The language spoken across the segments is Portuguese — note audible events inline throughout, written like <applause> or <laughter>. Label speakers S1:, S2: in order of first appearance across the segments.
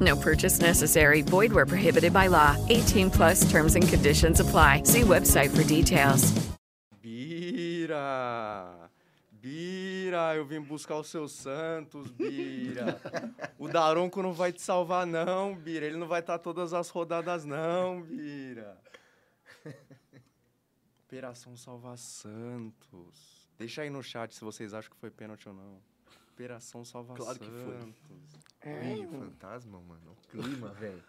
S1: No purchase necessary. Void where prohibited by law. 18 plus terms and conditions apply. See website for details.
S2: Bira! Bira, eu vim buscar o seu Santos, Bira. o Daronco não vai te salvar, não, Bira. Ele não vai estar todas as rodadas, não, Bira. Operação Salva Santos. Deixa aí no chat se vocês acham que foi pênalti ou não. Operação Salva
S3: Claro que
S2: Santos.
S3: foi. Ih, fantasma, mano. O
S2: <laughs>
S3: clima, velho.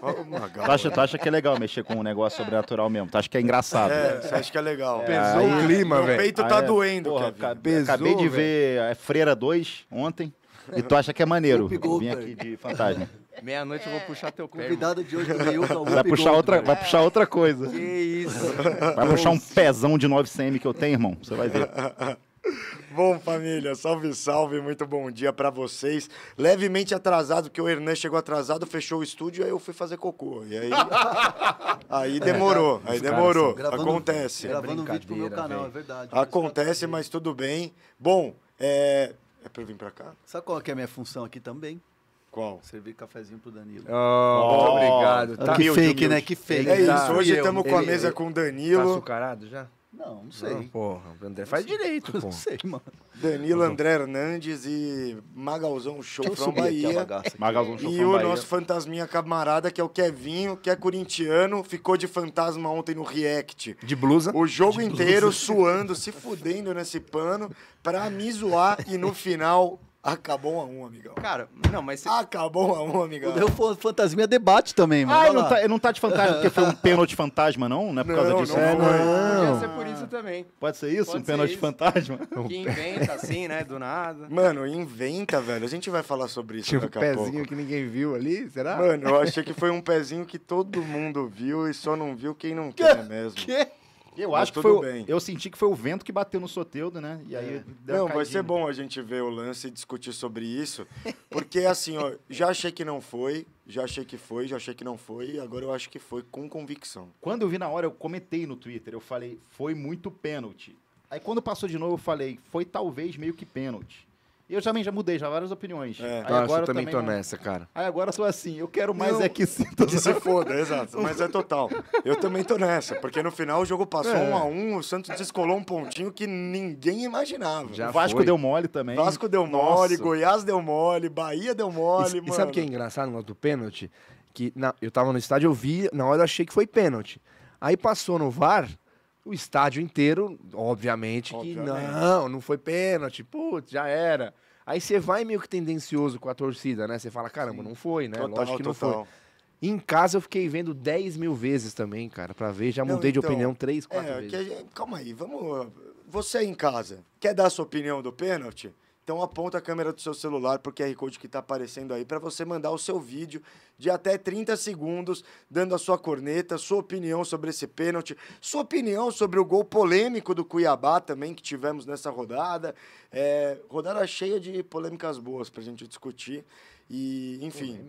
S4: Tu acha, tu acha que é legal mexer com um negócio sobrenatural mesmo? Tu acha que é engraçado?
S3: É, você acha que é legal.
S2: Pesou o clima,
S3: Meu
S2: velho.
S3: peito
S4: Aí
S3: tá
S4: é-
S3: doendo,
S4: porra,
S3: Kevin.
S4: acabe-
S3: Pesou,
S4: Acabei de
S3: velho.
S4: ver é, Freira 2 ontem. E tu acha que é maneiro?
S5: Whoopi
S4: Vim
S5: Goldberg.
S4: aqui de fantasma.
S2: Meia-noite
S3: É.
S2: eu vou puxar teu pé. irmão. É.
S5: Convidado de hoje do Neil
S2: Então,
S4: Vai puxar outra, vai puxar outra coisa.
S2: Que isso?
S4: Vai puxar um pezão de 9 cm que eu tenho, irmão. Você vai ver.
S3: <laughs> Bom, família, salve, salve, muito bom dia pra vocês. Levemente atrasado, porque o Hernan chegou atrasado, fechou o estúdio, aí eu fui fazer cocô.
S5: <laughs>
S3: E aí. aí demorou,
S4: É,
S3: aí demorou. Acontece.
S5: Gravando um vídeo pro meu
S3: Brincadeira,
S5: canal, é
S3: velho.
S5: verdade.
S3: Acontece, mas tudo bem. Bom, é. É pra eu vir pra cá?
S5: Sabe qual que é a minha função aqui também?
S3: Qual?
S5: Servir cafezinho pro Danilo.
S2: Oh, muito obrigado.
S6: Tá
S5: Ah, que fake, né? Que fake.
S3: É
S2: tá-
S3: isso, hoje
S2: eu,
S3: estamos com a
S2: ele-
S3: mesa
S2: ele-
S3: com o
S2: Tá
S3: Danilo,
S2: açucarado já?
S5: Não, não sei.
S2: Porra, o André faz
S5: <laughs>
S2: direito, Uhum. pô.
S5: Não sei, mano.
S3: Danilo André Hernandes e Magalzão Show from Bahia.
S4: Magalzão
S3: E o nosso fantasminha camarada, que é o Kevinho, que é corintiano, ficou de fantasma ontem no React.
S2: De blusa?
S3: O jogo inteiro suando, se fudendo nesse pano, pra me zoar e no final acabou um a um, amigão.
S2: Cara, não, mas...
S3: Acabou um a um, amigão.
S5: Deu fa- fantasminha debate também, mano.
S4: Ah,
S5: Olha
S4: ele não
S5: lá.
S4: tá, ele não tá de fantasma porque foi um pênalti fantasma, não? Não é por causa
S3: Não,
S4: disso?
S3: não
S4: É,
S3: foi.
S2: Podia ser por isso também.
S4: Pode ser isso?
S2: Pode
S4: um
S2: ser
S4: pênalti
S2: isso.
S4: fantasma? Um
S2: Que inventa assim, né? Do nada.
S3: Mano, inventa, velho. A gente vai falar sobre isso
S6: Tinha
S2: <laughs>
S6: um
S3: daqui a
S6: pezinho
S3: pouco.
S6: que ninguém viu ali, será?
S3: Mano, eu achei que foi um pezinho que todo mundo viu e só não viu quem não quer mesmo.
S4: Eu
S3: Mas
S4: acho que foi.
S3: tudo
S4: o-
S3: bem. É.
S4: Eu senti que foi o vento que bateu no soteudo, né? E aí. deu
S3: Não,
S4: uma
S3: vai ser
S4: caidinha.
S3: bom a gente ver o lance e discutir sobre
S4: <laughs>
S3: isso, porque assim, ó, já achei que não foi, já achei que foi, já achei que não foi, e agora eu acho que foi com convicção.
S4: Quando eu vi na hora, eu comentei no Twitter, eu falei, foi muito pênalti. Aí quando passou de novo, eu falei, foi talvez meio que pênalti. E eu também já mudei, já várias opiniões.
S3: É.
S6: Ah,
S4: Aí
S2: Nossa, eu também
S4: também
S2: tô
S4: não-
S2: nessa, cara.
S4: Aí agora eu sou assim, eu quero mais
S3: Não.
S4: é que sinta.
S3: Que se
S4: <laughs>
S3: foda, exato. Mas é total. Eu também tô nessa, porque no final o jogo passou
S2: É.
S6: É.
S3: um a um, o Santos descolou um pontinho que ninguém
S6: <laughs>
S3: imaginava.
S2: Já
S4: O Vasco
S2: foi.
S4: deu mole também.
S3: Vasco deu
S2: Nossa.
S3: mole, Goiás deu mole, Bahia deu
S6: E-
S3: mole,
S6: e,
S3: mano.
S6: sabe o que é engraçado no do pênalti? Que na- eu tava no estádio, eu vi, na hora eu achei que foi pênalti. Aí passou no VAR, o estádio inteiro, obviamente,
S3: Obviamente.
S6: que não, não foi pênalti, putz, já era. Aí você vai meio que tendencioso com a torcida, né? Você fala, caramba, não foi, né?
S3: Total,
S6: Lógico que não
S3: total.
S6: foi. E em casa eu fiquei vendo 10 mil vezes também, cara, pra ver. Já
S3: Não,
S6: mudei de
S3: então,
S6: opinião 3, 4
S3: É,
S6: vezes.
S3: que- calma aí, vamos. Você aí em casa, quer dar a sua opinião do pênalti? Então aponta a câmera do seu celular pro QR Code que tá aparecendo aí para você mandar o seu vídeo de até 30 segundos dando a sua corneta, sua opinião sobre esse pênalti, sua opinião sobre o gol polêmico do Cuiabá também que tivemos nessa rodada. É, rodada cheia de polêmicas boas pra gente discutir e, enfim,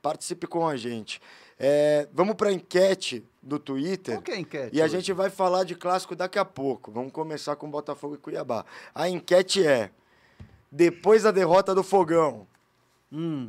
S3: participe com a gente. É, vamos para a enquete do Twitter.
S5: Qual que é a enquete?
S3: E a
S5: hoje?
S3: gente vai falar de clássico daqui a pouco. Vamos começar com Botafogo e Cuiabá. A enquete é: depois da derrota do Fogão,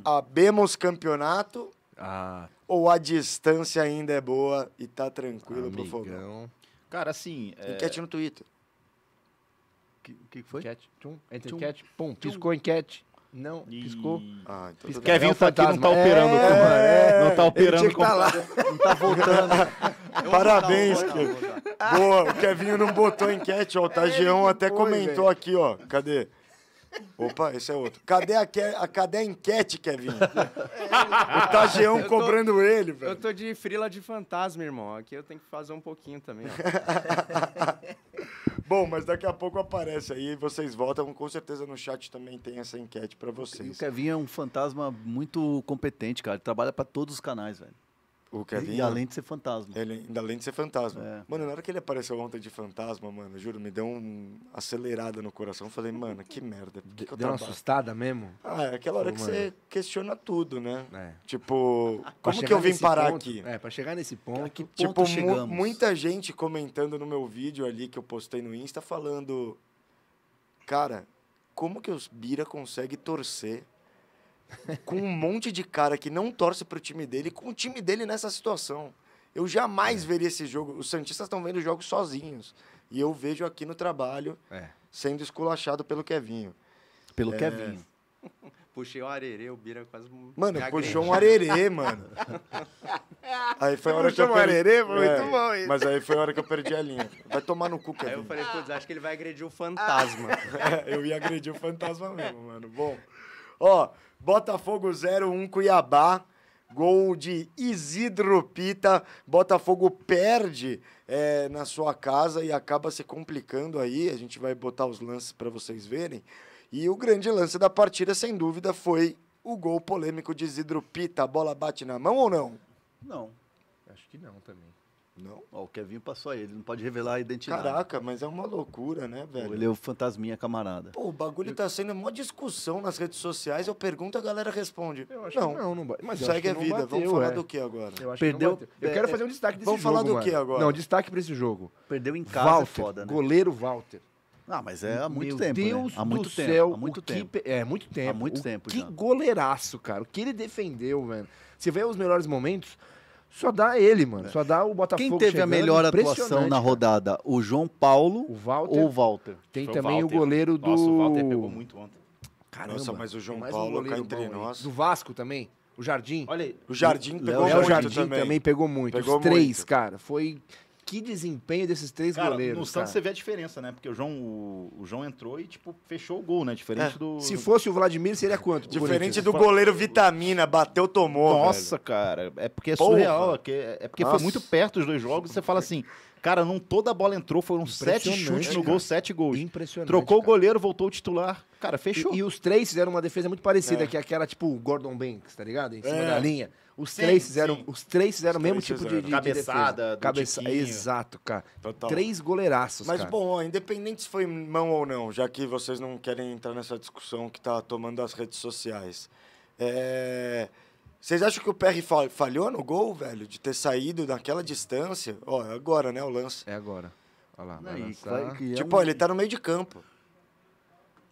S3: abemos campeonato
S6: Hum. Ah,
S3: ou a distância ainda é boa e tá tranquilo pro Fogão?
S6: amigão.
S4: Cara, assim. é,
S3: Enquete no Twitter.
S5: O que, que foi?
S6: Enquete, tchum, entra
S5: Tchum,
S6: enquete, pum, piscou enquete. Não, piscou.
S4: e-
S3: Ah, então tudo
S4: Pisca- Kevinho
S6: É o
S4: tá aqui, não tá
S6: fantasma.
S4: operando.
S6: É,
S4: o computador.
S6: é.
S4: não tá operando.
S6: tinha que
S4: o
S6: tá lá.
S4: computador. Não
S6: <laughs>
S4: tá voltando.
S2: Eu vou
S3: <laughs> Parabéns,
S2: botar, eu vou botar, eu vou É, botar.
S3: bem. Boa, o Kevinho não botou enquete, ó. O Tagião até comentou aqui, ó. Cadê? Opa, esse é outro. Cadê a, que... a- cadê a enquete,
S2: <laughs>
S3: Kevinho? o Tagião
S2: tô-
S3: cobrando ele,
S2: Eu
S3: velho.
S2: tô de frila de fantasma, irmão. Aqui eu tenho que fazer um pouquinho também. ó.
S3: <laughs> Bom, mas daqui a pouco aparece aí, vocês votam. Com certeza no chat também tem essa enquete pra
S5: E o
S3: vocês.
S5: Kevin é um fantasma muito competente, cara. Ele trabalha pra todos os canais, velho.
S3: O é
S5: E além de ser fantasma.
S3: Ele, ainda além de ser fantasma.
S5: É.
S3: Mano, na hora que ele apareceu ontem de fantasma, mano, juro, me deu uma acelerada no coração. Eu Falei, mano, que merda. Por que que eu
S6: Deu uma
S3: trabalho?
S6: assustada mesmo?
S3: Ah, é aquela hora
S6: Pô,
S3: que
S6: mano.
S3: você questiona tudo, né?
S6: É.
S3: Tipo,
S6: Pra
S3: como que
S6: chegar
S3: eu vim
S6: nesse
S3: parar
S6: ponto-
S3: aqui?
S6: É, pra chegar nesse ponto.
S5: que ponto
S3: Tipo, mu-
S5: chegamos?
S3: muita gente comentando no meu vídeo ali que eu postei no Insta falando. Cara, como que os Bira consegue torcer com
S5: <laughs>
S3: um monte de cara que não torce pro time dele, com o time dele nessa situação? Eu
S5: É.
S3: jamais veria esse jogo. Os Santistas estão vendo jogos sozinhos. E eu vejo aqui no trabalho
S6: É.
S3: sendo esculachado pelo Kevinho. é.
S5: Pelo Kevinho.
S2: <laughs> Puxei o arerê, o Bira quase. me
S3: Mano,
S2: agrediu.
S3: puxou um arerê,
S2: <laughs>
S3: mano. Aí foi a hora que eu
S6: puxou um
S3: perdi. É.
S6: arerê? Foi muito bom isso.
S3: Mas aí foi a hora que eu perdi a linha. Vai tomar no cu,
S2: Aí eu
S3: Kevin.
S2: falei, putz, acho que ele vai agredir
S3: <laughs>
S2: o fantasma.
S3: É, eu ia agredir o fantasma mesmo, mano. Bom. Ó, Botafogo 0-1 Cuiabá. Gol de Isidro Pita. Botafogo perde é, na sua casa e acaba se complicando aí. A gente vai botar os lances para vocês verem. E o grande lance da partida, sem dúvida, foi o gol polêmico de Isidro Pita. A bola bate na mão ou não?
S5: Não.
S6: Acho que não também.
S3: Não.
S5: Ó, o Kevinho passou a ele. Não pode revelar a identidade.
S3: Caraca, mas é uma loucura, né,
S5: Pô,
S3: velho?
S5: Ele é o fantasminha camarada.
S3: Pô, o bagulho tá sendo uma discussão nas redes sociais. Eu pergunto, a galera responde.
S6: Eu acho que não, não ba- mas eu acho
S3: Segue
S6: que
S3: a
S6: não
S3: vida. Vamos
S6: bateu,
S3: falar
S6: é.
S3: do que agora?
S6: Eu acho
S5: Perdeu-
S6: que não bateu. Eu
S5: é,
S6: quero
S5: é.
S6: fazer um destaque desse
S3: Vamos
S6: jogo.
S3: falar do
S6: mano.
S3: quê agora?
S6: Não, destaque pra esse jogo.
S5: Perdeu em casa,
S6: Walter,
S5: é foda, né?
S6: goleiro Walter.
S5: Ah, mas é há muito
S6: Meu
S5: tempo,
S6: Deus
S5: né? Há muito
S6: do
S5: tempo.
S6: céu,
S5: há muito
S6: o que
S5: tempo.
S6: pe- é, muito tempo.
S5: muito
S6: O
S5: tempo
S6: Que
S5: já.
S6: goleiraço, cara. O que ele defendeu, velho. Você vê os melhores momentos, só dá ele, mano. Só dá o Botafogo
S5: Quem teve a
S6: chegando,
S5: melhor atuação
S6: impressionante,
S5: na
S6: cara.
S5: rodada? O João Paulo
S6: O Walter.
S5: ou o Walter?
S6: Tem
S4: Foi
S6: também o,
S4: Walter.
S6: goleiro do...
S4: Nossa, o Walter pegou muito ontem.
S6: Caramba,
S3: Nossa, mas o João
S4: um
S6: mais um
S3: Paulo
S6: goleiro
S3: cá entre
S6: bom aí.
S3: nós.
S6: Do Vasco também. O Jardim.
S4: Olha aí.
S3: O Jardim
S5: Léo
S3: pegou
S6: o
S3: muito
S6: Léo Jardim também. pegou muito.
S3: Pegou
S6: os três,
S3: muito.
S6: cara. Foi... Que desempenho desses três
S4: Cara,
S6: goleiros,
S4: no Santos
S6: cara.
S4: você vê a diferença, né? Porque o João, o, o João entrou e, tipo, fechou o gol, né? Diferente do.
S6: Se fosse o Vladimir, seria quanto? pro
S3: é Diferente
S6: Corinthians?
S3: do goleiro Vitamina, bateu, tomou.
S4: Nossa,
S3: velho.
S4: cara, é porque é
S3: Porra.
S4: surreal. É que- é porque foi
S3: Nossa.
S4: muito perto os dois jogos e você fala assim, cara, não toda a bola entrou, foram sete
S6: Impressionante,
S4: chutes no
S6: cara.
S4: gol, sete gols.
S6: Impressionante.
S4: Trocou o
S6: cara.
S4: goleiro, voltou o titular. Cara, fechou.
S6: E, e os três fizeram uma defesa muito parecida, que é aquela tipo o Gordon Banks, tá ligado? Em cima da linha. Os
S4: É. Sim,
S6: três fizeram,
S4: sim.
S6: os três fizeram o
S3: Os
S6: mesmo
S3: três
S6: tipo de-
S3: fizeram.
S6: de, de defesa.
S4: Cabeçada do Tiquinho.
S6: exato, cara.
S3: Total.
S6: Três goleiraços,
S3: Mas
S6: cara.
S3: bom, ó, independente se foi mão ou não, já que vocês não querem entrar nessa discussão que tá tomando as redes sociais. É, Vocês acham que o PR fa- falhou no gol, velho? De ter saído daquela distância? Ó, é agora, né, o lance.
S6: é agora. Olha lá, vai
S5: Não, e
S6: lançar.
S5: claro que é
S3: tipo,
S5: um-
S3: ó, ele tá no meio de campo.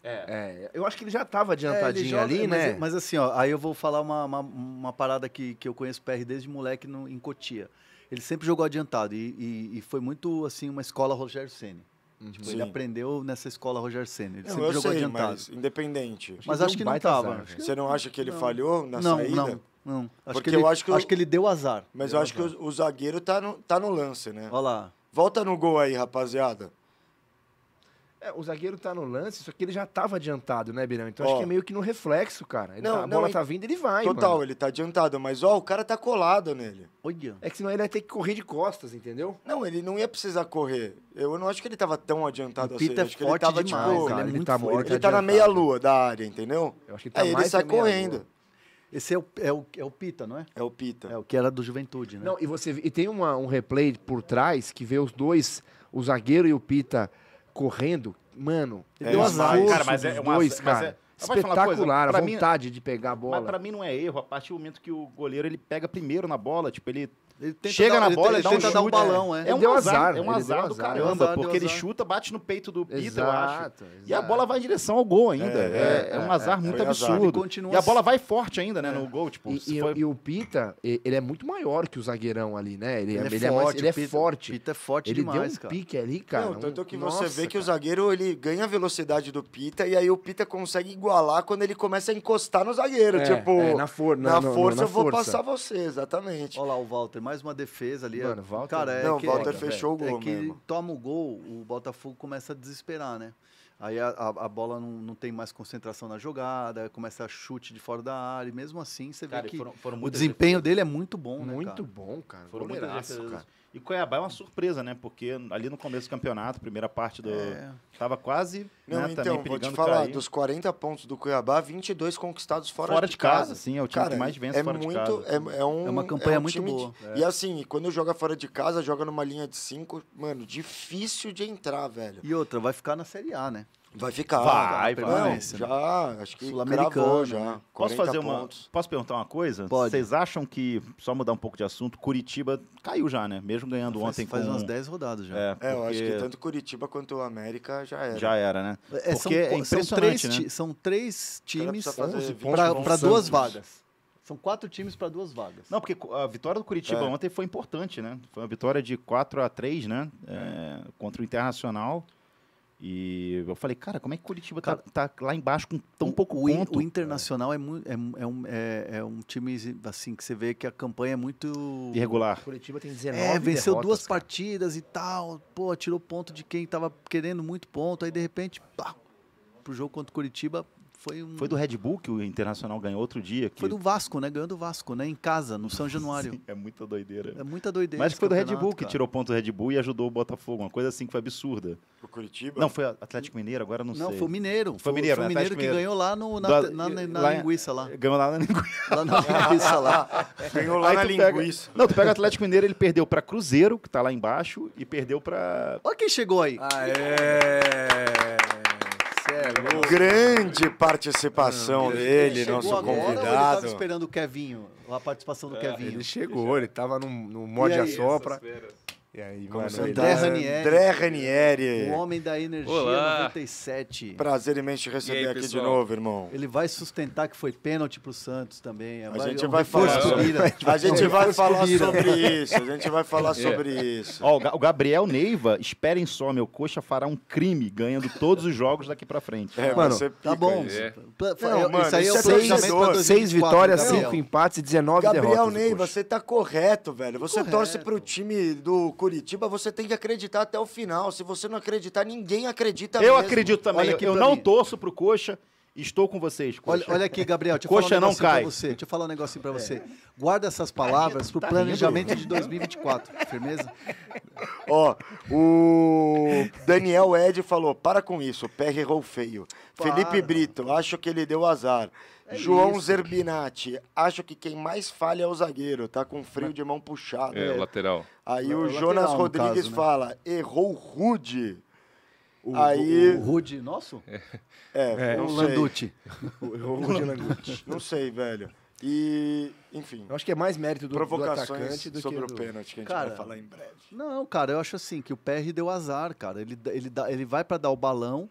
S6: É, eu acho que ele já tava
S5: É, ele
S6: adiantadinho
S5: joga-
S6: ali,
S5: mas-
S6: né?
S5: Mas assim, ó, aí eu vou falar uma, uma, uma parada que, que eu conheço o PR desde moleque no, em Cotia. Ele sempre jogou adiantado e, e- e foi muito assim uma escola Rogério Ceni.
S4: Uhum.
S5: Tipo,
S3: Sim.
S5: ele aprendeu nessa escola Rogério Ceni. Ele
S3: Não,
S5: sempre
S3: eu
S5: jogou
S3: sei,
S5: adiantado.
S3: mas independente.
S5: Mas
S6: deu
S5: acho
S6: um
S5: que não
S6: baita
S5: tava.
S6: azar,
S5: Acho que-
S3: Você não acha que ele
S5: Não.
S3: falhou na
S5: não,
S3: saída?
S5: não, não. Acho
S3: Porque
S5: que ele,
S3: eu acho que eu-
S5: ele deu azar.
S3: Mas
S5: Deu
S3: eu acho que
S5: azar.
S3: o, o zagueiro tá no, tá no lance, né?
S5: Olha lá.
S3: Volta no gol aí, rapaziada.
S6: É, o zagueiro tá no lance, só que ele já tava adiantado, né, Birão? Então
S3: Ó.
S6: acho que é meio que no reflexo, cara. Ele
S3: Não,
S6: tá- a
S3: não,
S6: bola
S3: e-
S6: tá vindo, ele vai,
S3: Total,
S6: mano.
S3: ele tá adiantado, mas ó, o cara tá colado nele.
S5: Olha.
S6: É que senão ele vai ter que correr de costas, entendeu?
S3: Não, ele não ia precisar correr. Eu não acho que ele tava tão adiantado
S5: O
S3: assim.
S5: Pita é
S3: acho que ele
S5: forte
S3: tava,
S5: demais,
S3: tipo.
S5: cara.
S3: Ele,
S5: Ele é muito
S6: tá,
S5: forte.
S3: ele tá na
S6: adiantado.
S3: meia-lua da área, entendeu?
S6: Eu acho que ele tá
S3: aí ele
S6: mais
S3: sai
S6: que meia-lua.
S3: correndo.
S5: Esse é o, é, o, é o Pita, não é?
S3: É o Pita.
S5: É o que era do Juventude, né?
S6: Não, e você vê- e tem uma- um replay por trás que vê os dois, o zagueiro e o Pita correndo. Mano,
S5: Ele deu azar.
S6: esforço
S4: Cara, mas é
S6: dos
S4: um
S6: dois,
S4: azar- mas
S6: cara.
S4: é- Mas pode falar uma coisa,
S6: espetacular, a
S4: pra mim-
S6: vontade de pegar a
S4: Mas
S6: bola.
S4: pra mim não é erro. A partir do momento que o goleiro ele pega primeiro na bola, tipo, ele
S5: Ele tenta
S4: chega
S5: dar-
S4: na
S5: ele
S4: bola,
S5: te-
S4: ele dá um
S5: tenta dar um
S4: chute,
S5: balão, é.
S6: Ele
S4: É um
S6: deu
S4: azar,
S6: azar,
S4: é um
S6: ele
S4: azar
S6: deu
S4: do
S6: azar.
S4: caramba,
S5: Deu azar,
S4: porque
S5: deu
S4: ele
S5: azar.
S4: chuta, bate no peito do Pita, eu acho.
S6: Exato,
S4: E a
S6: exato.
S4: bola vai em direção ao gol ainda. É, é um azar muito
S3: foi azar.
S4: absurdo.
S5: Ele continua
S4: E a
S5: assim.
S4: bola vai forte ainda, né, no gol, tipo,
S6: É. E,
S4: se
S6: e-
S4: foi-
S6: e o Pita, e- ele é muito maior que o zagueirão ali, né? Ele, ele é, mais-
S5: forte,
S6: ele é
S5: o Pita-
S6: forte.
S5: Pita é forte
S6: ele
S5: demais,
S6: deu um
S5: cara.
S6: pique ali, cara.
S3: não, tanto que
S6: um-
S3: você vê
S6: nossa,
S3: que o
S6: cara.
S3: zagueiro ele ganha a velocidade do Pita e aí o Pita consegue igualar quando ele começa a encostar no zagueiro.
S6: É,
S3: tipo,
S6: é, na for- na- no- no-
S3: força
S6: na
S3: eu vou
S6: força.
S3: passar você, exatamente.
S5: Olha lá o Walter, mais uma defesa ali.
S6: Mano, Walter-
S5: cara, é
S3: não, o
S5: que,
S3: Walter
S5: é,
S3: fechou o
S5: é
S3: gol
S5: que
S3: mesmo.
S5: toma o gol, o Botafogo começa a desesperar, né? Aí a, a- a bola não, não tem mais concentração na jogada, começa a chute de fora da área, e mesmo assim você
S4: Cara,
S5: vê
S4: e
S5: que
S4: foram- foram
S5: o
S4: muitas
S5: desempenho dele é muito bom, né?
S6: Muito
S5: cara?
S6: bom, cara.
S4: Foram muitas
S6: Goleiraço,
S4: defesas.
S6: cara.
S4: E Cuiabá é uma surpresa, né? Porque ali no começo do campeonato, primeira parte do. Tava quase
S3: É. Não,
S4: né,
S3: então,
S4: também
S3: vou te
S4: perigando
S3: falar,
S4: cair.
S3: dos 40 pontos do Cuiabá, 22 conquistados fora,
S4: Fora
S3: de
S4: de
S3: casa.
S4: casa, sim, é o time que mais vence fora de casa.
S3: É, é, um,
S5: É uma campanha
S3: um
S5: muito
S3: time de-
S5: boa.
S3: E assim, quando joga fora de casa, joga numa linha de 5, mano, difícil de entrar, velho.
S5: E outra, vai ficar na Série A, né?
S3: Vai ficar.
S4: Vai, né?
S3: cara.
S4: vai.
S3: Não, Já, acho que
S5: Sul-Americano,
S3: cravou já.
S5: né?
S3: 40
S4: Posso fazer uma.
S3: pontos.
S4: Posso perguntar uma coisa?
S5: Pode.
S4: Vocês acham que, só mudar um pouco de assunto, Curitiba caiu já, né? Mesmo ganhando
S5: faz,
S4: ontem
S5: faz
S4: com.
S5: umas 10 rodadas já.
S4: É,
S3: É, eu acho que
S4: porque
S3: tanto Curitiba quanto o América já era.
S4: já era, né?
S5: É, são,
S4: Porque é
S5: qu- são
S4: impressionante,
S5: três,
S4: né?
S5: ti- são três
S3: cara
S5: times
S3: precisa fazer 11 pontos
S6: com o
S5: para duas
S6: Santos.
S5: vagas. São quatro times para duas vagas.
S4: Não, porque a vitória do Curitiba
S3: É.
S4: ontem foi importante, né? Foi uma vitória de 4 a 3 né? É, contra o Internacional. E eu falei, cara, como é que Curitiba tá, tá lá embaixo com tão pouco
S5: o, in-
S4: ponto?
S5: o Internacional é, mu- é mu- é um, é- é um time assim que você vê que a campanha é muito.
S4: Irregular.
S6: O Curitiba tem 19
S5: É, venceu
S6: derrotas,
S5: duas
S6: cara.
S5: partidas e tal. Pô, tirou ponto de quem tava querendo muito ponto. Aí de repente, pá, pro jogo contra o Curitiba foi um.
S4: Foi do Red Bull que o Internacional ganhou outro dia. Que
S5: foi do Vasco, né? Ganhou do Vasco, né? Em casa,
S4: <laughs>
S5: no São Januário.
S4: É muita doideira.
S5: É muita doideira.
S4: Mas
S5: esse
S4: foi do Red
S5: campeonato,
S4: Bull que
S5: cara.
S4: tirou ponto do Red Bull e ajudou o Botafogo. Uma coisa assim que foi absurda.
S3: O Curitiba?
S4: Não, foi Atlético Mineiro, agora eu não,
S5: Não,
S4: sei.
S5: foi o Mineiro. Foi, o-
S4: Mineiro,
S5: foi
S4: né?
S5: o Mineiro
S4: Atlético
S5: que
S4: Mineiro.
S5: ganhou lá no, na,
S4: Da-
S5: na- na- na
S4: lá em-
S5: linguiça lá.
S4: Ganhou lá na linguiça.
S5: <laughs> Lá na linguiça lá.
S3: Ganhou lá
S4: Aí
S3: na
S4: tu pega-
S3: linguiça.
S4: Não, tu pega o Atlético Mineiro, ele perdeu pra Cruzeiro, que tá lá embaixo, e perdeu pra.
S5: Olha quem chegou aí.
S3: Grande participação
S5: Ele
S3: dele,
S5: chegou
S3: nosso
S5: agora ou Ele
S3: convidado.
S5: tava esperando o Kevinho, a participação do Kevinho.
S6: Ah, É, Ele chegou, ele tava no, no mod
S5: E aí,
S6: assopra. E aí, mano, ele- é
S5: André Ranieri.
S3: André
S5: O
S3: Ranieri.
S5: homem da energia
S7: Olá.
S5: 97.
S3: Prazer imenso te receber
S7: E aí,
S3: aqui de
S7: pessoal?
S3: novo, irmão.
S5: Ele vai sustentar que foi pênalti pro Santos também. É
S3: A
S5: mais-
S3: gente
S5: é um
S3: vai
S5: reforço
S3: falar.
S5: pro Mira.
S3: <laughs> A gente vai falar sobre isso. A gente vai
S4: <laughs> É.
S3: falar sobre isso.
S4: Ó, o Ga- o Gabriel Neiva, esperem só, meu coxa fará um crime ganhando todos os jogos daqui pra frente.
S3: É,
S6: Mano,
S3: você
S5: Tá
S3: pica
S5: bom.
S3: isso.
S5: Pla-
S3: Não,
S5: é-
S3: mano,
S5: isso aí é
S3: isso
S5: o
S3: é
S5: planejamento
S3: torcedor.
S5: pra
S3: Seis
S6: 6
S5: 2024,
S6: vitórias,
S5: Gabriel.
S6: 5 empates e 19
S3: Gabriel
S6: derrotas. do
S3: Ney,
S6: Coxa.
S3: você tá correto, velho. Você
S5: Correto.
S3: torce pro time do Curitiba, você tem que acreditar até o final. Se você não acreditar, ninguém acredita
S4: eu
S3: mesmo.
S4: acredito também,
S5: Olha aqui
S4: eu
S5: pra
S4: não
S5: mim.
S4: torço pro coxa, estou com vocês,
S5: Olha,
S4: coxa.
S5: olha aqui, Gabriel, deixa eu
S4: Coxa
S5: falar um
S4: não
S5: negocinho
S4: cai. É.
S5: pra você. Deixa eu falar um
S3: É.
S5: negocinho pra você. Guarda essas palavras
S3: tá
S5: pro planejamento de
S3: <laughs>
S5: 2024. Firmeza?
S3: Ó, o Daniel Ed falou: para com isso, o PR errou feio. Felipe Brito, acho que ele deu azar.
S5: É
S3: João Zerbinati, acho que quem mais falha é o zagueiro, tá com frio de mão puxado.
S7: É, o lateral.
S3: Aí
S5: É
S3: o
S5: o
S3: Jonas
S5: lateral, no
S3: Rodrigues
S5: caso, né?
S3: fala: errou rude.
S5: O,
S3: Aí-
S5: o, o Rude nosso?
S3: É, não
S5: o
S3: sei.
S5: Landucci. <laughs>
S3: Não sei, velho. E, enfim,
S6: Eu acho que é mais mérito do, do
S3: provocações
S6: atacante do
S3: sobre
S6: que
S3: o
S6: do...
S3: pênalti que a gente
S5: Cara,
S3: vai falar em breve.
S5: Não, cara, eu acho assim que o PR deu azar, cara. Ele, dá- ele, dá- ele vai pra dar o balão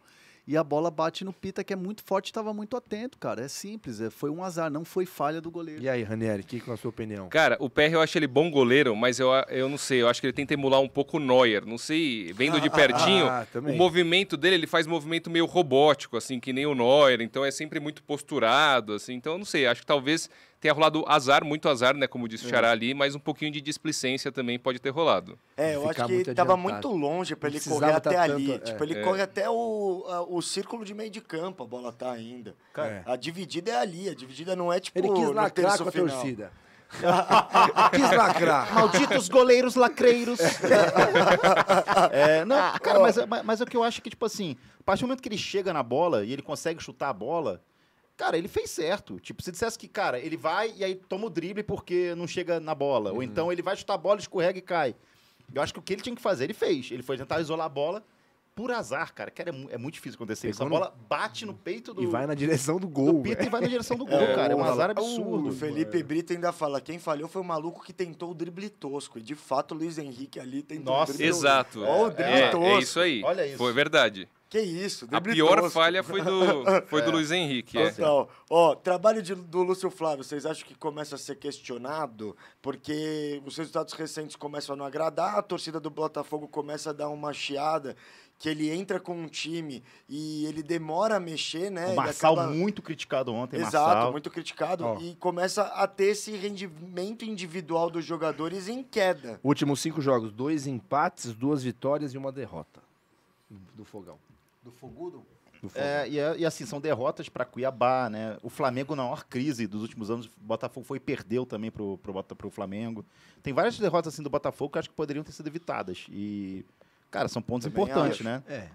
S5: e a bola bate no Pita, que é muito forte, estava muito atento, cara. É simples, é- foi um azar, não foi falha do goleiro.
S6: E aí, Ranieri, que, com a sua opinião?
S7: Cara, o PR eu acho ele bom goleiro, mas eu, a- eu não sei, eu acho que ele tenta emular um pouco o Neuer. Não sei,
S3: <laughs>
S7: vendo de pertinho,
S6: ah, também.
S7: o movimento dele, ele faz movimento meio robótico, assim, que nem o Neuer, então é sempre muito posturado, assim. Então, eu não sei, acho que talvez tenha rolado azar, muito azar, né, como disse o Xará ali, mas um pouquinho de displicência também pode ter rolado.
S3: É, eu
S6: ficar
S3: acho que
S6: muito
S3: tava
S6: adiantado.
S3: muito longe pra
S6: Não
S3: ele
S6: precisava
S3: correr
S6: tá
S3: até ali.
S6: tanto- é.
S3: tipo, ele corre até o, a- o círculo de meio de campo, a bola tá ainda.
S6: Cara-
S3: a dividida é ali, a dividida não é tipo.
S6: Ele quis
S3: no
S6: lacrar
S3: terço
S6: com a
S3: final. <laughs>
S6: torcida. <laughs> quis lacrar.
S4: Malditos goleiros lacreiros.
S6: <laughs>
S4: É, não, cara, mas, mas, mas é o que eu acho que, tipo assim, a partir do momento que ele chega na bola e ele consegue chutar a bola, cara, ele fez certo. Tipo, se dissesse que, cara, ele vai e aí toma o drible porque não chega na bola. Ou então ele vai chutar a bola, escorrega e cai. Eu acho que o que ele tinha que fazer, ele fez. Ele foi tentar isolar a bola por azar, cara. Cara, é, mu- é muito difícil acontecer
S6: E
S4: isso. A
S6: quando-
S4: bola bate no peito do,
S6: E vai na direção do
S4: do
S6: gol.
S4: Pita
S6: velho.
S4: e vai na
S6: <laughs>
S4: direção do gol, cara. É um
S6: porra,
S4: azar
S3: O
S4: absurdo.
S3: Felipe Brito ainda fala: quem falhou foi o maluco que tentou o drible tosco. E de fato, o Luiz Henrique ali tentou
S4: Nossa,
S3: o drible
S7: Exato.
S3: Ó, o drible
S7: é, é
S3: tosco.
S7: isso aí.
S4: Olha isso.
S7: Foi verdade.
S3: Que isso,
S7: A
S3: drible
S7: pior
S3: tosco.
S7: falha
S3: <laughs>
S7: foi do, foi do Luiz Henrique. é.
S3: Total. Ó, trabalho de- do Lúcio Flávio, vocês acham que começa a ser questionado? Porque os resultados recentes começam a não agradar, a torcida do Botafogo começa a dar uma chiada, que ele entra com um time e ele demora a mexer, né?
S4: o
S3: Ele
S4: Marçal
S3: acaba-
S4: muito criticado ontem,
S3: Exato,
S4: Marçal.
S3: muito criticado.
S6: Ó.
S3: E começa a ter esse rendimento individual dos jogadores em queda.
S6: Últimos cinco jogos: dois empates, duas vitórias e uma derrota. Do Fogão.
S5: Do Fogudo?
S6: Do Fogão.
S4: É, e, é- e assim, são derrotas para Cuiabá, né? O Flamengo, na maior crise dos últimos anos, o Botafogo foi e perdeu também pro, pro, Bota- pro Flamengo. Tem várias derrotas assim do Botafogo que eu acho que poderiam ter sido evitadas. E, cara, são pontos
S3: Também
S4: importantes,
S3: acho.
S4: né?
S5: É.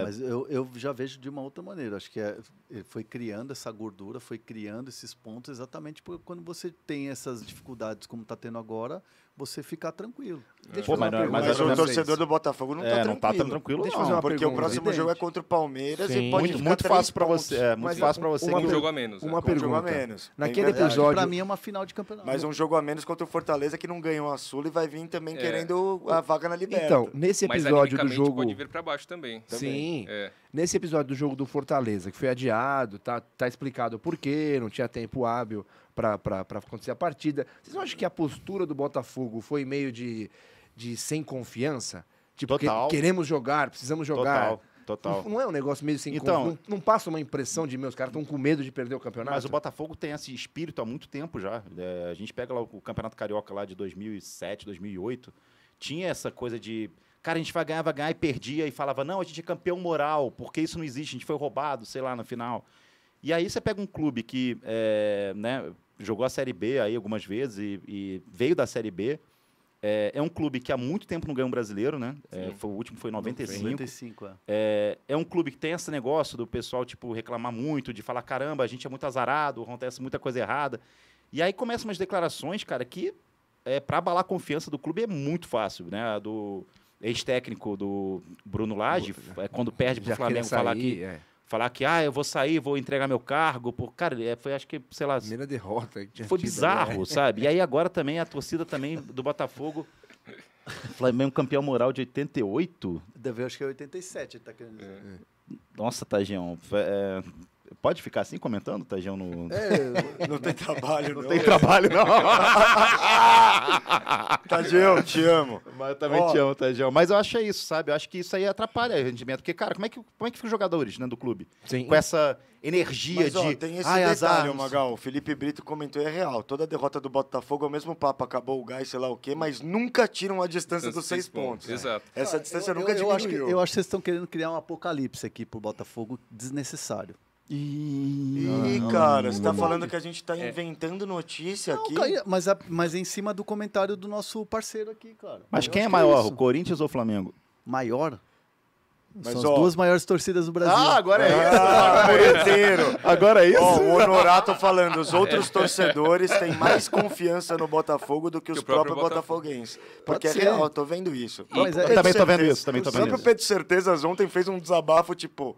S5: Ah, mas eu, eu já vejo de uma outra maneira. Acho que é- ele foi criando essa gordura, foi criando esses pontos exatamente porque quando você tem essas dificuldades como está tendo agora, você fica tranquilo.
S6: Deixa
S4: Pô,
S6: eu fazer
S4: mas
S6: uma
S4: não- mas
S6: pergunta
S3: É. Mas
S4: era
S6: pra
S3: o
S4: mesmo
S6: vocês.
S3: torcedor do Botafogo não
S4: É,
S3: tá
S4: não tá tão tranquilo,
S6: Deixa eu
S4: não.
S6: fazer uma
S3: Porque o
S6: pergunta.
S3: próximo jogo é contra o Palmeiras
S6: Sim.
S3: e pode
S4: muito,
S3: ficar
S4: muito
S3: três
S4: fácil para
S3: pontos.
S4: você. É, muito
S6: Mas
S4: fácil para
S6: uma
S4: você.
S7: Um
S6: pergunta.
S7: jogo a menos. é.
S6: Uma
S3: Com um jogo a
S6: pergunta.
S3: menos.
S6: Naquele
S3: Bem verdade.
S6: episódio-
S5: Para mim é uma final de campeonato.
S3: Mas um jogo a menos contra o Fortaleza que não ganhou a Sula e vai vir também
S7: É.
S3: querendo a vaga na Liberta.
S6: Então, nesse
S7: Mas
S6: episódio do
S7: tecnicamente
S6: jogo.
S7: pode vir para baixo também.
S6: Sim.
S7: É.
S6: Nesse episódio do jogo do Fortaleza, que foi adiado, tá, tá explicado por quê, não tinha tempo hábil pra pra- pra acontecer a partida. Vocês não acham que a postura do Botafogo foi meio de, de sem confiança? Tipo, que-
S4: Total.
S6: queremos jogar, precisamos jogar.
S4: Total, total.
S6: Não, não é um negócio meio sem
S4: Então-
S6: confiança. Não, não passa uma impressão de, meus caras estão com medo de perder o campeonato?
S4: Mas o Botafogo tem esse espírito há muito tempo já. É, a gente pega lá o Campeonato Carioca lá de 2007, 2008. Tinha essa coisa de. Cara, a gente vai ganhar, vai ganhar e perdia. E falava, não, a gente é campeão moral, porque isso não existe, a gente foi roubado, sei lá, no final. E aí você pega um clube que é, né, jogou a Série B aí algumas vezes e, e veio da Série B. É, é um clube que há muito tempo não ganhou um brasileiro, né? É, foi, o último foi em 95.
S5: 95, é.
S4: É, é um clube que tem esse negócio do pessoal tipo reclamar muito, de falar caramba, a gente é muito azarado, acontece muita coisa errada. E aí começam umas declarações, cara, que é para abalar a confiança do clube é muito fácil, né? A do ex-técnico do Bruno Lage, é quando perde pro
S6: Já queria
S4: Flamengo falar
S6: sair,
S4: que
S6: é.
S4: falar que ah, eu vou sair, vou entregar meu cargo, por cara, é, foi acho que, sei lá,
S6: Primeira derrota. que tinha
S4: foi
S6: tido, né?
S4: bizarro, sabe? E aí agora também a torcida também do Botafogo Flamengo campeão moral de 88,
S5: Deve, acho que é 87, ele tá querendo dizer.
S3: É.
S4: Nossa, Tajão. fe- é, Pode ficar assim comentando, Tajão? No...
S3: É, Não
S4: <laughs>
S3: tem trabalho, não.
S4: trabalho,
S3: <laughs>
S4: não.
S3: Tadeu, te amo.
S4: Mas eu também
S3: Ó.
S4: te amo, Tajão. Mas eu acho é isso, sabe? Eu acho que isso aí atrapalha o rendimento. Porque, cara, como é que, como é que fica os jogadores né, do clube?
S6: Sim.
S4: Com essa energia
S3: Mas,
S4: de.
S3: ó, tem esse
S4: "Ai,
S3: detalhe,
S4: azar, não sei
S3: Magal. O Felipe Brito comentou, é real. Toda derrota do Botafogo é o mesmo papo. Acabou o gás, sei lá o quê, mas nunca tiram a distância dos Então seis pontos. né?
S7: Exato.
S3: Essa distância nunca
S5: eu,
S3: diminuiu.
S5: eu acho que, eu acho que vocês estão querendo criar um apocalipse aqui pro Botafogo desnecessário.
S3: Ih, cara, você tá falando que a gente
S4: É.
S3: tá inventando notícia
S5: Não,
S3: aqui?
S5: cara, mas, a- mas é em cima do comentário do nosso parceiro aqui, cara.
S4: Mas
S5: Eu
S4: quem é
S5: acho que
S4: maior,
S3: Ah,
S5: isso.
S4: o Corinthians ou o Flamengo?
S5: Maior?
S3: Mas,
S5: São
S3: ó-
S5: as duas maiores torcidas do Brasil. é
S3: <laughs>
S4: agora é
S3: Ah, punheteiro.
S4: Agora é
S3: Ó, o Honorato tá falando, os outros torcedores têm mais confiança no Botafogo do que, os
S7: o próprio
S3: próprios
S7: Botafogo.
S3: botafoguenses. Porque é
S5: ser.
S3: real, eu tô vendo isso. O
S5: Mas
S3: próprio
S5: é-
S3: Pedro
S4: também tô vendo
S3: Certezas-
S4: isso, também tô
S3: O
S4: vendo
S3: próprio
S4: isso.
S3: Pedro Certezas ontem fez um desabafo, tipo...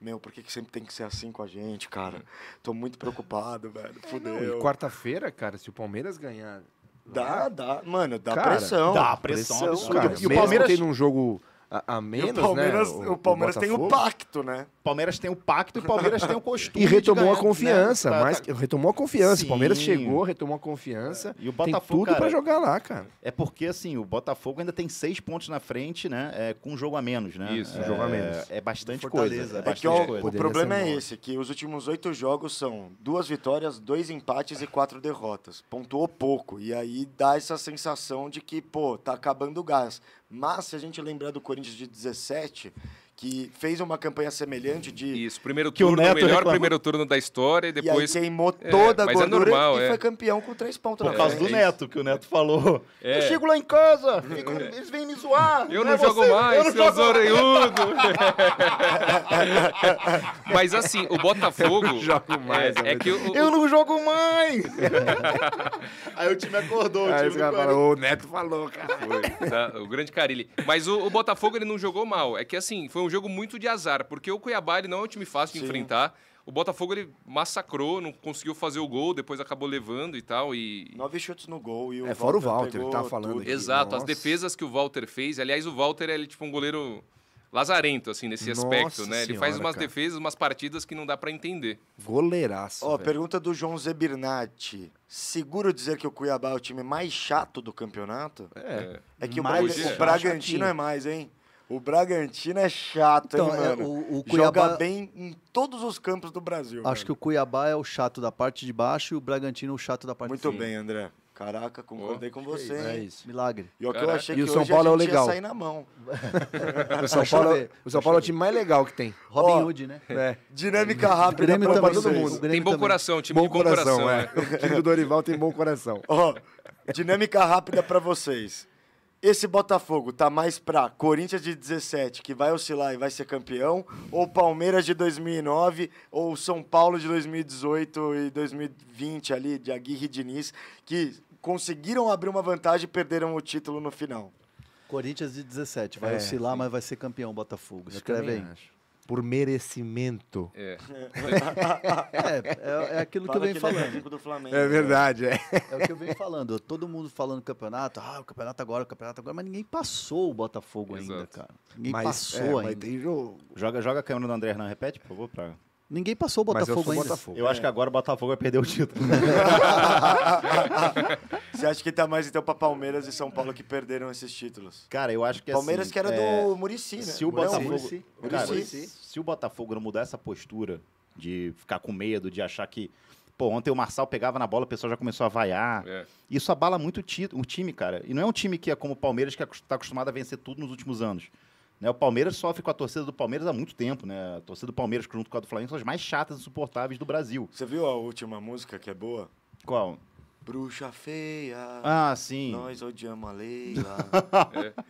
S3: Meu, por que, que sempre tem que ser assim com a gente, cara? Tô muito preocupado, velho.
S6: Não, e
S3: Fudeu.
S6: quarta-feira, cara, se o Palmeiras ganhar.
S3: Dá, dá. Mano, dá
S6: Cara,
S3: pressão.
S4: é? dá pressão, absurda.
S6: cara,
S4: E o
S6: e o
S4: Palmeiras-
S6: Palmeiras tem um jogo a, a
S3: E
S6: menos,
S3: o Palmeiras,
S6: né?
S3: o Palmeiras tem o
S6: Botafogo.
S3: pacto, né?
S4: O Palmeiras tem o pacto e o Palmeiras <laughs> tem o costume.
S6: E retomou
S4: de ganhar,
S6: a confiança,
S4: né? Tá-
S6: mas
S4: tá-
S6: retomou a confiança.
S4: Sim.
S6: O Palmeiras chegou, retomou a confiança.
S4: E o
S6: tem
S4: Botafogo,
S6: tudo pra
S4: cara,
S6: jogar lá, cara.
S4: É porque, assim, o Botafogo ainda tem seis pontos na frente, né? É, com um jogo a menos, né?
S7: Isso, um
S4: é,
S6: jogo a menos.
S4: É bastante
S5: Fortaleza.
S4: coisa. É
S5: É
S3: É que
S4: bastante
S3: ó,
S4: coisa.
S3: o
S6: Poderia
S3: problema
S6: ser
S3: é
S6: maior.
S3: esse, que os últimos oito jogos são duas vitórias, dois empates e quatro derrotas. Pontuou pouco. E aí dá essa sensação de que, pô, tá acabando o gás. Mas se a gente lembrar do Corinthians de 17, que fez uma campanha semelhante de
S7: Isso, primeiro
S4: Que o
S7: turno, o
S4: Neto
S7: melhor
S4: reclamou.
S7: primeiro turno da história e depois.
S3: E aí queimou
S7: É,
S3: toda a
S7: mas é
S3: gordura
S7: normal,
S3: e
S7: é.
S3: foi campeão com três pontos
S4: Por
S3: na
S4: causa
S3: frente. É.
S4: do Neto, que o Neto falou. Eu chego lá em casa, fico- eles vêm me zoar.
S7: Eu
S4: é
S7: não jogo
S4: você,
S7: mais,
S4: eu não
S7: seu
S4: jogo mais.
S7: zoreiudo! <laughs> Mas assim, o Botafogo. é, é que
S4: <laughs>
S7: o,
S4: Eu não jogo mais! Aí o time acordou, o
S6: Aí
S4: time
S6: os
S4: do
S6: caras
S4: Corinthians.
S6: falaram, "Ô, o Neto falou, cara.
S7: <laughs> Foi, tá? o grande Carilli. Mas o, o Botafogo ele não jogou mal. É que assim, foi um jogo muito de azar, porque o Cuiabá ele não é um time fácil de enfrentar. O Botafogo ele massacrou, não conseguiu fazer o gol, depois acabou levando e tal. E...
S3: Nove chutes <laughs> no gol e o
S6: É, fora o
S3: Walter
S6: Walter, ele
S3: pegou
S4: tá
S6: tava falando
S3: tudo.
S6: aqui.
S7: Exato, as
S6: Nossa.
S7: defesas que o Walter fez. Aliás, o Walter ele é tipo um goleiro lazarento, assim, nesse
S6: Nossa
S7: aspecto, né? Ele faz
S6: Senhora,
S7: umas
S6: cara.
S7: defesas, umas partidas que não dá pra entender.
S6: Goleiraço.
S3: Ó,
S6: velho.
S3: pergunta do João Zebirnati. Seguro dizer que o Cuiabá é o time mais chato do campeonato?
S6: É.
S3: É que o,
S5: Mais
S3: Braga-
S7: chato.
S3: o Bragantino é mais, hein? O Bragantino é chato,
S5: Então,
S3: hein,
S5: é,
S3: mano?
S5: o- o
S3: Joga
S5: Cuiabá-
S3: bem em todos os campos do Brasil.
S5: Acho que o Cuiabá é o chato da parte de baixo e o Bragantino é o chato da parte de
S3: Muito
S5: cima.
S3: bem, André. Caraca, concordei com você,
S5: É
S3: hein?
S5: isso. Milagre.
S3: E o que eu
S7: Caraca.
S3: achei
S6: E
S3: que
S6: o São
S3: hoje
S6: Paulo é
S3: a
S6: o
S3: gente
S6: legal.
S3: ia sair na mão.
S6: O São Paulo,
S5: Vai chover,
S6: o São Paulo é o time mais legal que tem.
S5: Robin
S3: Ó,
S5: Hood, né?
S6: É.
S3: Dinâmica rápida
S5: Grêmio
S3: pra
S5: também,
S3: vocês.
S5: todo mundo. O Grêmio
S7: tem bom
S5: também.
S7: coração, time de
S6: Bom
S7: bom coração.
S6: coração, é.
S7: né?
S6: O time do Dorival tem bom coração.
S3: Ó, dinâmica rápida pra vocês. Esse Botafogo tá mais pra Corinthians de 17, que vai oscilar e vai ser campeão, ou Palmeiras de 2009, ou São Paulo de 2018 e 2020 ali, de Aguirre e Diniz, que conseguiram abrir uma vantagem e perderam o título no final.
S5: Corinthians de 17. Vai
S6: É,
S5: oscilar, mas vai ser campeão Botafogo. Escreve aí.
S6: Por merecimento.
S7: É.
S5: É, é, é aquilo que eu
S3: Fala que ele
S5: venho
S3: é
S5: falando.
S3: técnico do Flamengo.
S6: É verdade, é.
S5: É o que eu venho falando. Todo mundo falando campeonato, ah, o campeonato agora, o campeonato agora, mas ninguém passou o Botafogo ainda,
S7: Exato.
S5: cara. Ninguém
S6: Mas, é,
S5: passou
S6: mas
S5: ainda.
S6: tem jogo.
S4: Joga, joga a câmera do André Hernan, repete, por favor. Pra...
S5: Ninguém passou o
S6: mas eu
S5: Botafogo
S6: sou
S5: ainda.
S6: Botafogo.
S4: Eu acho que agora o Botafogo vai perder
S6: <laughs>
S4: o título. <laughs>
S3: Você acha que tá mais então pra Palmeiras e São Paulo que perderam esses títulos?
S4: Cara, eu acho que
S3: Palmeiras
S4: assim,
S3: que era
S4: é,
S3: do Murici, né?
S4: Se o
S3: Não,
S4: Botafogo,
S5: Muricy.
S4: Cara,
S3: Muricy.
S4: se o Botafogo não mudar essa postura de ficar com medo, de achar que pô, ontem o Marçal pegava na bola, o pessoal já começou a vaiar.
S7: É.
S4: Isso abala muito o, ti- o time, cara. E não é um time que é como o Palmeiras que está acostumado a vencer tudo nos últimos anos. Né, o Palmeiras sofre com a torcida do Palmeiras há muito tempo, né? A torcida do Palmeiras junto com a do Flamengo são as mais chatas e insuportáveis do Brasil.
S3: Você viu a última música que é boa?
S4: Qual?
S3: Bruxa feia.
S4: Ah, sim. É.
S3: Nós odiamos a
S4: <laughs>
S3: Leila.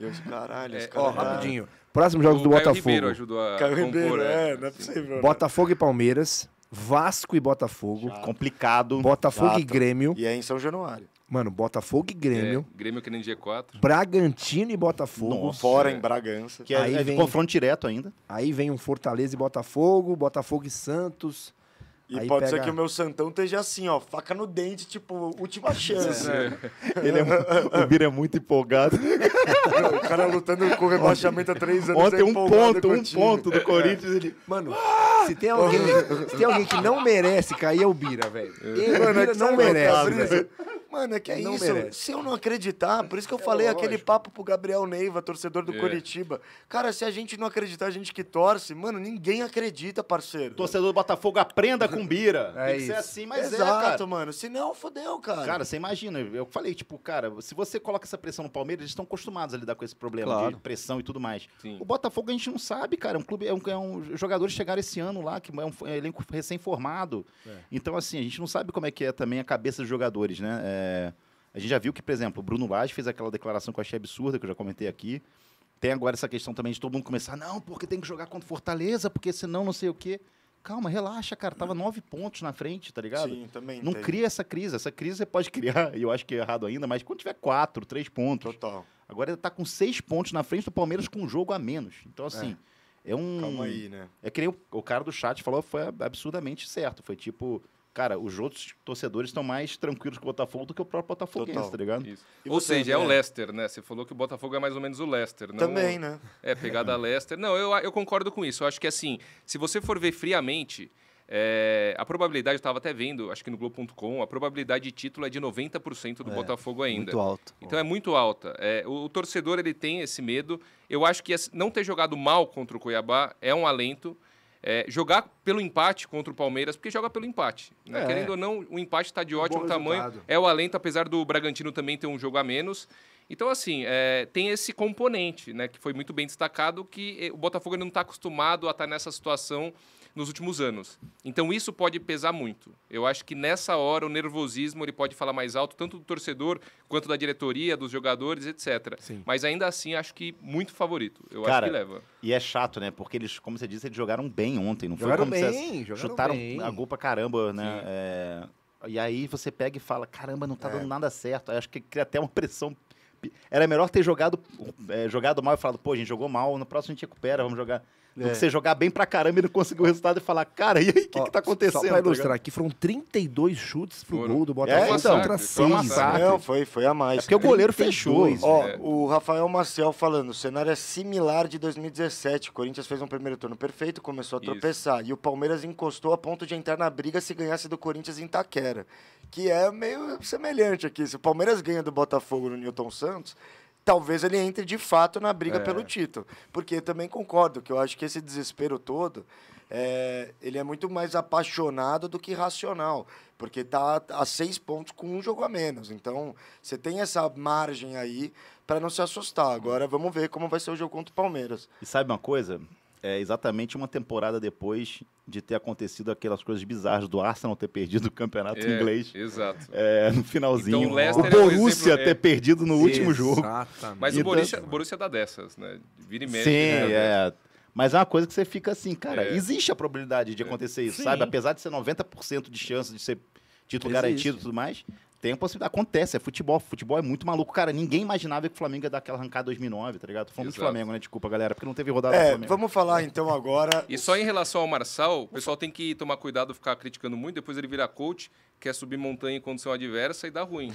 S3: E os caralho, os tá-
S7: É,
S6: Ó,
S3: caralho.
S6: rapidinho. Próximos jogos do
S7: Caio
S6: Botafogo.
S7: Ribeiro ajudou a
S3: Caio
S7: compor.
S3: Ribeiro,
S7: é.
S3: é, não é possível. né?
S6: Botafogo e Palmeiras. Vasco e Botafogo.
S4: Complicado.
S6: Botafogo e
S3: Exato.
S6: Tá Grêmio.
S3: E é em São Januário.
S6: Mano, Botafogo e
S7: É,
S6: Grêmio.
S7: Grêmio que nem G4.
S6: Bragantino e Botafogo.
S4: Nossa.
S3: Fora em Bragança.
S4: Que é,
S6: Aí
S4: é de
S6: vem-
S4: confronto direto ainda.
S6: Aí vem um Fortaleza e Botafogo. Botafogo e Santos.
S3: E
S6: Aí
S3: pode ser
S6: pega-
S3: que o meu Santão esteja assim, ó, faca no dente, tipo,
S4: <laughs>
S3: última chance.
S4: Ele
S3: <laughs>
S4: é mu- o Bira é muito empolgado.
S3: o cara lutando com o rebaixamento há três anos.
S4: Ontem
S3: é
S4: um
S3: empolgado
S4: ponto,
S3: com o
S4: um
S3: time.
S4: ponto do Corinthians. Ele...
S6: Mano, se, tem alguém, se tem alguém que não merece cair, é o Bira, velho. Ele
S3: Mano, é
S6: Bira
S3: que
S6: não
S3: sabe,
S6: merece,
S3: Fabrício?
S6: velho.
S3: Mano, é que é
S6: Não
S3: isso.
S6: merece.
S3: Se eu não acreditar, por isso que eu falei aquele papo pro Gabriel Neiva, torcedor do
S7: É.
S3: Curitiba. Cara, se a gente não acreditar, a gente que torce, mano, ninguém acredita, parceiro.
S4: Torcedor do Botafogo, aprenda com
S3: <laughs>
S4: Bira.
S6: É
S4: Tem que ser
S6: isso.
S4: assim, mas
S3: Exato,
S4: é, cara.
S3: mano. Se não, fodeu, cara.
S4: Cara, você imagina, eu falei, tipo, cara, se você coloca essa pressão no Palmeiras, eles estão acostumados a lidar com esse problema
S5: Claro.
S4: de pressão e tudo mais.
S7: Sim.
S4: O Botafogo a gente não sabe, cara, é um clube, é um, é um- jogadores chegaram esse ano lá, que é um, é um elenco recém-formado.
S3: É,
S4: Então, assim, a gente não sabe como é que é também a cabeça dos jogadores, né? É, a gente já viu que, por exemplo, o Bruno Lage fez aquela declaração que eu achei absurda, que eu já comentei aqui. Tem agora essa questão também de todo mundo começar, não, porque tem que jogar contra o Fortaleza, porque senão não sei o quê. Calma, relaxa, cara. Tava nove pontos na frente, tá ligado?
S3: Sim, também.
S4: Não
S3: tem.
S4: cria essa crise. Essa crise você pode <laughs> criar, e eu acho que é errado ainda, mas quando tiver quatro, três pontos.
S3: Total.
S4: Agora ele tá com seis pontos na frente do Palmeiras com um jogo a menos. Então, assim, é, um.
S3: Calma aí, né?
S4: É que nem o, o cara do chat falou, foi absurdamente certo. Foi tipo, cara, os outros torcedores estão mais tranquilos com o Botafogo do que o próprio Botafoguense,
S3: Total.
S4: tá ligado?
S7: Isso.
S3: E
S7: Ou
S3: você,
S7: seja, é o
S3: André?
S7: Leicester, né? Você falou que o Botafogo é mais ou menos o Leicester. Não...
S3: Também, né? <laughs>
S7: É, pegada Leicester. Não, eu, eu concordo com isso. Eu acho que, assim, se você for ver friamente, é, a probabilidade, eu estava até vendo, acho que no Globo.com, a probabilidade de título é de 90% do Botafogo ainda.
S5: Muito alto.
S7: Então é muito alta. É, o, o torcedor ele tem esse medo. Eu acho que esse- não ter jogado mal contra o Cuiabá é um alento. É, jogar pelo empate contra o Palmeiras, porque joga pelo empate. né?
S6: É.
S7: Querendo ou não, o empate está de ótimo
S6: Um bom
S7: tamanho.
S6: resultado.
S7: É o alento, apesar do Bragantino também ter um jogo a menos. Então, assim, é, tem esse componente, né, que foi muito bem destacado, que eh, o Botafogo ele não está acostumado a estar nessa situação nos últimos anos. Então, isso pode pesar muito. Eu acho que nessa hora o nervosismo ele pode falar mais alto, tanto do torcedor quanto da diretoria, dos jogadores, etc.
S6: Sim.
S7: Mas ainda assim, acho que muito favorito. Eu
S4: Cara,
S7: acho que leva.
S4: E é chato, né? Porque eles, como você disse, eles jogaram bem ontem, não
S6: Jogaram
S4: foi? Como
S6: bem,
S4: vocês
S6: jogaram
S4: chutaram
S6: bem.
S4: a gol pra caramba, né? É, E aí você pega e fala, caramba, não
S6: É.
S4: tá dando nada certo. Aí acho que cria até uma pressão. Era melhor ter jogado, é, jogado mal e falado, pô, a gente jogou mal, no próximo a gente recupera, vamos jogar. Do
S6: É.
S4: que você jogar bem pra caramba e não conseguir o resultado e falar, cara, e aí, o que,
S6: Ó,
S4: que tá acontecendo?
S6: Só
S4: tá
S6: pra ilustrar aqui, foram 32 chutes pro
S7: Foram.
S6: gol do Botafogo
S4: É, então,
S6: contra
S7: foi um
S6: 6.
S7: massacre.
S3: Não, foi, foi a mais.
S4: ligado? É porque o goleiro
S6: 32,
S4: fechou.
S6: né?
S3: Ó,
S7: É.
S3: o Rafael Maciel falando, o cenário é similar de 2017. O Corinthians fez um primeiro turno perfeito, começou a
S7: Isso.
S3: tropeçar. E o Palmeiras encostou a ponto de entrar na briga se ganhasse do Corinthians em Itaquera. Que é meio semelhante aqui. Se o Palmeiras ganha do Botafogo no Newton Santos, talvez ele entre de fato na briga pelo título. Porque eu também concordo que eu acho que esse desespero todo. é, ele é muito mais apaixonado do que racional, porque tá a seis pontos com um jogo a menos. Então, você tem essa margem aí para não se assustar. Agora, vamos ver como vai ser o jogo contra o Palmeiras.
S4: E sabe uma coisa? É exatamente uma temporada depois de ter acontecido aquelas coisas bizarras do Arsenal ter perdido o campeonato
S7: É,
S4: inglês
S7: Exato.
S4: é, no finalzinho.
S7: Então, o
S4: o,
S7: Leicester é um
S4: Borussia
S7: exemplo, é.
S4: ter perdido no último jogo.
S6: Exatamente.
S7: Mas o
S4: Então-
S7: Borussia, o Borussia dá dessas, né? Vira e
S4: Sim,
S7: mexe. né?
S4: é. Mas é uma coisa que você fica assim, cara,
S7: É.
S4: existe a probabilidade de acontecer isso,
S6: Sim.
S4: sabe? Apesar de ser 90% de chance de ser
S6: Existe.
S4: título garantido e tudo mais, tem a possibilidade. Acontece, é futebol. Futebol é muito maluco. Cara, ninguém imaginava que o Flamengo ia dar aquela arrancada em 2009, tá ligado? Fomos de
S7: Exato.
S4: Flamengo, né? Desculpa, galera, porque não teve rodada do
S3: É,
S4: Flamengo.
S3: vamos falar então agora.
S7: E só em relação ao Marçal, o pessoal tem que tomar cuidado, ficar criticando muito, depois ele vira coach, quer subir montanha em condição adversa e
S4: <laughs>
S7: dá ruim.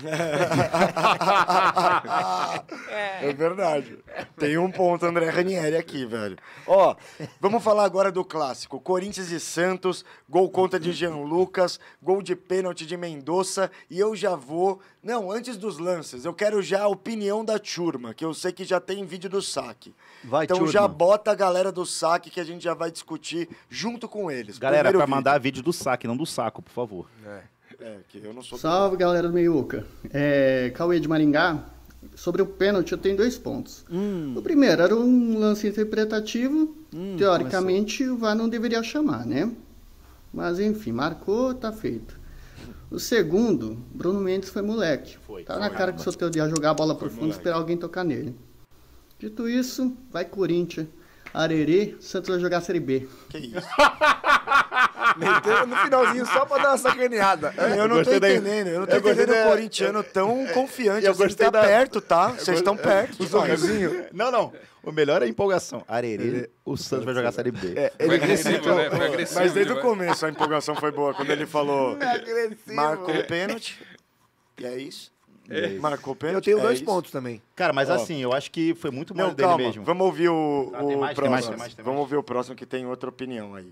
S3: é verdade. Tem um ponto, André Ranieri, aqui, velho. Ó, vamos falar agora do clássico. Corinthians e Santos, gol contra de Jean Lucas, gol de pênalti de Mendonça. E eu já vou. Não, antes dos lances, eu quero já a opinião da turma, que eu sei que já tem vídeo do saque.
S5: Vai,
S3: então
S5: turma.
S3: já bota a galera do saque que a gente já vai discutir junto com eles.
S4: Galera,
S3: Primeiro
S4: pra
S3: vídeo.
S4: mandar vídeo do saque, não do saco, por favor.
S3: É, que eu não sou.
S8: Salve galera do Meiuca. É, Cauê de Maringá, sobre o pênalti eu tenho dois pontos. O primeiro era um lance interpretativo,
S5: Hum,
S3: Hum,
S8: teoricamente o VAR não deveria chamar, né? Mas enfim, marcou, tá feito. O segundo, Bruno Mendes foi moleque. tá na cara que o Soteldo ia jogar a bola pro fundo e esperar alguém tocar nele. Dito isso, vai Corinthians. Arerê, Santos vai jogar a Série B.
S3: Que isso? <laughs>
S6: Meteu no finalzinho só pra dar uma sacaneada.
S3: É, Eu não
S4: gostei
S3: tô
S4: da-
S3: entendendo, eu não tô
S4: eu gostei
S3: entendendo o
S4: da-
S3: corintiano
S4: <laughs>
S3: tão confiante.
S4: eu
S3: assim,
S4: gostei
S3: tá
S4: da-
S3: perto, tá? Vocês
S7: é,
S3: estão perto. tá?
S4: O sorrisinho? <laughs> Não, não. O melhor é a empolgação. Arerê, o Santos vai jogar a Série B.
S7: Foi agressivo, né? Foi agressivo.
S3: É, Mas desde
S7: né?
S3: o começo a empolgação foi boa, quando ele
S4: <laughs>
S3: falou,
S4: é
S3: marcou
S7: É.
S3: o pênalti, e é isso. Marcou o pênalti,
S6: Eu tenho
S3: é
S6: dois
S3: isso.
S6: pontos também.
S4: Cara, mas
S3: Ó.
S4: assim, eu acho que foi muito mal
S3: Não,
S4: dele
S3: calma,
S4: mesmo.
S3: vamos ouvir o,
S4: Ah, tem
S3: o
S4: mais, tem
S3: próximo.
S4: mais, tem mais, tem mais.
S3: Vamos ouvir o próximo que tem outra opinião aí.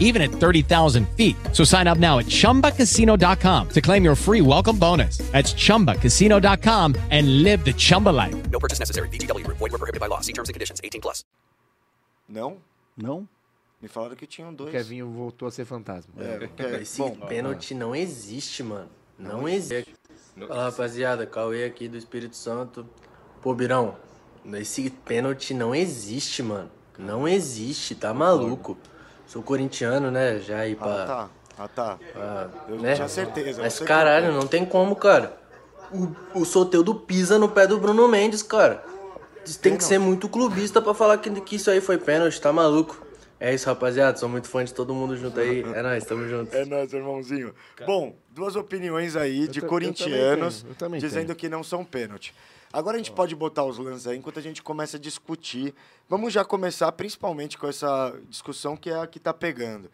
S9: even at 30,000 feet. So sign up now at chumbacasino.com to claim your free welcome bonus. That's chumbacasino.com and live the Chumba life.
S8: No purchase necessary. VGW Void were prohibited by law. See terms and conditions. 18 plus.
S3: Não?
S5: Não?
S3: Me falaram que tinham dois.
S6: Kevinho voltou a ser fantasma.
S3: É, Kevin. Bom,
S8: Pênalti não existe, mano. Não, existe.
S7: Não
S8: Fala, rapaziada. Cauê aqui do Espírito Santo. Pô, Birão, esse pênalti não existe, mano. Não existe, tá maluco. Sou corintiano, né? Já aí pra...
S3: ah, tá. Ah, tá. Eu
S8: né?
S3: tinha certeza. não
S8: Mas
S3: sei
S8: caralho, não tem como, cara. O, o Soteudo pisa no pé do Bruno Mendes, cara. Tem que ser muito clubista pra falar que, que isso aí foi pênalti, tá maluco?
S10: É isso, rapaziada. Sou muito fã de todo mundo junto aí. É nóis, tamo junto.
S3: É nóis, irmãozinho. Bom, duas opiniões aí de
S10: ta- eu também
S3: corintianos
S10: tenho, eu também
S3: dizendo
S10: tenho.
S3: que não são pênalti. Agora a gente pode botar os lances aí enquanto a gente começa a discutir. Vamos já começar principalmente com essa discussão que é a que tá pegando.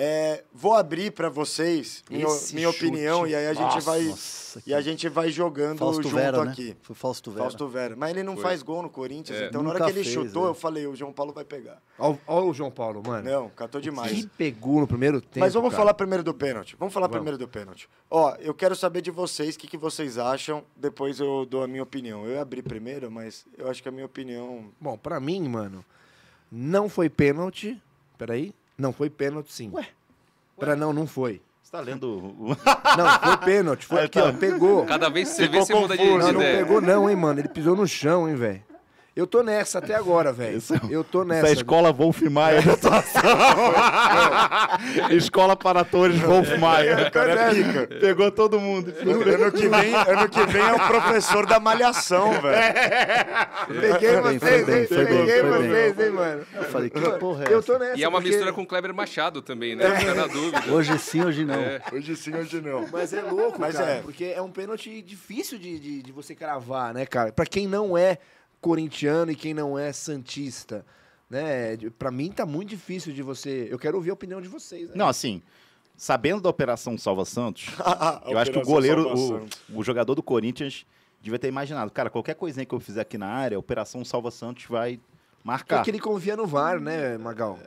S3: É, vou abrir para vocês minha,
S5: Esse
S3: minha
S5: chute.
S3: opinião e aí a gente
S5: Nossa,
S3: vai
S5: nossa,
S3: e a gente vai jogando
S5: Fausto
S3: junto
S5: Vera, né?
S3: tá aqui.
S5: Foi Fausto Vera.
S3: Fausto Vera, mas ele não
S5: Foi.
S3: faz gol no Corinthians,
S5: É.
S3: então na hora
S5: Nunca
S3: que ele
S5: fez,
S3: chutou,
S5: é.
S3: eu falei, o João Paulo vai pegar.
S6: Olha o João Paulo, mano.
S3: Não, catou demais.
S6: Que pegou no primeiro tempo.
S3: Mas vamos
S6: cara.
S3: falar primeiro do pênalti. Vamos falar
S6: Vamos.
S3: primeiro do pênalti. Ó, eu quero saber de vocês o que, que vocês acham, depois eu dou a minha opinião. Eu abri primeiro, mas eu acho que a minha opinião.
S6: Bom, pra mim, mano, não foi pênalti. Peraí. Não foi pênalti, sim. Ué. Pra não, não foi.
S4: Você tá lendo o.
S6: Não, foi pênalti. Foi
S4: Ah,
S6: aqui,
S4: tá.
S6: ó. Pegou.
S7: Cada vez que você vê,
S6: Ficou
S7: você muda de,
S6: confuso. Não,
S7: de
S6: não
S7: ideia. É.
S6: pegou, não, hein, mano. Ele pisou no chão, hein, velho. Eu tô nessa até agora, velho.
S4: é
S6: Eu tô nessa.
S4: Essa um- escola Wolf Maia da
S6: É.
S4: atuação. <laughs> escola para atores Wolf Maia.
S3: O cara é pica.
S4: Pegou todo mundo.
S3: Ano que, vem, ano que vem é o professor da <laughs> malhação,
S6: É.
S3: velho. É. Peguei
S5: Foi bem, foi
S3: vocês,
S5: bem,
S3: hein?
S5: foi bem,
S3: Peguei
S5: foi bem.
S3: vocês, hein, mano?
S5: Eu falei, que porra é
S3: Eu
S5: essa?
S3: tô nessa.
S7: E é uma
S3: porque- É.
S7: mistura com o Kleber Machado também, né? Fica na dúvida.
S5: Hoje sim, hoje não.
S7: É.
S3: Hoje sim, hoje não.
S6: Mas é louco,
S3: Mas
S6: cara,
S3: é.
S6: porque é um pênalti difícil de, de, de você cravar, né, cara? Pra quem não é corintiano e quem não é santista, né? de- Pra mim tá muito difícil de você. Eu quero ouvir a opinião de vocês. Né?
S4: Não, assim, sabendo da Operação
S3: <laughs>
S4: Salva Santos,
S3: Ah,
S4: eu acho que
S6: Operação
S4: o goleiro,
S6: Salva
S4: o,
S6: Santos.
S4: o jogador do Corinthians, devia ter imaginado. Cara, qualquer coisinha que eu fizer aqui na área, a Operação Salva Santos vai marcar.
S6: É que ele confia no VAR, né,
S4: <laughs>
S6: Magal?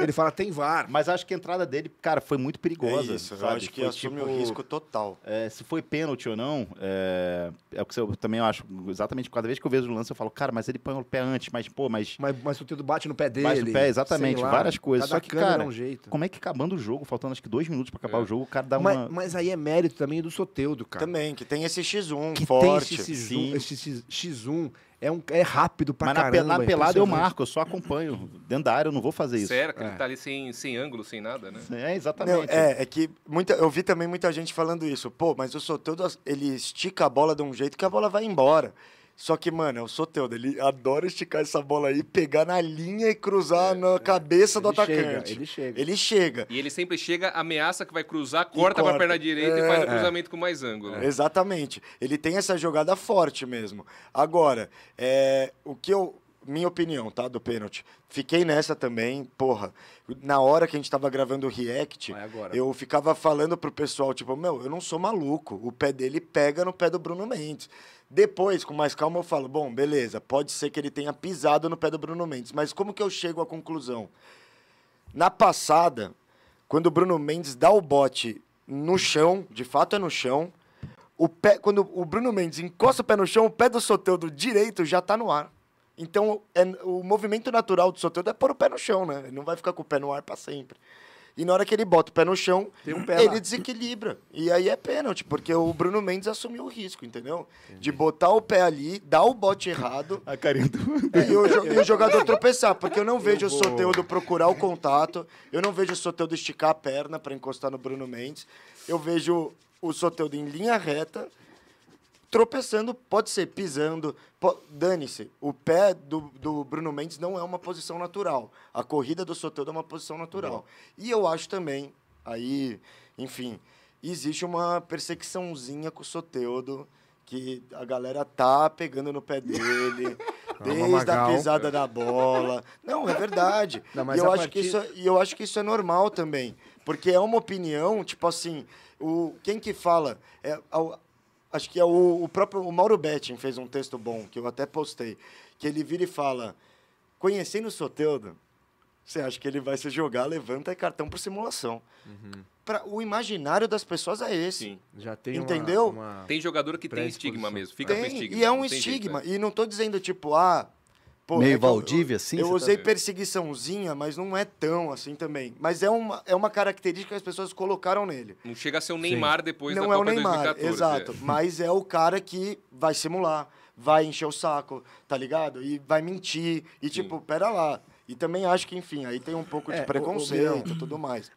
S6: Ele fala, tem VAR.
S4: É, Mas acho que a entrada dele, cara, foi muito perigosa.
S3: É isso, eu
S4: sabe?
S3: acho que
S4: Foi tipo
S3: assume o risco total.
S4: é, se foi pênalti ou não, é, é o que eu também acho. Exatamente, cada vez que eu vejo o lance, eu falo, cara, mas ele põe o pé antes, mas, pô, mas.
S6: Mas, mas o dedo bate no pé dele.
S4: Bate no pé, exatamente,
S6: sei lá,
S4: várias coisas.
S6: cada
S4: Só que,
S6: câmera
S4: cara,
S6: é um jeito. É.
S4: como é que acabando o jogo, faltando acho que dois minutos pra acabar o jogo, o cara dá
S6: mas,
S4: uma.
S6: mas aí é mérito também do Soteudo, cara.
S3: Também, que tem esse X1
S6: que
S3: forte.
S6: tem esse X1, esse X- X1 é, um, é rápido pra
S4: Mas na,
S6: caramba.
S4: pe- na
S6: é
S4: pelada eu
S6: impressionante.
S4: marco, eu só acompanho. Dentro da área eu não vou fazer isso.
S7: Sério, que
S4: é.
S7: ele tá ali sem, sem ângulo, sem nada, né?
S4: É, exatamente.
S3: Não, é, é que muita, eu vi também muita gente falando isso. Pô, mas o Soteldo, ele estica a bola de um jeito que a bola vai embora. Só que, mano, é o Soteldo, ele adora esticar essa bola aí, pegar na linha e cruzar
S4: É,
S3: na cabeça do
S6: Ele chega,
S3: atacante.
S6: ele chega.
S3: Ele chega.
S7: E ele sempre chega, ameaça que vai cruzar, corta pra
S3: corta.
S7: perna
S3: É.
S7: direita e faz o
S3: É.
S7: cruzamento com mais ângulo.
S3: Exatamente. Ele tem essa jogada forte mesmo. Agora, é, o que eu. Minha opinião, tá? Do pênalti. Fiquei nessa também, porra. Na hora que a gente tava gravando o React, eu ficava falando pro pessoal, tipo, meu, eu não sou maluco. O pé dele pega no pé do Bruno Mendes. Depois, com mais calma, eu falo, bom, beleza, pode ser que ele tenha pisado no pé do Bruno Mendes. Mas como que eu chego à conclusão? Na passada, quando o Bruno Mendes dá o bote no chão, de fato é no chão, o pé, quando o Bruno Mendes encosta o pé no chão, o pé do Soteldo direito já tá no ar. Então, é, o movimento natural do Soteldo é pôr o pé no chão, né? Ele não vai ficar com o pé no ar pra sempre. E na hora que ele bota o pé no chão,
S4: um
S6: pé
S3: ele
S6: lá.
S3: desequilibra. E aí é pênalti, porque o Bruno Mendes assumiu o risco, entendeu? De botar o pé ali, dar o bote errado.
S4: <laughs>
S3: É,
S4: A carinha do...
S3: E o, jo- e o jogador tropeçar, porque eu não vejo o Soteudo procurar o contato, eu não vejo o Soteudo esticar a perna para encostar no Bruno Mendes, eu vejo o Soteudo em linha reta, tropeçando, pode ser pisando, po- dane-se, o pé do, do Bruno Mendes não é uma posição natural, a corrida do Soteudo é uma posição natural. E eu acho também, aí, enfim, existe uma perseguiçãozinha com o Soteudo, que a galera tá pegando no pé dele, desde a
S6: Magal.
S3: pisada da bola. Não, é verdade.
S6: <laughs> Não, mas
S3: e, eu
S6: a
S3: acho que
S6: partir-
S3: isso, é- e eu acho que isso é normal também. Porque é uma opinião, tipo assim, o, quem que fala? É, ao- acho que é o, o próprio o Mauro Betting fez um texto bom, que eu até postei, que ele vira e fala, conhecendo o Soteudo, você acha que ele vai se jogar, levanta e cartão por simulação. Pra, o imaginário das pessoas é esse.
S6: Já tem uma-
S3: Entendeu?
S6: uma-
S7: Tem jogador que tem estigma mesmo, fica com
S3: Tem,
S7: estigma.
S3: E é um
S7: não tem jeito,
S3: estigma.
S7: né?
S3: E não tô dizendo, tipo, ah. pô,
S5: Meio
S3: é que eu-
S5: Valdívia, assim,
S3: Eu
S5: você tá
S3: usei
S5: vendo?
S3: perseguiçãozinha, mas não é tão assim também. Mas é uma, é uma característica que as pessoas colocaram nele.
S7: né? Não chega a ser o Neymar depois
S3: não
S7: da
S3: é
S7: Copa
S3: o Neymar,
S7: 2014.
S3: exato.
S7: é.
S3: Mas é o cara que vai simular, vai encher o saco, tá ligado? E vai mentir. E, tipo, pera lá. E também acho que, enfim, aí tem um pouco de
S6: É, o- o
S3: preconceito
S6: Biel,
S3: e tudo mais.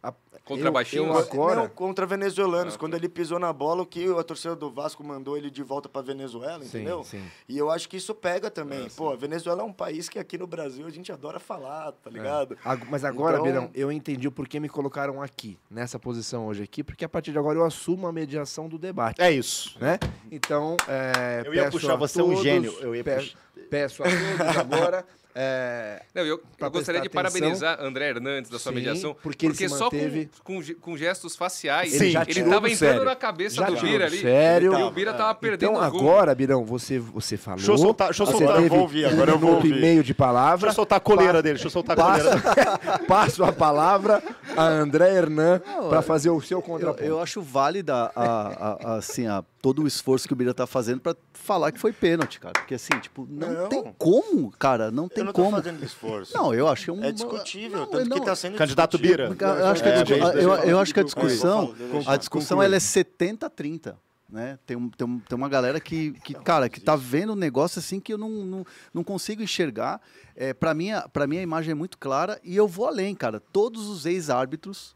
S6: Contra eu- baixinhos? eu agora-
S3: Não, contra venezuelanos. Quando ele pisou na bola, o que a torcida do Vasco mandou ele de volta para Venezuela,
S6: Sim,
S3: entendeu?
S6: sim. Ah,
S3: E eu acho que isso pega também. Pô, a Venezuela é um país que aqui no Brasil a gente adora falar, tá ligado?
S6: É. Ag- Mas agora,
S3: Então-
S6: Beirão, eu entendi o porquê me colocaram aqui, nessa posição hoje aqui, porque a partir de agora eu assumo a mediação do debate.
S4: É isso.
S6: Né? Então, é,
S4: Eu ia
S6: peço
S4: puxar,
S6: a
S4: você é um
S6: todos,
S4: gênio, eu ia
S6: pe-
S4: puxar.
S6: Peço a todos agora... é,
S7: <laughs> Não, eu,
S6: pra
S7: eu gostaria de
S6: prestar atenção.
S7: parabenizar André Hernandes da sua
S6: Sim,
S7: mediação,
S6: porque ele se
S7: só
S6: manteve-
S7: com, com, ge- com gestos faciais,
S6: Sim,
S7: ele
S6: já tirou
S7: tava
S6: do
S7: entrando
S6: sério.
S7: na cabeça
S6: Já
S7: do
S6: tirou
S7: Bira
S6: do
S7: ali,
S6: sério.
S7: e o Bira tava perdendo
S6: Então
S7: o rumo.
S6: agora, Birão, você, você falou.
S7: Deixa eu soltar- deixa eu
S6: você
S7: soltar, eu
S6: teve
S7: vou ouvir, agora
S6: um
S7: eu vou
S6: minuto e
S7: ouvir.
S6: meio de palavra.
S4: Deixa eu soltar a coleira dele, deixa eu soltar a coleira.
S6: Passo, <laughs> passo a palavra a André Hernan para fazer o seu
S5: Eu,
S6: contraponto.
S5: Ah, eu acho válida a- a- a- assim, a- todo o esforço que o Bira tá fazendo para falar que foi pênalti, cara. Porque assim, tipo, não,
S3: Não.
S5: tem como, cara. Não tem
S3: não tô
S5: como.
S3: fazendo esforço.
S5: Não, eu acho que é um.
S3: É discutível,
S5: não,
S3: tanto
S5: não,
S3: que tá sendo
S4: Candidato
S3: discutido.
S5: Eu, acho que a,
S3: É,
S5: discu-
S3: bem,
S5: a-
S3: bem,
S5: eu-
S3: bem.
S5: eu acho que a
S3: É, eu
S5: discussão,
S3: falo, deixa eu
S5: a
S3: falar.
S5: discussão
S3: Conclui.
S5: ela é 70-30. Né? Tem, um- tem, um- tem uma galera que, que cara, que tá vendo um negócio assim que eu não, não, não consigo enxergar. É, para mim, a- pra mim, a imagem é muito clara e eu vou além, cara. Todos os ex-árbitros,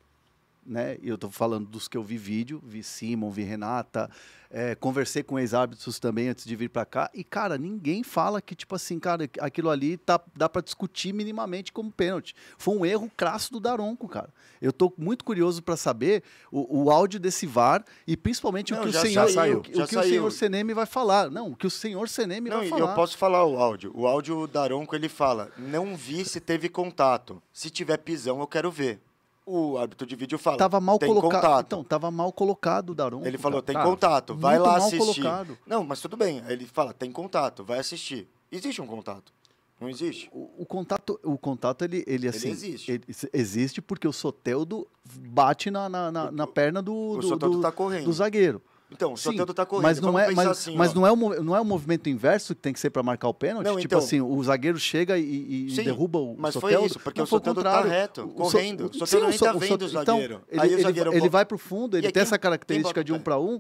S5: né? E eu tô falando dos que eu vi vídeo, vi Simon, vi Renata, é, conversei com ex-árbitros também antes de vir para cá. E, cara, ninguém fala que, tipo assim, cara, aquilo ali tá, dá para discutir minimamente como pênalti. Foi um erro crasso do Daronco, cara. Eu tô muito curioso para saber o, o áudio desse VAR e principalmente
S3: Não,
S5: o que
S3: já
S5: o senhor,
S3: saiu,
S5: o, que-
S3: já
S5: o que
S3: saiu.
S5: o senhor Seneme vai falar. Não, o que o senhor Seneme
S3: Não,
S5: vai
S3: e
S5: falar.
S3: eu posso falar o áudio. O áudio o Daronco ele fala: não vi se teve contato. Se tiver pisão, eu quero ver. O árbitro de vídeo fala:
S5: Tava mal
S3: tem
S5: colocado.
S3: contato.
S5: Então, tava mal colocado o Daronco.
S3: Ele falou,
S5: cara.
S3: tem
S5: Tá.
S3: contato, vai
S5: Muito
S3: lá
S5: mal
S3: assistir.
S5: colocado.
S3: Não, mas tudo bem. Aí Ele fala, tem contato, vai assistir. Existe um contato. Não existe?
S5: O contato, o contato ele, ele, assim,
S3: existe.
S5: ele- se- existe porque o Soteldo bate na, na, na, na perna do,
S3: o
S5: do,
S3: Soteldo
S5: do,
S3: tá correndo.
S5: do zagueiro.
S3: Então, o
S5: Sim,
S3: Soteldo tá correndo.
S5: Mas não
S3: Vamos
S5: é,
S3: pensar
S5: mas,
S3: assim,
S5: mas
S3: ó.
S5: não é o mo- não é o movimento inverso que tem que ser para marcar o pênalti.
S3: Não,
S5: tipo
S3: então-
S5: assim, o zagueiro chega e, e
S3: Sim,
S5: derruba o
S3: mas foi
S5: Soteldo.
S3: isso, porque
S5: Não,
S3: o
S5: foi
S3: Soteldo tá
S5: contrário.
S3: reto,
S5: Sot-
S3: correndo. O Soteldo
S5: sim,
S3: nem tá
S5: Sot-
S3: vendo o zagueiro.
S5: Então,
S3: Aí o
S5: ele,
S3: zagueiro
S5: ele, ele
S3: bota-
S5: vai pro fundo,
S3: E
S5: ele tem
S3: quem- quem
S5: essa
S3: bota
S5: característica
S3: o
S5: de um para um,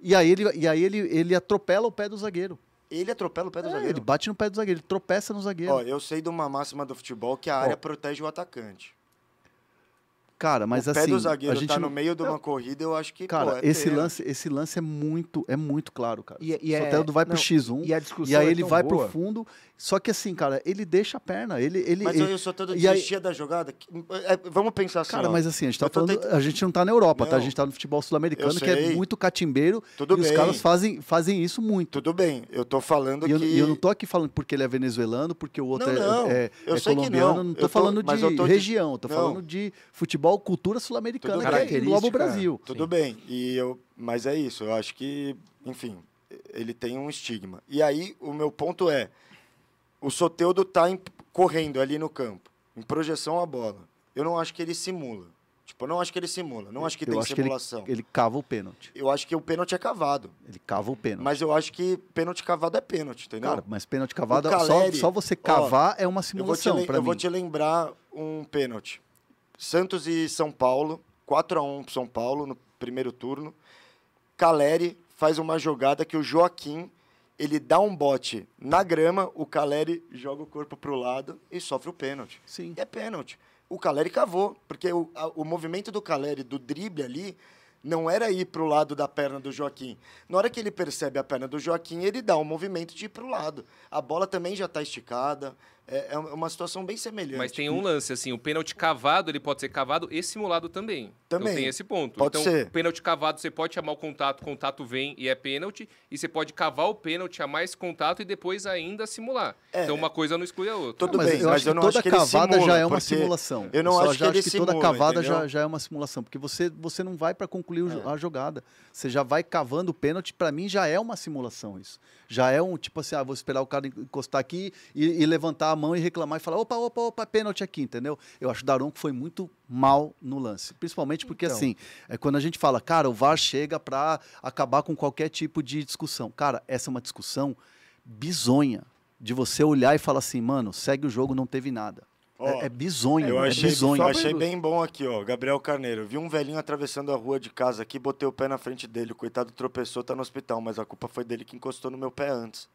S5: e aí ele, e aí ele, ele atropela o pé do zagueiro.
S3: Ele atropela o pé do
S5: É,
S3: zagueiro.
S5: ele bate no pé do zagueiro, ele tropeça no zagueiro.
S3: Ó, eu sei de uma máxima do futebol que a área protege o atacante.
S5: Cara, mas
S3: o pé
S5: assim,
S3: do zagueiro
S5: a gente
S3: tá
S5: não-
S3: no meio de
S5: Não,
S3: uma corrida, eu acho que,
S5: Cara,
S3: pô, é
S5: esse
S3: pena.
S5: lance, esse lance é muito, é muito claro, cara.
S3: E-
S5: o
S3: e é-
S5: Soteldo vai
S3: não,
S5: pro X1
S3: e a discussão
S5: aí
S3: é
S5: ele
S3: tão
S5: vai
S3: boa.
S5: pro fundo. Só que assim, cara, ele deixa a perna, ele ele
S3: Mas
S5: ele,
S3: eu sou todo
S5: e aí-
S3: desistia da jogada. que- é, Vamos pensar assim,
S5: Cara,
S3: ó.
S5: mas assim, a gente, tá
S3: Eu tô
S5: falando,
S3: tentando-
S5: a gente não tá na Europa, tá? A
S3: Não.
S5: gente tá no futebol sul-americano,
S3: Eu
S5: que é
S3: sei.
S5: muito catimbeiro.
S3: Tudo
S5: e os
S3: bem.
S5: caras fazem, fazem isso muito.
S3: Tudo bem, eu tô falando
S5: e eu,
S3: que...
S5: e eu não tô aqui falando porque ele é venezuelano, porque o outro
S3: Não,
S5: é-
S3: não,
S5: é,
S3: eu
S5: é
S3: sei que
S5: colombiano.
S3: não,
S5: Não tô,
S3: eu tô-
S5: falando
S3: mas
S5: de
S3: eu tô de-
S5: região, tô
S3: Não.
S5: falando de futebol, cultura sul-americana, que é engloba o Brasil.
S3: Tudo bem. E eu, mas é isso, eu acho que, enfim, ele tem um estigma. E aí o meu ponto é, o Soteudo tá em- correndo ali no campo, em projeção à bola. Eu não acho que ele simula. Tipo, eu não acho que ele simula, não acho que
S5: Eu
S3: tem
S5: acho que ele,
S3: simulação.
S5: ele cava o pênalti.
S3: Eu acho que o pênalti é cavado.
S5: Ele cava o pênalti.
S3: Mas eu acho que pênalti cavado é pênalti, entendeu?
S5: Cara, mas pênalti cavado,
S3: O
S5: só,
S3: Caleri,
S5: só você
S3: ó,
S5: cavar é
S3: Eu
S5: uma
S3: vou, te,
S5: simulação
S3: lem-
S5: pra
S3: eu
S5: mim.
S3: vou te lembrar um pênalti. Santos e São Paulo, 4x1 pro São Paulo no primeiro turno. Caleri faz uma jogada que o Joaquim, ele dá um bote na grama, o Caleri joga o corpo pro lado e sofre o pênalti.
S5: Sim.
S3: É pênalti. O Caleri cavou, porque o, a- o movimento do Caleri, do drible ali, não era ir pro lado da perna do Joaquim. Na hora que ele percebe a perna do Joaquim, ele dá um movimento de ir pro lado. A bola também já tá esticada. É, é uma situação bem semelhante.
S7: Mas tem um lance, assim, o pênalti cavado, ele pode ser cavado e simulado também.
S3: Também.
S7: Então tem esse ponto.
S3: Pode
S7: então,
S3: ser.
S7: o pênalti cavado, você pode chamar o contato, o contato vem e é pênalti, e você pode cavar o pênalti, chamar esse contato e depois ainda simular. Então uma coisa não exclui a outra.
S3: É. Tudo Não, mas bem, eu mas acho eu que não
S5: toda
S3: acho que ele
S5: cavada
S3: simula,
S5: já é uma
S3: porque
S5: simulação.
S3: eu não
S5: Só
S3: acho
S5: já
S3: que ele
S5: toda
S3: simula,
S5: cavada
S3: entendeu?
S5: já, já é uma simulação, porque você, você não vai para concluir o jo- a jogada. Você já vai cavando o pênalti, para mim já é uma simulação isso. Já é um tipo assim, ah, vou esperar o cara encostar aqui e, e levantar a mão e reclamar e falar, opa, opa, opa, pênalti aqui, entendeu? Eu acho que o Daronco foi muito mal no lance, principalmente porque
S6: Então.
S5: assim, é quando a gente fala, cara, o VAR chega para acabar com qualquer tipo de discussão. Cara, essa é uma discussão bizonha de você olhar e falar assim, mano, segue o jogo, não teve nada.
S3: Ó,
S5: é, é bizonho,
S3: Eu
S5: é
S3: achei,
S5: bizonho.
S3: eu achei bem bom aqui, ó. Gabriel Carneiro. Vi um velhinho atravessando a rua de casa aqui, botei o pé na frente dele. O coitado tropeçou, tá no hospital, mas a culpa foi dele que encostou no meu pé antes.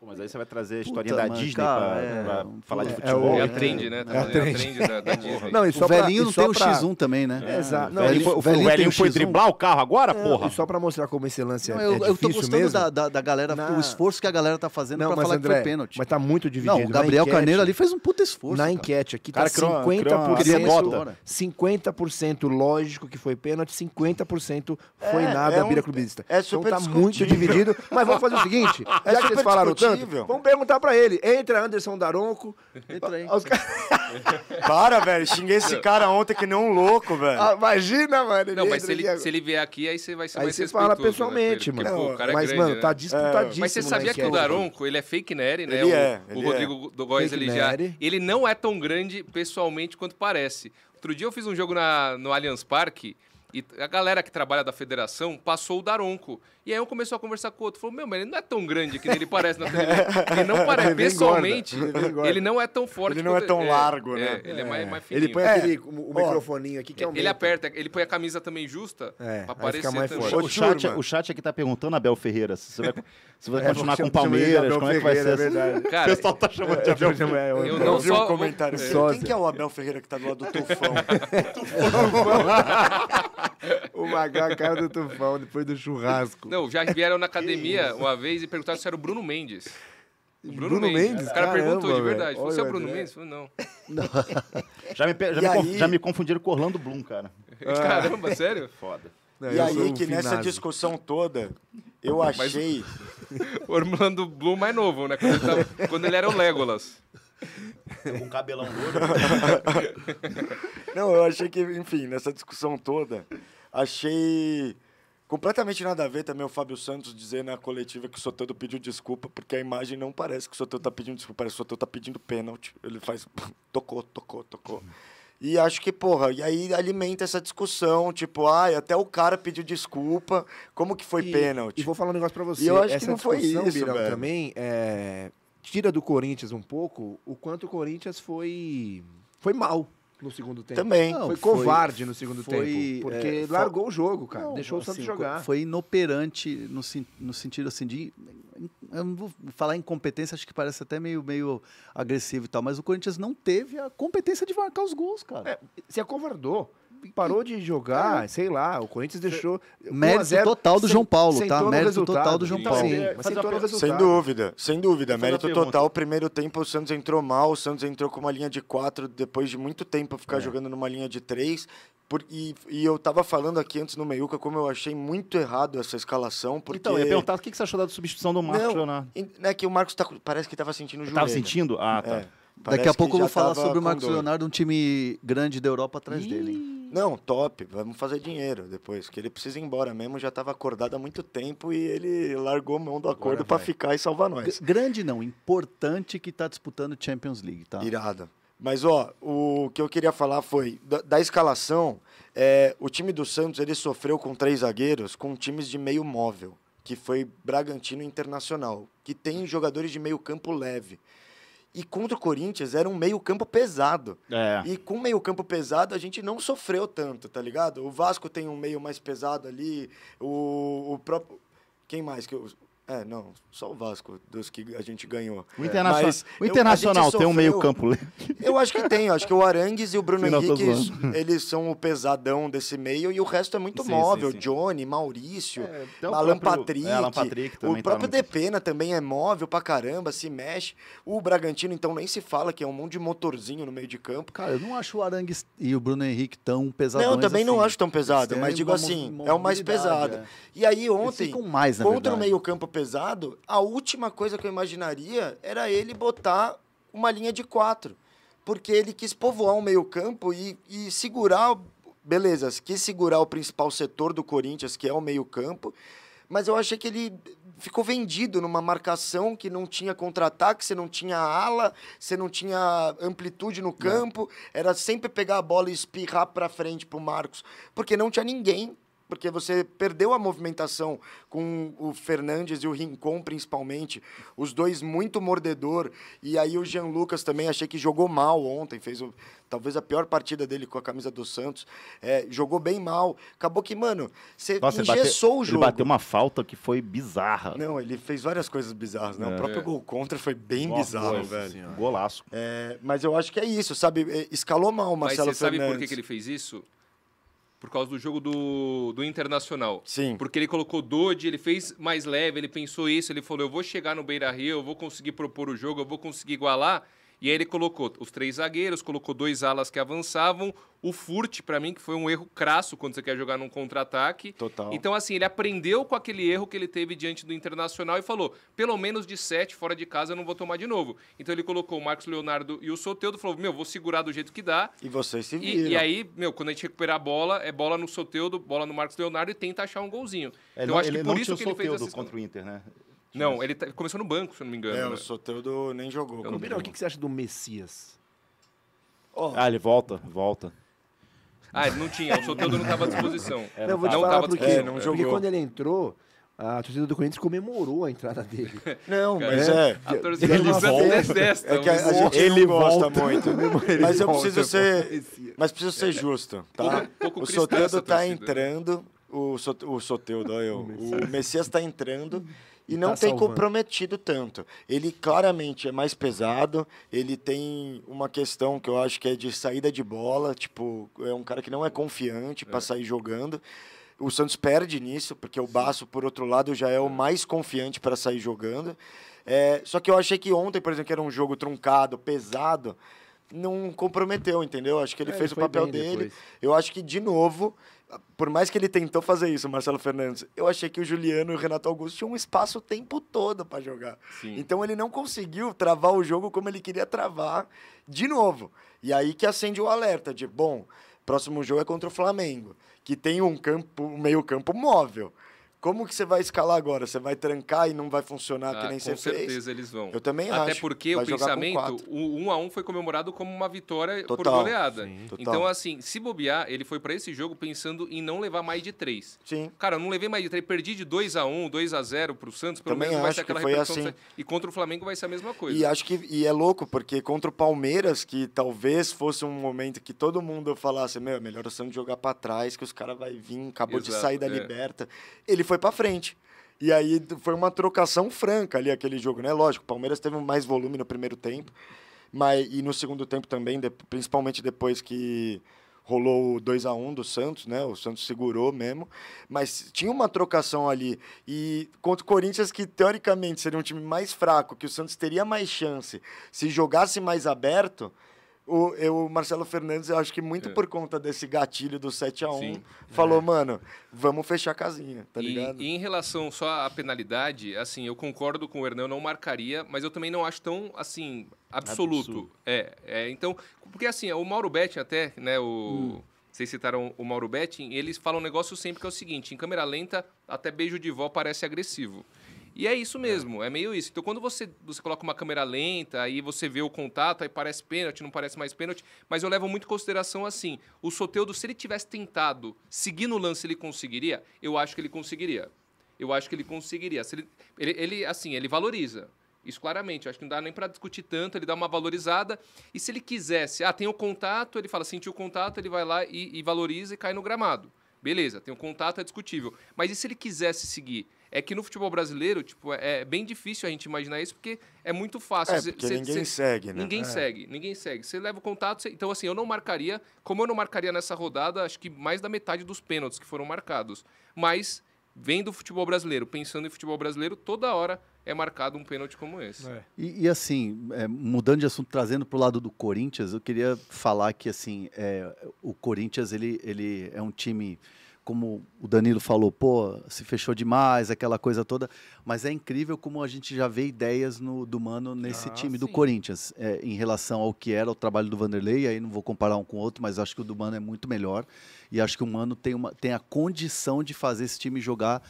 S4: Pô, mas aí você vai trazer a
S5: Puta,
S4: historinha da
S5: mano,
S4: Disney
S5: cara,
S4: pra,
S5: é,
S4: pra
S5: um-
S4: falar
S5: é,
S4: de
S5: é
S4: futebol.
S5: o-
S7: É a trend, né? Também, é a
S4: <laughs>
S7: trend da-
S6: <laughs>
S7: da Disney.
S5: Não, e só
S6: o
S5: pra-
S6: velhinho
S5: e
S6: não
S5: só
S6: tem o
S5: pra-
S6: X1 também, né?
S5: É.
S6: Exato.
S5: Velhinho
S6: ele-
S5: foi- o
S6: tem
S5: velhinho foi
S6: X1.
S5: driblar o carro agora,
S6: Não,
S5: porra?
S6: É, E só pra mostrar como esse lance
S5: Não,
S6: é,
S5: eu,
S6: é
S5: eu tô
S6: difícil
S5: gostando
S6: mesmo.
S5: da, da, da galera, o esforço que a galera tá fazendo
S6: Não,
S5: pra
S6: mas,
S5: falar que
S6: André,
S5: foi pênalti.
S6: Mas tá muito dividido.
S5: Não, o
S6: Na
S5: Gabriel
S6: enquete-
S5: Carneiro ali fez um puta esforço.
S6: Na
S5: cara.
S6: enquete aqui tá
S5: Cara, criou uma- criou uma- criou uma
S6: 50%,
S5: moda.
S6: 50% lógico que foi pênalti, 50% foi
S3: É,
S6: nada
S3: é
S6: a
S3: um-
S6: vira clubista.
S3: é super
S6: então tá muito
S3: discutível.
S6: dividido, mas vamos fazer o seguinte,
S3: É
S6: já que eles
S3: super
S6: falaram tanto,
S3: discutível.
S6: vamos perguntar pra ele. Entra Anderson Daronco. Entra <laughs> aí.
S3: Para, velho. Xinguei esse cara ontem que nem um louco, velho.
S6: Ah, imagina, mano.
S7: Não, mas
S6: entra aqui
S7: se ele,
S6: agora.
S7: se ele vier aqui, aí você vai ser
S6: Aí
S7: mais
S6: você
S7: respeitoso.
S6: fala
S7: né,
S6: pessoalmente,
S7: com ele, porque,
S6: mano.
S7: pô, o cara é
S6: Mas,
S7: grande,
S6: mano,
S7: né?
S6: tá disputadíssimo
S7: Mas você
S6: na
S7: sabia que o
S6: enquete.
S7: Daronco, ele é fake Nery, né?
S6: Ele
S7: o,
S6: é,
S7: o
S6: ele
S7: Rodrigo
S6: é.
S7: do Góes,
S6: Fake
S7: ele já...
S6: Nery.
S7: Ele não é tão grande pessoalmente quanto parece. Outro dia eu fiz um jogo na- no Allianz Parque e a galera que trabalha da federação passou o Daronco. E aí um começou a conversar com o outro. Falou, meu, mas ele não é tão grande que nem ele
S6: <laughs>
S7: parece na televisão. Ele não parece
S6: Ele engorda,
S7: pessoalmente.
S6: ele
S7: Ele,
S6: engorda.
S7: não é tão forte.
S3: Ele não é
S7: quanto-
S3: tão largo, né?
S7: Ele é, mais, mais fininho.
S6: Ele põe aquele o, o
S7: Ó,
S6: microfoninho aqui que é um
S7: ele aperta, ele põe a camisa também justa
S6: É,
S7: pra
S6: aí
S7: parecer
S6: fica mais
S7: também.
S4: O chat, o chat aqui tá perguntando, Abel Ferreira, se
S3: <laughs>
S4: você vai, se
S3: É,
S4: você vai continuar com o Palmeiras, como é que vai ser? <laughs>
S7: Cara,
S4: o pessoal tá chamando
S3: É,
S4: de Abel Ferreira.
S7: eu não
S3: vi um
S7: só-
S3: comentário.
S7: é.
S3: aqui. Quem
S7: Sósia.
S3: que é o Abel Ferreira que tá do lado do
S6: <laughs>
S3: Tufão?
S6: O Magá, a cara do tufão, depois do churrasco.
S7: Não, já vieram
S6: <laughs>
S7: na academia uma vez e perguntaram se era o Bruno Mendes. O
S6: Bruno Mendes?
S7: O cara
S6: Caramba,
S7: perguntou de
S6: velho.
S7: verdade. Falou, Você é o
S6: Olha, né?"
S7: Bruno
S6: André.
S7: Mendes? Falou, não.
S4: <laughs> Já me, pe-
S3: E
S4: já, me con-
S3: aí-
S4: já me confundiram com Orlando Bloom, cara.
S7: <laughs> Caramba, sério?
S4: <laughs> Foda.
S3: Ah. e
S4: um
S3: aí que nessa discussão toda, eu
S7: Mas-
S3: achei...
S7: é O Orlando Bloom mais novo, né? Quando ele, tava- quando ele era o Legolas.
S4: Com um cabelão louro.
S7: <laughs>
S3: Não, eu achei que, enfim, nessa discussão toda, achei completamente nada a ver também o Fábio Santos dizer na coletiva que o Soteldo pediu desculpa, porque a imagem não parece que o Soteldo tá pedindo desculpa, parece que o Soteldo tá pedindo pênalti. Ele faz tocou, tocou, tocou. E acho que, porra, e aí alimenta essa discussão, tipo, ai, até o cara pediu desculpa, como que foi
S6: E-
S3: pênalti?
S6: E vou falar um negócio pra você.
S3: E eu acho
S6: Essa
S3: que não foi
S6: discussão,
S3: isso,
S6: Birão,
S3: velho.
S6: também é, tira do Corinthians um pouco o quanto o Corinthians foi, foi mal no segundo tempo.
S3: Também.
S6: foi,
S5: Não,
S6: covarde no segundo
S5: foi,
S6: tempo. Porque
S5: é, fa-
S6: largou o jogo, cara.
S5: Não,
S6: deixou o Santos
S5: assim,
S6: jogar.
S5: co- Foi inoperante no, sen- no sentido assim de. Eu não vou falar incompetência, acho que parece até meio, meio agressivo e tal, mas o Corinthians não teve a competência de marcar os gols, cara.
S3: É,
S6: Se acovardou. Parou de jogar, sei lá. O Corinthians deixou. um
S5: Mérito total do João Paulo, tá? Mérito total do João Paulo.
S6: Sim, mas Então, é, sentou no
S3: Sem
S6: resultado.
S3: dúvida, sem dúvida.
S4: Deixa eu fazer
S3: Mérito
S4: uma pergunta.
S3: total. Primeiro tempo, o Santos entrou mal. O Santos entrou com uma linha de quatro depois de muito tempo ficar
S5: É.
S3: jogando numa linha de três. Por- e, e eu tava falando aqui antes no Meiuca como eu achei muito errado essa escalação. Porque...
S4: Então, eu ia perguntar o que que você achou da substituição do Marcos Leonardo.
S3: e- né, que o Marcos tá, com- parece que tava sentindo o joelho.
S4: Tava sentindo? Ah, tá.
S3: É. parece
S5: Daqui a pouco
S3: que
S5: eu vou
S3: já
S5: falar
S3: tava
S5: sobre o
S3: com
S5: Marcos
S3: dor.
S5: Leonardo, um time grande da Europa atrás dele. hein?
S3: Não, top. Vamos fazer dinheiro depois. Que ele precisa ir embora mesmo. Já tava acordado há muito tempo e ele largou mão do um acordo pra
S5: vai.
S3: ficar e salvar
S5: G-
S3: nós.
S5: Grande não, importante que tá disputando Champions League, tá?
S3: Irado. Mas, ó, o que eu queria falar foi, da, da escalação, é, o time do Santos, ele sofreu com três zagueiros, com times de meio móvel, que foi Bragantino e Internacional, que tem jogadores de meio campo leve. E contra o Corinthians era um meio campo pesado.
S4: É.
S3: E com meio campo pesado, a gente não sofreu tanto, tá ligado? O Vasco tem um meio mais pesado ali, o, o próprio... Quem mais que eu... É, não, só o Vasco, dos que a gente ganhou.
S4: O,
S3: É.
S4: Internacion-
S3: Mas
S4: o
S3: eu- a
S4: Internacional
S3: gente
S4: tem um
S3: sofreu-
S4: meio campo leve.
S3: eu acho que tem, eu acho que o Arangues e o Bruno
S4: Sim, não, tô
S3: Henrique,
S4: zoando.
S3: eles são o pesadão desse meio e o resto é muito
S4: Sim,
S3: móvel.
S4: sim, sim.
S3: Johnny, Maurício,
S4: até o
S3: Alan,
S4: próprio-
S3: Patrick,
S4: é, Alan Patrick também
S3: o
S4: tá
S3: próprio
S4: muito-
S3: Depena também é móvel pra caramba, se mexe. O Bragantino, então, nem se fala que é um monte de motorzinho no meio de campo.
S5: Cara, eu não acho o Arangues e o Bruno Henrique tão pesadões
S3: não, eu também não
S5: assim.
S3: acho tão pesado,
S5: Eles
S3: mas
S5: têm
S3: digo
S5: uma
S3: assim,
S5: mo-
S3: é o mais
S5: mobilidade,
S3: pesado.
S5: é.
S3: E aí ontem,
S5: ficam mais, na
S3: contra o
S5: verdade.
S3: meio campo pesado, a última coisa que eu imaginaria era ele botar uma linha de quatro. Porque ele quis povoar o meio campo e, e segurar, o- beleza, quis segurar o principal setor do Corinthians, que é o meio campo, mas eu achei que ele ficou vendido numa marcação que não tinha contra-ataque, você não tinha ala, você não tinha amplitude
S5: É.
S3: no campo, era sempre pegar a bola e espirrar para frente pro Marcos, porque não tinha ninguém porque você perdeu a movimentação com o Fernandes e o Rincon, principalmente. Os dois muito mordedor. E aí o Jean Lucas também achei que jogou mal ontem, fez o- talvez a pior partida dele com a camisa do Santos. É, jogou bem mal. Acabou que, mano, você
S4: Nossa, ele
S3: engessou
S4: bateu,
S3: o
S4: ele
S3: jogo.
S4: bateu uma falta que foi bizarra.
S3: Não, ele fez várias coisas bizarras, né?
S4: É.
S3: O próprio gol contra foi bem
S4: Nossa
S3: bizarro, velho.
S4: Senhora. assim, Golaço.
S3: É, mas eu acho que é isso, sabe? É, Escalou mal o Marcelo
S7: Mas você sabe
S3: Fernandes.
S7: por que, que ele fez isso? Por causa do jogo do, do Internacional.
S3: Sim.
S7: Porque ele colocou Dodi, ele fez mais leve, ele pensou isso, ele falou, eu vou chegar no Beira-Rio, eu vou conseguir propor o jogo, eu vou conseguir igualar. E aí ele colocou os três zagueiros, colocou dois alas que avançavam, o Furt, pra mim, que foi um erro crasso quando você quer jogar num contra-ataque.
S3: Total.
S7: Então, assim, ele aprendeu com aquele erro que ele teve diante do Internacional e falou: pelo menos de sete fora de casa eu não vou tomar de novo. Então ele colocou o Marcos Leonardo e o Soteudo, falou: meu, vou segurar do jeito que dá.
S3: E vocês se viram.
S7: E, e aí, meu, quando a gente recuperar a bola, é bola no Soteudo, bola no Marcos Leonardo e tenta achar um golzinho.
S3: É,
S4: Ele
S7: então
S4: É, não-
S7: acho que
S4: ele
S7: por
S4: não
S7: isso
S4: tinha
S7: que
S4: o
S7: ele fez
S4: Soteldo
S7: essa.
S4: contra o Inter, né?
S7: Não, ele tá- começou no banco, se eu não me engano.
S3: É,
S7: né?
S3: o Soteldo nem jogou.
S7: não
S6: Bira, o que, que você acha do Messias?
S4: Ah, ele volta, volta.
S7: Ah, ele não tinha, o Soteldo não tava
S3: <laughs>
S7: à disposição.
S6: É, não, eu vou te
S7: não
S6: falar
S7: tava à
S6: porque,
S7: disposição. É.
S6: porque
S3: tá
S6: quando ele entrou, a torcida do Corinthians comemorou a entrada <laughs> dele.
S3: Não,
S6: Cara,
S3: mas é.
S6: a torcida do Santos um detesta
S3: É que a,
S6: o
S3: a gente
S6: Ele
S3: ele gosta
S6: volta.
S3: muito.
S6: <laughs> Ele
S3: mas eu
S6: volta, É.
S3: preciso
S6: pô.
S3: ser. Mas preciso ser justo, tá?
S6: Pouco- pouco
S3: o
S6: cristã essa
S3: Soteldo tá
S6: torcida.
S3: entrando. O, Sot, o Soteldo, olha eu. O Messias tá entrando. E,
S6: E
S3: não
S6: tá
S3: tem
S6: salvando.
S3: comprometido tanto. Ele claramente é mais pesado, ele tem uma questão que eu acho que é de saída de bola, tipo, é um cara que não é confiante pra sair jogando. O Santos perde nisso, porque o Baço, por outro lado, já é o mais confiante para sair jogando. É, só que eu achei que ontem, por exemplo, que era um jogo truncado, pesado, não comprometeu, entendeu? Acho que ele
S6: É,
S3: fez
S6: ele
S3: o
S6: foi
S3: papel
S6: bem
S3: dele.
S6: depois.
S3: Eu acho que, de novo, por mais que ele tentou fazer isso, o Marcelo Fernandes, eu achei que o Juliano e o Renato Augusto tinham um espaço o tempo todo para jogar. Então ele não conseguiu travar o jogo como ele queria travar de novo. E aí que acende o alerta de, bom, próximo jogo é contra o Flamengo, que tem um campo, um meio-campo móvel. Como que você vai escalar agora? Você vai trancar e não vai funcionar
S7: Ah,
S3: que nem
S7: com
S3: você
S7: certeza
S3: fez?
S7: eles vão.
S3: Eu também
S7: Até
S3: acho.
S7: porque
S3: Vai
S7: o
S3: jogar com quatro.
S7: pensamento, o 1 a 1 foi comemorado como uma vitória por
S3: Total.
S7: goleada.
S3: Sim. Total.
S7: Então assim, se bobear, ele foi pra esse jogo pensando em não levar mais de três.
S3: Sim.
S7: Cara, eu não levei mais de três, perdi de 2 a 1, 2 a 0 pro Santos, pelo
S3: Também
S7: menos vai
S3: acho
S7: ser aquela
S3: que foi
S7: repercussão.
S3: assim.
S7: E contra o Flamengo vai ser a mesma coisa.
S3: E acho que e é louco, porque contra o Palmeiras, que talvez fosse um momento que todo mundo falasse, meu, é melhor o Santos jogar pra trás, que os caras vai vir, acabou de
S7: Exato,
S3: sair da
S7: é.
S3: liberta. Ele foi pra frente. E aí t- foi uma trocação franca ali aquele jogo, né? Lógico, o Palmeiras teve mais volume no primeiro tempo, mas e no segundo tempo também, de- principalmente depois que rolou o 2 a 1 do Santos, né? O Santos segurou mesmo, mas tinha uma trocação ali e contra o Corinthians que teoricamente seria um time mais fraco, que o Santos teria mais chance se jogasse mais aberto. O, eu, o Marcelo Fernandes, eu acho que muito por conta desse gatilho do 7 a 1
S7: É. Sim. É.
S3: falou, mano, vamos fechar a casinha, tá
S7: E-
S3: ligado?
S7: E, em relação só à penalidade, assim, eu concordo com o Hernão, não marcaria, mas eu também não acho tão, assim, absoluto.
S11: Absurdo.
S7: É, é, então, porque assim, o Mauro Betting até, né, o... Vocês citaram o Mauro Betting, eles falam um negócio sempre que é o seguinte, em câmera lenta, até beijo de vó parece agressivo. E é isso mesmo, é, meio isso. Então, quando você, você coloca uma câmera lenta, aí você vê o contato, aí parece pênalti, não parece mais pênalti, mas eu levo muito em consideração assim: o Soteudo, se ele tivesse tentado seguir no lance, ele conseguiria? Eu acho que ele conseguiria. Eu acho que ele conseguiria. Se ele, ele, ele, assim, ele valoriza. Isso claramente, eu acho que não dá nem pra discutir tanto, ele dá uma valorizada. E se ele quisesse, ah, tem o contato, ele fala, sentiu o contato, ele vai lá e, e valoriza e cai no gramado. Beleza, tem o contato, é discutível. Mas e se ele quisesse seguir? É que no futebol brasileiro, tipo, é é bem difícil a gente imaginar isso, porque é muito fácil.
S3: É,
S7: Cê-
S3: porque
S7: cê-
S3: ninguém
S7: cê-
S3: segue, né?
S7: Ninguém
S3: É.
S7: segue, ninguém segue. Você leva o contato, cê- então assim, eu não marcaria, como eu não marcaria nessa rodada, acho que mais da metade dos pênaltis que foram marcados. Mas vendo o futebol brasileiro, pensando em futebol brasileiro, toda hora é marcado um pênalti como esse.
S5: E, e, assim, é, mudando de assunto, trazendo para o lado do Corinthians, eu queria falar que assim, é, o Corinthians ele, ele é um time, como o Danilo falou, pô, se fechou demais, aquela coisa toda, mas é incrível como a gente já vê ideias no- do Mano nesse time do Corinthians, é, em relação ao que era o trabalho do Vanderlei, aí não vou comparar um com o outro, mas acho que o do Mano é muito melhor, e acho que o Mano tem, uma, tem a condição de fazer esse time jogar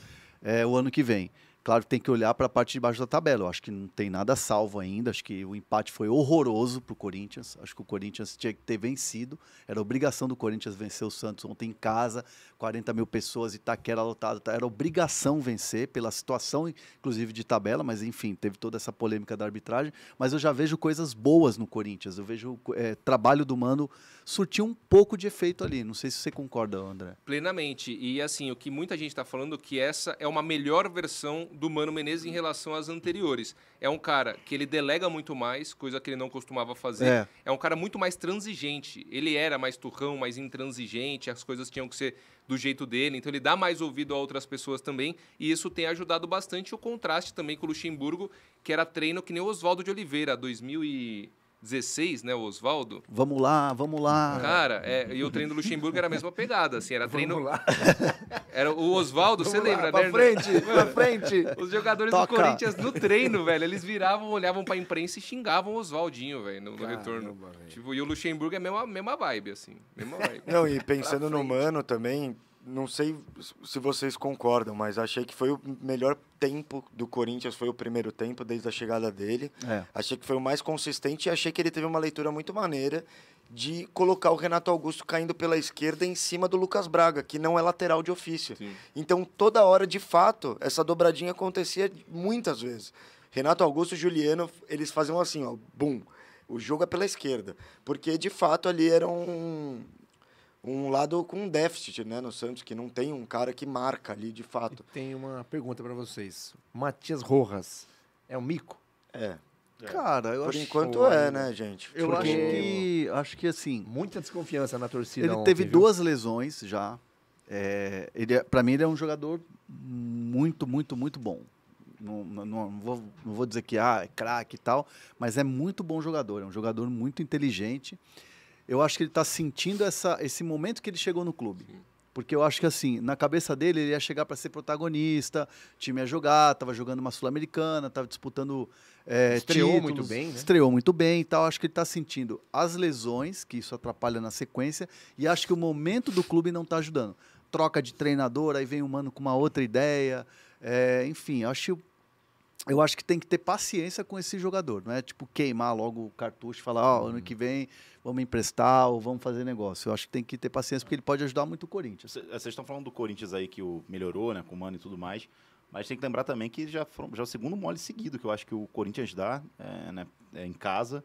S5: é, o ano que vem. Claro que tem que olhar para a parte de baixo da tabela. Eu acho que não tem nada salvo ainda. Acho que o empate foi horroroso para o Corinthians. Acho que o Corinthians tinha que ter vencido. Era obrigação do Corinthians vencer o Santos ontem em casa. 40 mil pessoas, Itaquera lotado. tá? Era obrigação vencer pela situação, inclusive, de tabela. Mas, enfim, teve toda essa polêmica da arbitragem. Mas eu já vejo coisas boas no Corinthians. Eu vejo é, trabalho do Mano surtir um pouco de efeito ali. Não sei se você concorda, André.
S7: Plenamente. E assim, o que muita gente está falando é que essa é uma melhor versão do Mano Menezes em relação às anteriores. É um cara que ele delega muito mais, coisa que ele não costumava fazer.
S5: É.
S7: É, um cara muito mais transigente. Ele era mais turrão, mais intransigente, as coisas tinham que ser do jeito dele, então ele dá mais ouvido a outras pessoas também, e isso tem ajudado bastante o contraste também com o Luxemburgo, que era treino que nem o Oswaldo de Oliveira, 2016, né, o Oswaldo?
S5: Vamos lá, vamos lá.
S7: Cara, é, e o treino do Luxemburgo era a mesma pegada, assim, era treino. <laughs> Era o Oswaldo, você
S5: Vamos lá,
S7: lembra,
S5: pra
S7: né? <laughs>
S5: frente, pra frente.
S7: Os jogadores
S5: Toca.
S7: do Corinthians no treino, velho, eles viravam, olhavam pra imprensa e xingavam o Oswaldinho, velho, no, no
S3: Caramba,
S7: retorno. Tipo, e o Luxemburgo é a mesma, mesma vibe, assim. Mesma
S3: <laughs>
S7: vibe.
S3: Não, e pensando no Mano também, não sei se vocês concordam, mas achei que foi o melhor tempo do Corinthians, foi o primeiro tempo desde a chegada dele.
S5: É.
S3: Achei que foi o mais consistente e achei que ele teve uma leitura muito maneira de colocar o Renato Augusto caindo pela esquerda em cima do Lucas Braga, que não é lateral de ofício. Então, toda hora, de fato, essa dobradinha acontecia muitas vezes. Renato Augusto e Juliano, eles faziam assim, ó, bum. O jogo é pela esquerda. Porque, de fato, ali era um, um lado com déficit, né, no Santos, que não tem um cara que marca ali, de fato.
S6: Tem uma pergunta pra vocês. Matias Rojas é um mico?
S3: É.
S5: Cara, eu
S3: Por
S5: acho
S3: enquanto é, né, gente?
S5: Eu
S6: Porque-
S5: acho que acho que assim,
S6: muita desconfiança na torcida
S5: Ele
S6: ontem,
S5: teve
S6: viu?
S5: duas lesões já. É, ele é- pra mim ele é um jogador muito, muito, muito bom. Não, não- não vou, não vou dizer que ah, é craque e tal, mas é muito bom jogador, é um jogador muito inteligente. Eu acho que ele está sentindo essa, esse momento que ele chegou no clube. Porque eu acho que assim, na cabeça dele, ele ia chegar para ser protagonista, o time ia jogar, estava jogando uma Sul-Americana, estava disputando. É,
S6: Estreou
S5: títulos,
S6: muito bem, né?
S5: Estreou muito bem e tal. Acho que ele está sentindo as lesões, que isso atrapalha na sequência, e acho que o momento do clube não está ajudando. Troca de treinador, aí vem um mano com uma outra ideia. é, enfim, eu acho eu acho que tem que ter paciência com esse jogador, não é tipo queimar logo o cartucho e falar, ó,
S6: Uhum.
S5: ano que vem vamos emprestar ou vamos fazer negócio. Eu acho que tem que ter paciência porque ele pode ajudar muito o Corinthians.
S4: Cê- Vocês estão falando do Corinthians aí que o melhorou, né, com o Mano e tudo mais. Mas tem que lembrar também que já, foram- já é o segundo mole seguido que eu acho que o Corinthians dá é, né, é, em casa.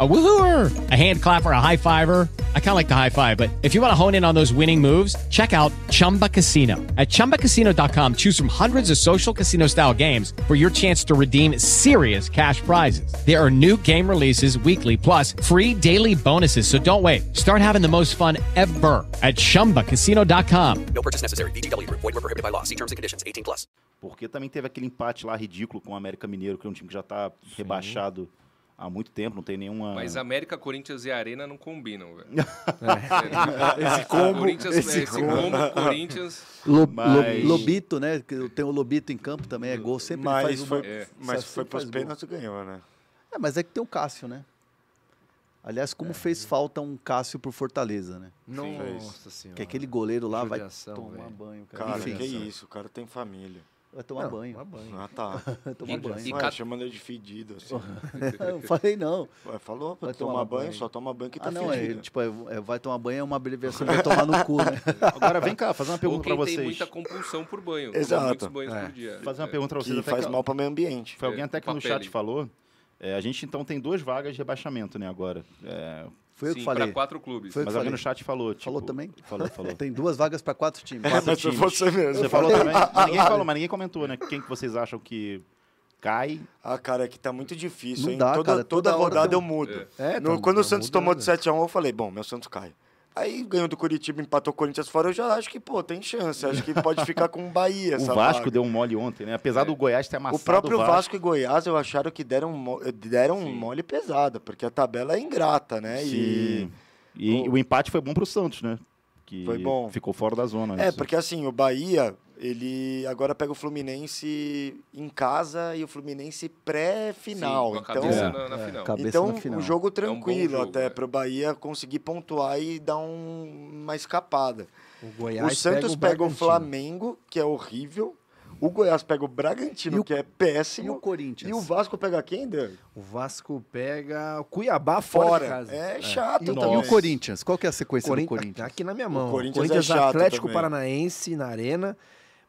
S9: A woohooer, a hand clapper, a high fiver. I kind of like the high five, but if you want to hone in on those winning moves, check out Chumba Casino. At chumbacasino.com, choose from hundreds of social casino style games for your chance to redeem serious cash prizes. There are new game releases weekly, plus free daily bonuses. So don't wait. Start having the most fun ever at chumbacasino.com.
S11: No purchase necessary. VGW Group. Void where prohibited by law. See terms and conditions. 18 plus.
S4: Porque também teve aquele empate lá ridículo com o América Mineiro, que é um time que já está rebaixado há muito tempo, não tem nenhuma.
S7: Mas América, Corinthians e Arena não combinam, velho.
S4: É. Esse combo-
S7: Corinthians,
S4: esse
S7: esse combo,
S4: combo.
S7: Corinthians.
S5: Lo-
S4: Mas-
S5: lo- Lobito, né? que Tem o Lobito em campo também, é gol. Sempre ele
S3: Mas
S5: faz uma,
S3: foi, mas
S5: sempre
S3: foi pros
S5: faz gol.
S3: pênaltis e ganhou, né?
S5: É, mas é que tem o Cássio, né? Aliás,
S3: É.
S5: como fez falta um Cássio pro Fortaleza, né?
S6: Nossa Fez. Senhora.
S5: Que aquele goleiro lá vai
S6: Judiação,
S5: tomar
S6: velho.
S5: banho, cara.
S3: Cara,
S5: Enfim.
S3: que
S5: <laughs>
S3: isso, o cara tem família.
S5: Vai tomar banho.
S3: Ah, tá.
S5: <laughs> Tomar banho.
S3: Ué, chamando ele de fedido, assim.
S5: <laughs> Eu não falei não.
S3: Ué, falou, pô, tomar banho, só toma banho que tá
S5: ah, não, é,
S3: fedido.
S5: tipo, é, é, vai tomar banho é uma abreviação vai tomar no cu,
S7: <laughs>
S5: né?
S4: Agora vem cá, fazer uma
S7: Ou
S4: pergunta
S7: quem
S4: para vocês.
S7: tem muita compulsão por banho. toma Muitos
S4: Exato.
S7: banhos
S3: É.
S7: por dia.
S4: Fazer uma pergunta pra
S7: Que
S4: vocês. até
S7: faz mal
S3: pro meio ambiente.
S4: Foi alguém
S7: É,
S4: até que no
S7: papel
S4: chat
S7: ali.
S4: falou. é, a gente então tem duas vagas de rebaixamento, né, agora. É,
S5: Foi eu que Sim, falei. pra quatro clubes. Foi eu que
S4: Mas alguém
S5: falei.
S4: no chat falou. Tipo,
S5: Falou também?
S3: <laughs>
S4: Falou, falou.
S5: Tem duas vagas pra quatro
S3: É,
S5: times.
S4: Quatro times. Você falou também?
S3: <laughs>
S4: Mas
S3: Ah,
S4: ninguém falou, mas ninguém comentou, né? Quem que vocês acham que cai?
S3: Ah, cara, aqui tá muito difícil,
S4: Não
S3: hein?
S4: dá,
S3: toda,
S4: cara,
S3: toda
S4: toda hora
S3: rodada
S4: tem
S3: eu
S4: um-
S3: mudo.
S4: É. É,
S3: No-
S4: tá-
S3: quando o
S4: tá
S3: Santos
S4: mudando.
S3: tomou de 7x1, eu falei, bom, meu Santos cai. Aí ganhou do Curitiba, empatou o Corinthians fora, eu já acho que, pô, tem chance. Acho que pode ficar com o Bahia
S4: <laughs> O
S3: essa
S4: Vasco
S3: vaga.
S4: deu um mole ontem, né?
S7: É.
S4: Apesar do Goiás ter
S3: O
S4: amassado
S3: próprio
S4: o
S3: Vasco. e Goiás, eu acharam que deram, mo- deram um mole pesado, porque a tabela é ingrata, né? E-
S4: Sim. E, o empate foi bom pro Santos, né? Que
S3: Foi bom.
S4: Ficou fora da zona. né?
S3: É,
S4: isso.
S3: porque assim, o Bahia, ele agora pega o Fluminense em casa e o Fluminense pré-final.
S7: Sim, com a
S3: então,
S7: cabeça na- na É, final. cabeça
S3: então
S7: na final.
S3: um jogo
S7: É um bom
S3: tranquilo
S7: jogo,
S3: até para o Bahia conseguir pontuar e dar um- uma escapada. O,
S6: Goiás
S3: Santos
S6: pega
S3: pega
S6: o
S3: o,
S6: Bragantino.
S3: Flamengo, que é horrível. O Goiás pega o Bragantino, que é péssimo.
S6: e o Corinthians?
S3: E o Vasco pega quem, Dan?
S6: O Vasco pega o ah, Cuiabá fora,
S3: Fora.
S6: de casa.
S3: É chato
S6: E
S5: Então,
S6: o-
S3: também.
S6: E o Corinthians?
S5: Qual que é a sequência
S6: Corin-
S5: do Corinthians?
S6: Tá aqui na minha mão.
S5: O
S6: O
S5: Corinthians
S6: Corinthians,
S5: é chato
S6: Atlético
S5: também.
S6: Paranaense na Arena.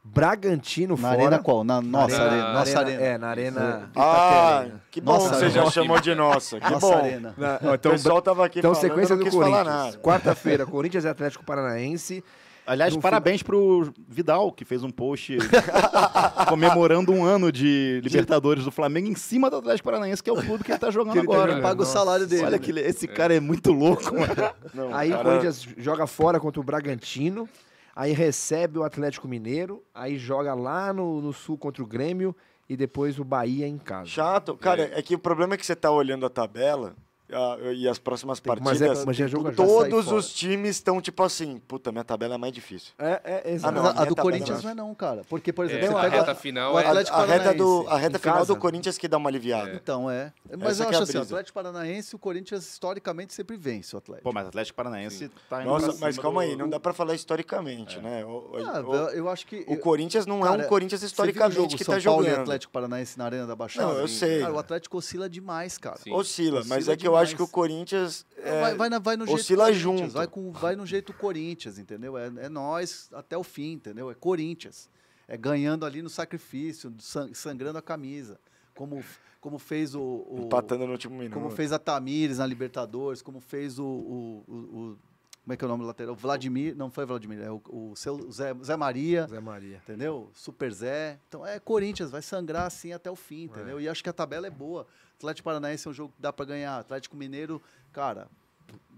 S6: Bragantino
S5: Na
S6: fora.
S5: Arena qual? Na nossa
S6: Arena-
S5: Arena.
S6: na
S5: Nossa Arena.
S6: É, na Arena.
S3: Ah,
S6: Itaquera.
S3: que bom que você já chamou de nossa. Que
S5: Nossa
S3: bom. Né?
S5: Arena.
S6: Na-
S3: O
S6: então,
S3: pessoal tava aqui
S6: Então,
S3: falando,
S6: sequência
S3: eu não
S6: do
S3: quis falar
S6: Corinthians.
S3: nada.
S6: Quarta-feira, Corinthians e Atlético Paranaense.
S4: Aliás,
S6: No fim-
S4: parabéns pro Vidal, que fez um post <laughs> comemorando um ano de Libertadores do Flamengo em cima do Atlético Paranaense, que é o clube que ele tá jogando
S5: Que ele tá
S4: agora.
S5: jogando, Paga o nossa. salário dele,
S4: Olha
S5: né?
S4: que ele- esse cara é muito louco, mano.
S6: aí
S4: cara-
S6: o Corinthians joga fora contra o Bragantino, aí recebe o Atlético Mineiro, aí joga lá no, no Sul contra o Grêmio e depois o Bahia em casa.
S3: Chato. Cara, é que o problema é que você tá olhando a tabela ah, e as próximas
S6: Tem- mas
S3: partidas.
S6: é- mas é jogo já
S3: todos
S6: sai
S3: os times estão tipo assim, puta, minha tabela é mais difícil.
S6: É, é,
S5: Mas a- a, do Corinthians Ah, não é não, cara. Porque, por exemplo,
S3: Não,
S5: você
S3: a
S5: pega
S3: reta
S5: o
S3: final é-
S5: Atlético
S3: a reta do-
S5: Paranaense
S3: a reta
S5: em
S3: final
S5: casa.
S3: do Corinthians que dá uma aliviada.
S5: Então, é.
S3: Essa
S5: Mas eu
S3: que é
S5: acho
S3: a
S5: assim, o
S3: brisa.
S5: Atlético Paranaense, o Corinthians historicamente sempre vence o Atlético.
S4: Pô, mas o Atlético Paranaense tá indo pra
S3: Nossa,
S4: cima
S3: mas calma
S4: do-
S3: aí, não dá pra falar historicamente, né? O, o-
S5: Ah,
S3: o-
S5: eu acho que
S3: O Corinthians não é um
S5: Cara,
S3: Corinthians
S5: você viu o
S3: historicamente
S5: jogo
S3: que
S5: São
S3: tá
S5: Paulo
S3: jogando.
S5: E Atlético Paranaense na Arena da Baixada.
S3: Não, eu sei.
S5: Cara, o Atlético oscila demais, cara.
S3: Oscila, mas é que eu
S5: demais.
S3: acho que o Corinthians. é,
S5: vai, vai, na- vai no jeito
S3: oscila
S5: Corinthians,
S3: junto.
S5: Vai, com, vai no jeito Corinthians, entendeu? É, é nós até o fim, entendeu? É Corinthians. É ganhando ali no sacrifício, san- sangrando a camisa. Como, como fez o, o-
S3: Empatando no último minuto.
S5: Como fez a Tamires na Libertadores, como fez o. o- o- o- como é que é o nome do lateral? Vladimir. Não foi Vladimir, é o, o seu Zé, Zé Maria.
S6: Zé Maria.
S5: Entendeu? Super Zé. Então é Corinthians, vai sangrar assim até o fim, entendeu? E acho que a tabela é boa. Atlético Paranaense é um jogo que dá pra ganhar. Atlético Mineiro, cara,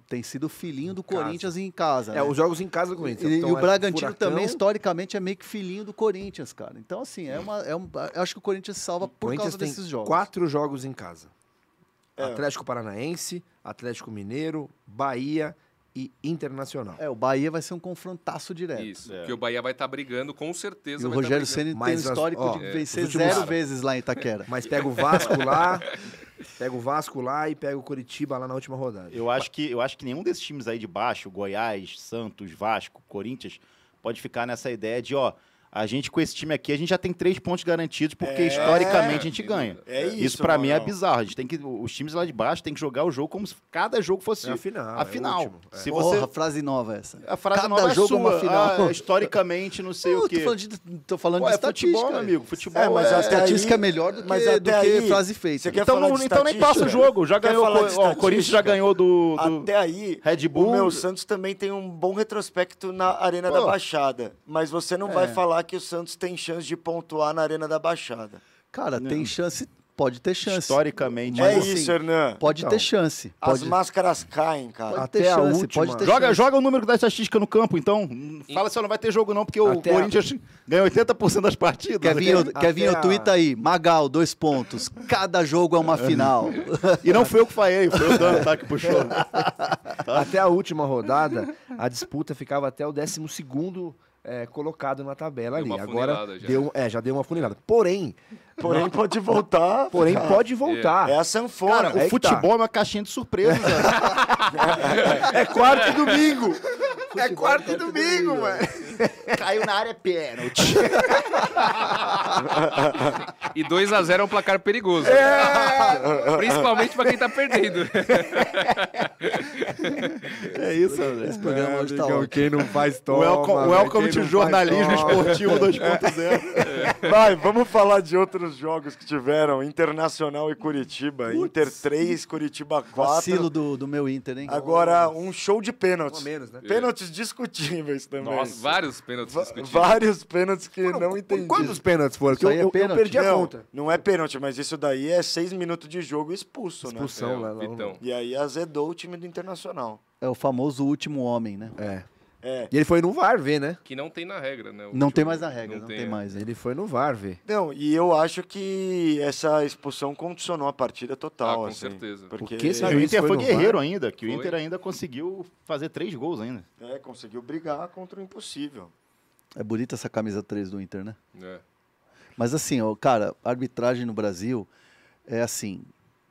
S5: tem sido filhinho do
S6: casa.
S5: Corinthians em casa.
S6: É,
S5: né?
S6: os jogos em casa do
S5: E,
S6: Corinthians.
S5: e
S6: Então,
S5: o
S6: é
S5: Bragantino
S6: Furacão,
S5: também, historicamente, é meio que filhinho do Corinthians, cara. Então, assim, é uma, é um, eu acho que o Corinthians se salva
S6: o
S5: por
S6: Corinthians
S5: causa
S6: tem
S5: desses jogos.
S6: quatro jogos em casa.
S5: É.
S6: Atlético Paranaense, Atlético Mineiro, Bahia e Internacional.
S5: É, o Bahia vai ser um confrontaço direto.
S7: Isso. é. Porque o Bahia vai estar brigando, com certeza.
S5: E o
S7: vai tá
S5: Rogério
S7: brigando.
S5: Ceni tem um
S6: Mas as-
S5: histórico
S6: ó,
S5: de
S6: é,
S5: vencer
S6: os últimos-
S5: zero vezes lá em Itaquera.
S6: Mas pega o Vasco lá, pega o Vasco lá e pega o Curitiba lá na última rodada.
S4: Eu acho que eu acho que nenhum desses times aí de baixo, Goiás, Santos, Vasco, Corinthians, pode ficar nessa ideia de, ó, a gente com esse time aqui, a gente já tem três pontos garantidos porque
S3: É,
S4: historicamente a gente
S3: sem
S4: ganha.
S3: dúvida. É isso,
S4: isso pra mim é
S3: Maurão.
S4: bizarro. A gente tem que os times lá de baixo tem que jogar o jogo como se cada jogo fosse
S5: É a final,
S4: A
S5: é o
S4: final.
S5: último, é.
S4: Se
S5: Porra,
S4: você
S5: frase nova essa.
S4: A frase
S5: Cada
S4: nova
S5: jogo
S4: é
S5: é uma
S4: sua.
S5: final.
S4: Ah, historicamente, não sei
S5: Eu
S4: o
S5: tô
S4: quê.
S5: falando de- tô falando
S4: Pô,
S5: de
S4: é futebol,
S5: estatística.
S4: meu amigo. Futebol
S5: É, mas
S4: é,
S5: a estatística é melhor do que- do que frase feita.
S3: Você quer
S4: então,
S3: falar
S4: não-
S3: de
S4: então nem
S3: estatística?
S4: passa o jogo. Já
S3: Quer
S4: ganhou,
S3: falar de
S4: ó, o Corinthians já
S3: estatística?
S4: ganhou do, do-
S3: Até aí,
S4: Red Bull.
S3: o meu Santos também tem um bom retrospecto na Arena da
S4: Pô.
S3: Baixada. Mas você não
S4: É.
S3: vai falar que o Santos tem chance de pontuar na Arena da Baixada.
S5: Cara, tem chance, pode ter chance. assim,
S4: Historicamente,
S3: é isso, Hernan.
S5: Pode
S6: Então,
S5: ter chance.
S4: Ah,
S3: As
S5: Pode-
S3: máscaras caem, cara.
S5: Pode ter Até a chance, última. pode ter
S4: joga,
S5: chance.
S4: joga o número da estatística no campo, então. Fala se não vai ter jogo, não, porque
S5: Até a-
S4: o Corinthians ganha 80% das partidas.
S5: Kevinho,
S4: Até-
S5: Kevinho
S4: até a-
S5: tuita aí. Magal, dois pontos. Cada jogo é
S6: <laughs>
S5: uma final.
S4: E não foi eu que falei, foi o Dano tá, que
S5: <laughs>
S4: puxou.
S6: Até a última rodada, a disputa ficava até o 12 é, colocado na tabela
S7: Deu
S6: ali.
S7: uma
S6: Agora
S7: funilada já.
S6: deu, é, já deu uma funilada. Porém,
S3: Porém, pode voltar.
S6: Porém,
S3: cara.
S6: pode voltar.
S3: É a sanfona.
S6: Ah,
S5: tá.
S6: Cara, o futebol
S4: é uma caixinha de surpresa.
S6: é
S5: <laughs>
S6: quarta e domingo.
S3: É quarta e domingo, mano.
S4: Caiu na área é pênalti.
S7: <laughs> E 2x0 é um placar perigoso.
S3: É.
S7: Principalmente pra quem tá perdendo.
S4: É isso, André. Esse
S6: programa hoje tá ótimo. Quem não
S5: <laughs>
S6: faz toma.
S5: é
S4: Welcome,
S6: velho,
S4: welcome
S6: quem
S4: to
S3: um
S6: não faz
S4: jornalismo
S6: toma.
S3: <laughs>
S4: esportivo 2.0.
S3: É. Vai, vamos falar de outros jogos que tiveram. Internacional e Curitiba. Inter 3, Curitiba 4.
S5: Vacilo do, do meu Inter, hein?
S3: Agora, um show de pênaltis.
S5: Um a menos, né?
S3: Pênaltis discutíveis também.
S7: Nossa, vários pênaltis discutidos.
S3: Vários pênaltis que não entendi.
S6: quantos pênaltis foram? Isso
S3: Eu,
S6: aí é
S3: eu- eu
S6: pênalti?
S3: perdi a
S6: Não,
S3: conta. Não é pênalti, mas isso daí é seis minutos de jogo expulso,
S6: Expulsão, É, o
S3: né?
S6: lá, lá, lá. Vitão.
S3: E aí azedou o time do Internacional.
S5: É o famoso último homem, né?
S6: É.
S3: É.
S6: E ele foi no VAR ver, né?
S7: Que não tem na regra, né?
S5: Não tem mais na regra, não tem
S7: é.
S5: mais,
S6: Ele foi no VAR ver.
S3: Não, e eu acho que essa expulsão condicionou a partida total.
S7: Ah, com
S3: assim,
S7: certeza.
S3: Porque,
S4: Porque o Inter foi, guerreiro ainda, que o Inter ainda conseguiu fazer três gols ainda.
S3: É, conseguiu brigar contra o impossível.
S5: É bonita essa camisa 3 do Inter, né?
S7: É.
S5: Mas assim, ó, cara, arbitragem no Brasil é assim,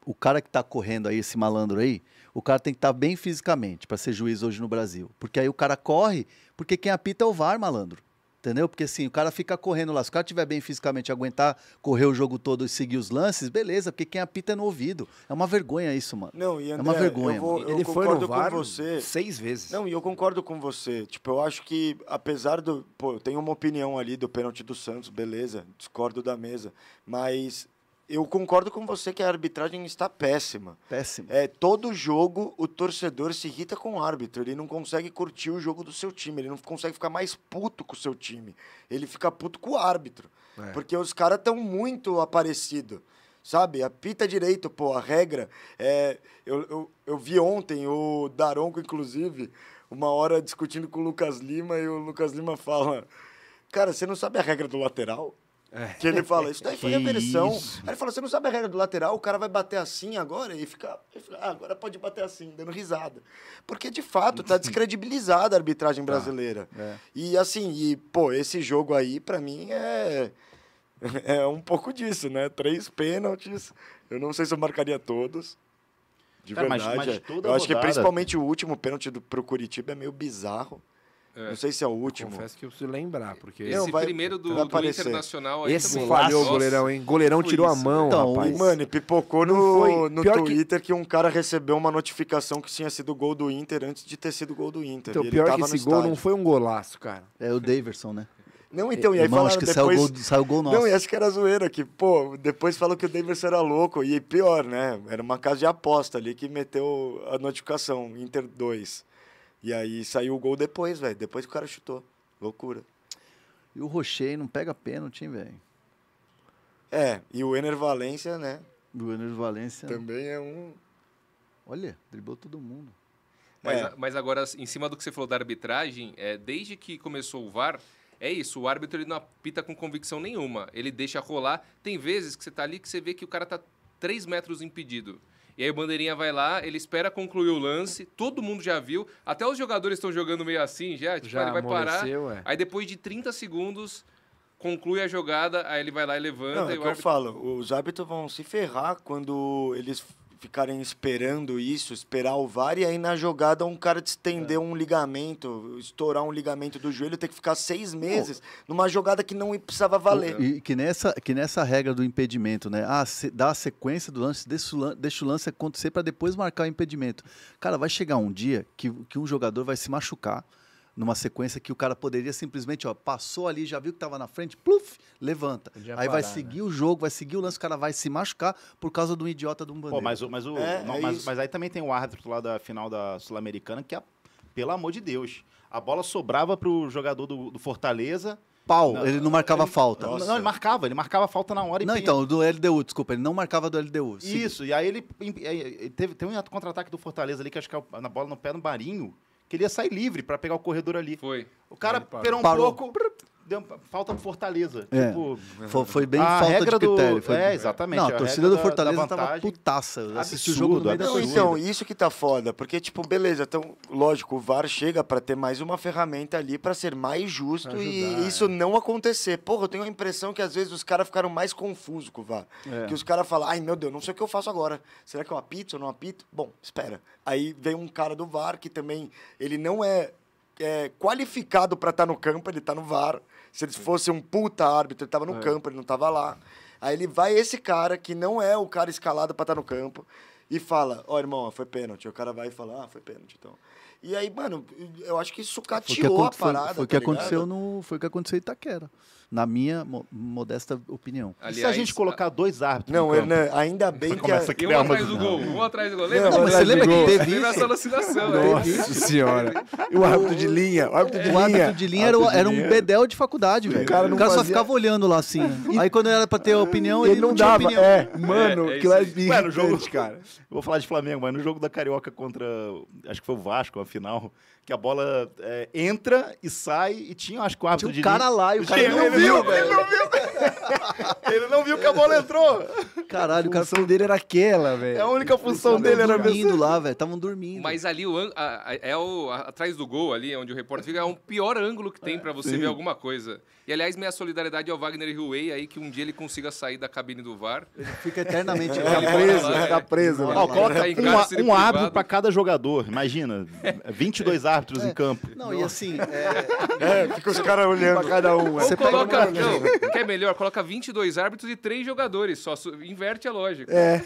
S5: o cara que tá correndo aí, esse malandro aí, o cara tem que estar bem fisicamente para ser juiz hoje no Brasil. Porque aí o cara corre, porque quem apita é o VAR, malandro. Entendeu? Porque assim, o cara fica correndo lá. Se o cara tiver bem fisicamente, aguentar correr o jogo todo e seguir os lances, beleza, porque quem apita é no ouvido. É uma vergonha isso, mano.
S3: Não, e
S5: é
S3: André,
S5: uma vergonha.
S3: Eu vou-
S5: mano.
S3: eu concordo com você.
S6: seis vezes.
S3: Não, e eu concordo com você. Tipo, eu acho que, apesar do. Pô, eu tenho uma opinião ali do pênalti do Santos, beleza, discordo da mesa. Mas eu concordo com você que a arbitragem está péssima.
S5: Péssimo.
S3: É, todo jogo o torcedor se irrita com o árbitro, ele não consegue curtir o jogo do seu time, ele não consegue ficar mais puto com o seu time. Ele fica puto com o árbitro.
S12: É.
S3: Porque os caras estão muito aparecidos. Sabe? Apita direito, pô, a regra. É, eu, eu, eu vi ontem o Daronco, inclusive, uma hora discutindo com o Lucas Lima, e o Lucas Lima fala: Cara, você não sabe a regra do lateral? É. Que ele fala, isso daí foi
S12: <laughs> Que
S3: reversão.
S12: isso.
S3: Aí ele fala, você não sabe a regra do lateral, o cara vai bater assim agora e fica, e fica, ah, agora pode bater assim, dando risada. Porque, de fato,
S12: <laughs>
S3: tá descredibilizada a arbitragem brasileira.
S5: É.
S3: E assim, e, pô, esse jogo aí, pra mim, é. <laughs> É um pouco disso, né? Três pênaltis. Eu não sei se eu marcaria todos. De
S4: Cara, mas-
S3: verdade.
S4: mas
S3: é.
S4: toda
S3: eu acho que
S4: rodada-
S3: principalmente o último pênalti do, pro Curitiba é meio bizarro. Não sei se é o último.
S6: Confesso que eu preciso lembrar, porque...
S3: Esse Não, vai- primeiro do- vai do aparecer. Internacional aí
S6: Esse
S3: também.
S6: falhou o
S3: Nossa.
S6: goleirão, hein? Goleirão tirou a mão, rapaz.
S3: Então, E, mano, e pipocou
S6: Não
S3: no,
S6: foi-
S3: no
S6: pior que-
S3: Twitter que... um cara recebeu uma notificação que tinha sido gol do Inter antes de ter sido gol do Inter.
S6: Então,
S3: E ele
S6: pior
S3: tava
S6: que
S3: no
S6: esse gol
S3: estádio.
S6: não foi um golaço, cara.
S5: É o Daverson, né?
S3: Não, então, e aí
S5: Irmão,
S3: falaram
S5: acho que
S3: depois...
S5: saiu, gol, saiu gol nosso.
S3: Não, e acho que era zoeira, que, pô, depois falou que o Davidson era louco, e pior, né? Era uma casa de aposta ali que meteu a notificação, Inter 2. E aí saiu o gol depois, velho, depois que o cara chutou. Loucura.
S5: E o Rocher não pega pênalti, hein, velho?
S3: É, e o Ener Valência, né,
S5: Do Ener Valência.
S3: também é um...
S5: Olha, driblou todo mundo.
S7: Mas,
S5: É.
S7: a- mas agora, em cima do que você falou da arbitragem, é, desde que começou o VAR, é isso, o árbitro ele não apita com convicção nenhuma. Ele deixa rolar. Tem vezes que você tá ali que você vê que o cara tá 3 metros impedido. E aí o bandeirinha vai lá, ele espera concluir o lance, todo mundo já viu, até os jogadores estão jogando meio assim já, tipo,
S6: Já
S7: ele vai parar.
S6: amoleceu, é.
S7: Aí depois de 30 segundos conclui a jogada, aí ele vai lá e levanta
S3: Não, é
S7: e
S3: o
S7: o
S3: que eu
S7: árbitro-
S3: falo, os árbitros vão se ferrar quando eles ficarem esperando isso, esperar o VAR, e aí na jogada um cara distender um ligamento, estourar um ligamento do joelho, ter que ficar seis meses numa jogada que não precisava valer.
S5: E que nessa, que nessa regra do impedimento, né? Ah, se, dá a sequência do lance, deixa o lan- deixa o lance acontecer para depois marcar o impedimento. Cara, vai chegar um dia que, que um jogador vai se machucar numa sequência que o cara poderia simplesmente, ó, passou ali, já viu que estava na frente, pluf, levanta. Aí vai
S4: parar,
S5: seguir o jogo, vai seguir o lance, o cara vai se machucar por causa de um idiota de um bandeira.
S4: Pô, mas, o- mas, o,
S5: É,
S4: não,
S5: é
S4: mas,
S5: isso.
S4: mas aí também tem o árbitro lá da final da Sul-Americana que, a- pelo amor de Deus, a bola sobrava pro jogador do, do Fortaleza.
S5: Pau, ele não marcava falta.
S4: Não, Não, ele marcava, ele marcava a falta na hora e
S5: Não,
S4: pe-
S5: então, do LDU, desculpa, ele não marcava do LDU. Segui-
S4: Isso, e aí ele, e aí ele teve, tem um contra-ataque do Fortaleza ali que acho que é o- na bola no pé no Barinho, que ele ia sair livre pra pegar o corredor ali.
S7: Foi.
S4: O cara
S5: Ele parou.
S4: perou um
S5: Parou.
S4: pouco, deu uma falta pro Fortaleza.
S5: É.
S4: Tipo,
S5: Foi, foi bem
S4: a
S5: falta de
S4: regra do-
S5: critério. foi-
S4: É, exatamente.
S5: Não,
S4: a
S5: a torcida
S4: regra
S5: do
S4: da- da
S5: Fortaleza tava
S4: vantagem.
S5: putaça. Eu assisti o jogo no
S3: Absurdo,
S5: meio da
S3: absurdo.
S5: torcida.
S3: Então, isso que tá foda, porque, tipo, beleza, então, lógico, o VAR chega pra ter mais uma ferramenta ali pra ser mais justo
S12: Pra ajudar,
S3: e isso não acontecer. Porra, eu tenho a impressão que às vezes os caras ficaram mais confusos com o VAR.
S12: É.
S3: Que os caras falam, ai meu Deus, não sei o que eu faço agora. Será que eu apito ou não apito? Bom, espera. Aí vem um cara do VAR que também, ele não é, é, qualificado pra estar no campo, ele tá no VAR. Se ele fosse um puta árbitro, ele tava no
S12: É.
S3: campo, ele não tava lá. Aí ele vai esse cara, que não é o cara escalado pra estar no campo, e fala, ó, irmão, ó, foi pênalti. O cara vai e fala, ah, foi pênalti, então. E aí, mano, eu acho que isso
S5: Foi o que
S3: sucateou a
S5: aconte- foi-
S3: parada.
S5: Foi o que
S3: tá ligado?
S5: aconteceu no, foi o que aconteceu em Itaquera, na minha mo- modesta opinião.
S4: E se a gente colocar dois árbitros.
S5: Não, é-
S4: no campo?
S5: Hernan,
S3: ainda bem
S5: que Começa a a- criar
S7: um atrás do gol, um atrás do gol. Lembra?
S5: Não, mas você lembra que teve
S7: Lembra
S5: isso?
S7: essa alucinação, né?
S6: Nossa senhora. E o árbitro de linha? O árbitro de
S5: O
S6: linha,
S5: árbitro de linha era, o-
S6: Árbitro de
S5: era um
S6: linha.
S5: bedel de faculdade, velho. O
S6: cara
S5: cara,
S6: não
S5: só
S6: fazia-
S5: ficava olhando lá assim. Aí quando era pra ter a opinião, ele,
S6: Ele não
S5: tinha
S6: dava,
S5: opinião.
S6: é. Mano,
S4: que
S6: aquilo é irritante,
S4: mano, o <laughs> jogo,
S6: cara.
S4: Vou falar de Flamengo, mas no jogo da Carioca contra, acho que foi o Vasco, a final, que a bola é, entra e sai e tinha, acho que o árbitro
S5: Tinha um
S4: de
S5: cara
S4: linha-
S5: lá e o cara
S4: Ele
S5: não
S4: não
S5: viu,
S4: viu, ele não viu. ele não viu que a bola entrou.
S5: Caralho, o cara É função dele era aquela, velho.
S4: A única função
S5: Eles
S4: dele era
S5: Estavam dormindo lá, velho. Estavam dormindo.
S7: Mas ali o, an- a- a- é o a- atrás do gol ali, onde o repórter fica, é um pior ângulo que tem pra você
S5: sim.
S7: ver alguma coisa. E aliás, minha solidariedade ao Wagner Huey aí que um dia ele consiga sair da cabine do VAR. Ele
S5: fica
S7: <laughs>
S5: eternamente
S4: lá. Fica preso,
S7: né?
S4: fica
S5: É preso.
S4: Ó, coloca
S7: em
S4: um,
S7: cárcere
S4: um árbitro
S7: privado.
S4: pra cada jogador, imagina. 22 árbitros em campo.
S5: Não, e assim.
S7: <laughs>
S3: É, fica os caras olhando pra
S5: cada um.
S7: Ou coloca, não, quer melhor, coloca 22 árbitros e 3 jogadores, só su- inverte a lógica. <laughs>
S5: É,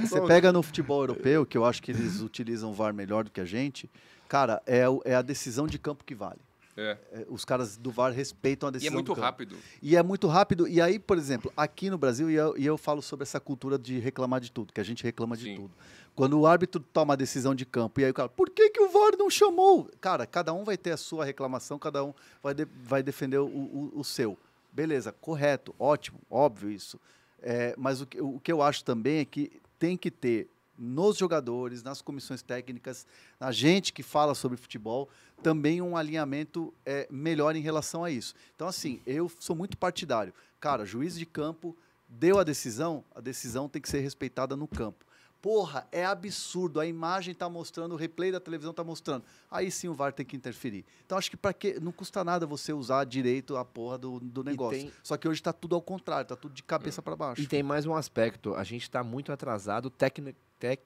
S5: Você pega no futebol europeu, que eu acho que eles utilizam o VAR melhor do que a gente, cara, é, o- é a decisão de campo que vale.
S7: É.
S5: É, Os caras do VAR respeitam a
S7: E é
S5: decisão.
S7: muito
S5: do campo.
S7: rápido.
S5: E é muito rápido. E aí, por exemplo, aqui no Brasil, e eu, e eu falo sobre essa cultura de reclamar de tudo, que a gente reclama de tudo. Quando o árbitro toma a decisão de campo, e aí o cara, por que, que o VAR não chamou? Cara, cada um vai ter a sua reclamação, cada um vai, de- vai defender o, o- o seu. Beleza, correto, ótimo, óbvio isso. É, mas o que, o que eu acho também é que tem que ter nos jogadores, nas comissões técnicas, na gente que fala sobre futebol, também um alinhamento é, melhor em relação a isso. Então, assim, eu sou muito partidário. Cara, juiz de campo deu a decisão, a decisão tem que ser respeitada no campo. Porra, é absurdo. A imagem está mostrando, o replay da televisão está mostrando. Aí sim o VAR tem que interferir. Então acho que para que não custa nada você usar direito a porra do, do negócio.
S6: tem- Hum.
S5: Só que hoje está tudo ao contrário, está tudo de cabeça para baixo.
S6: E tem mais um aspecto. A gente tá muito atrasado tecni- tec...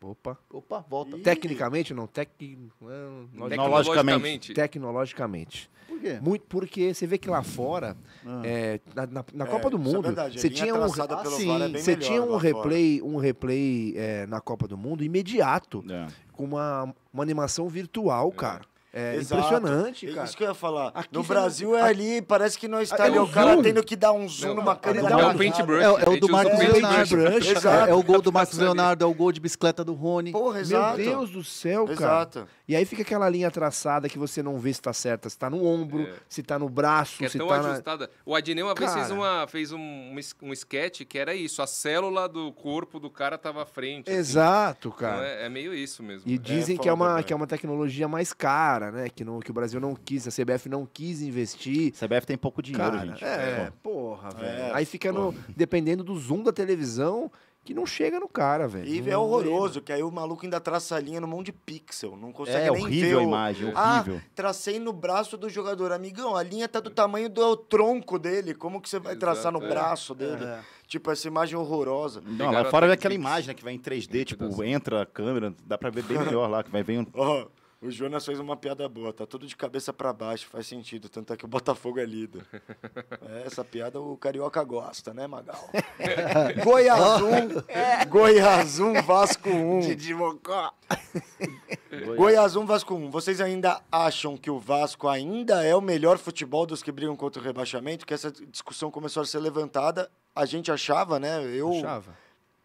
S6: Opa.
S5: Opa, volta.
S6: Tecnicamente, não. Tec... não, não-
S7: Tecnologicamente.
S6: Tecnologicamente.
S5: Por quê?
S6: Muito porque você vê que lá fora, é, na, na- na
S3: Ah. É,
S6: Copa do
S3: isso é
S6: Mundo,
S3: verdade. A
S6: você
S3: linha
S6: tinha um,
S3: traçada pelo
S6: sim,
S3: VAR é bem
S6: você
S3: melhor
S6: tinha um
S3: lá fora.
S6: replay, um replay é, na Copa do Mundo imediato, com uma, uma animação virtual, cara. É
S3: Exato.
S6: impressionante,
S3: É
S6: cara.
S3: Isso que eu ia falar. no
S6: você
S3: Brasil
S6: não-
S3: é ali, parece que nós está
S6: É
S3: ali,
S6: um
S3: o cara
S6: zoom.
S3: tendo que dar um zoom numa câmera.
S5: Dá um
S3: avançada.
S5: paintbrush. É, é o do Marcos Leonardo.
S3: Exato.
S5: É, é o gol do Marcos Leonardo, é o gol de bicicleta do Rony.
S3: Porra,
S6: Meu Deus do céu, cara.
S5: Exato.
S6: E aí fica aquela linha traçada que você não vê se tá certa, se tá no ombro,
S3: É.
S6: se tá no braço,
S7: Que é
S6: se
S7: tão
S6: tá na...
S7: ajustada. O Adnei uma vez fez,
S6: Cara.
S7: uma, fez um, um, es- um sketch que era isso. A célula do corpo do cara tava à frente. assim.
S6: Exato,
S7: Então
S6: cara.
S7: é, né? é meio isso mesmo.
S6: E dizem que, é uma, que é uma tecnologia mais cara, né? Que, não, que o Brasil não quis, a CBF não quis investir.
S4: A CBF tem pouco dinheiro,
S6: Cara,
S4: gente.
S6: É,
S4: É.
S6: porra, velho.
S3: É,
S6: Aí fica no, dependendo do zoom da televisão que não chega no cara, velho.
S3: E é
S6: Não-
S3: horroroso, que aí o maluco ainda traça a linha num monte de pixel. Não consegue
S6: É,
S3: nem
S6: horrível
S3: ver
S6: a
S3: o-
S6: imagem,
S3: Ah,
S6: horrível.
S3: tracei no braço do jogador. Amigão, a linha tá do tamanho do tronco dele. Como que você vai traçar no
S4: Exato, é.
S3: braço dele?
S4: É.
S3: Tipo, essa imagem horrorosa.
S4: Não, lá fora é aquela imagem né, que vai em 3D, tipo,
S5: assim.
S4: entra a câmera, dá pra ver
S5: <laughs>
S4: bem melhor lá, que vai ver um...
S3: Ó, o Jonas fez uma piada boa, tá tudo de cabeça pra baixo, faz sentido, tanto é que o Botafogo é líder. É, essa piada o Carioca gosta, né,
S5: <laughs>
S3: Magal? Goiás
S5: É.
S3: 1, Goiás 1, Vasco <laughs> 1.
S12: Didi
S3: É.
S6: <laughs>
S3: Mocó. Goiás 1, Vasco 1. Vocês ainda acham que o Vasco ainda é o melhor futebol dos que brigam contra o rebaixamento? Que essa discussão começou a ser levantada, a gente achava, né? Eu
S6: Achava.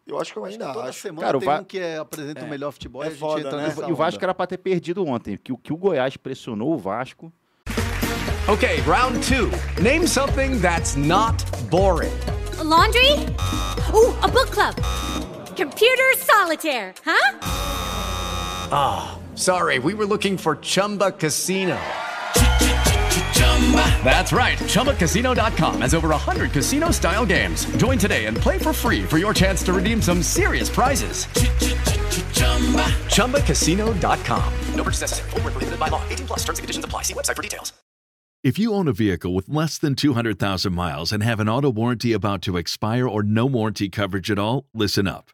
S3: Eu acho que eu ainda
S5: Toda
S3: acho.
S5: semana
S4: Cara, o
S5: tem
S4: Va-
S5: um que é- apresenta o melhor futebol
S3: É
S5: e a gente
S3: foda,
S5: entra
S3: né?
S5: nessa
S4: E o Vasco
S5: onda.
S4: era pra ter perdido ontem, que o que o Goiás pressionou o Vasco...
S12: Okay, round two. Name something that's not boring.
S13: A laundry? Ooh, a book club. Computer solitaire, huh?
S12: Ah, sorry, we were looking for Chumba Casino. That's right, ChumbaCasino.com has over 100 casino style games. Join today and play for free for your chance to redeem some serious prizes. ChumbaCasino.com. No purchase necessary, Void where prohibited by law, 18 plus terms and conditions apply. See website for details.
S14: If you own a vehicle with less than 200,000 miles and have an auto warranty about to expire or no warranty coverage at all, listen up.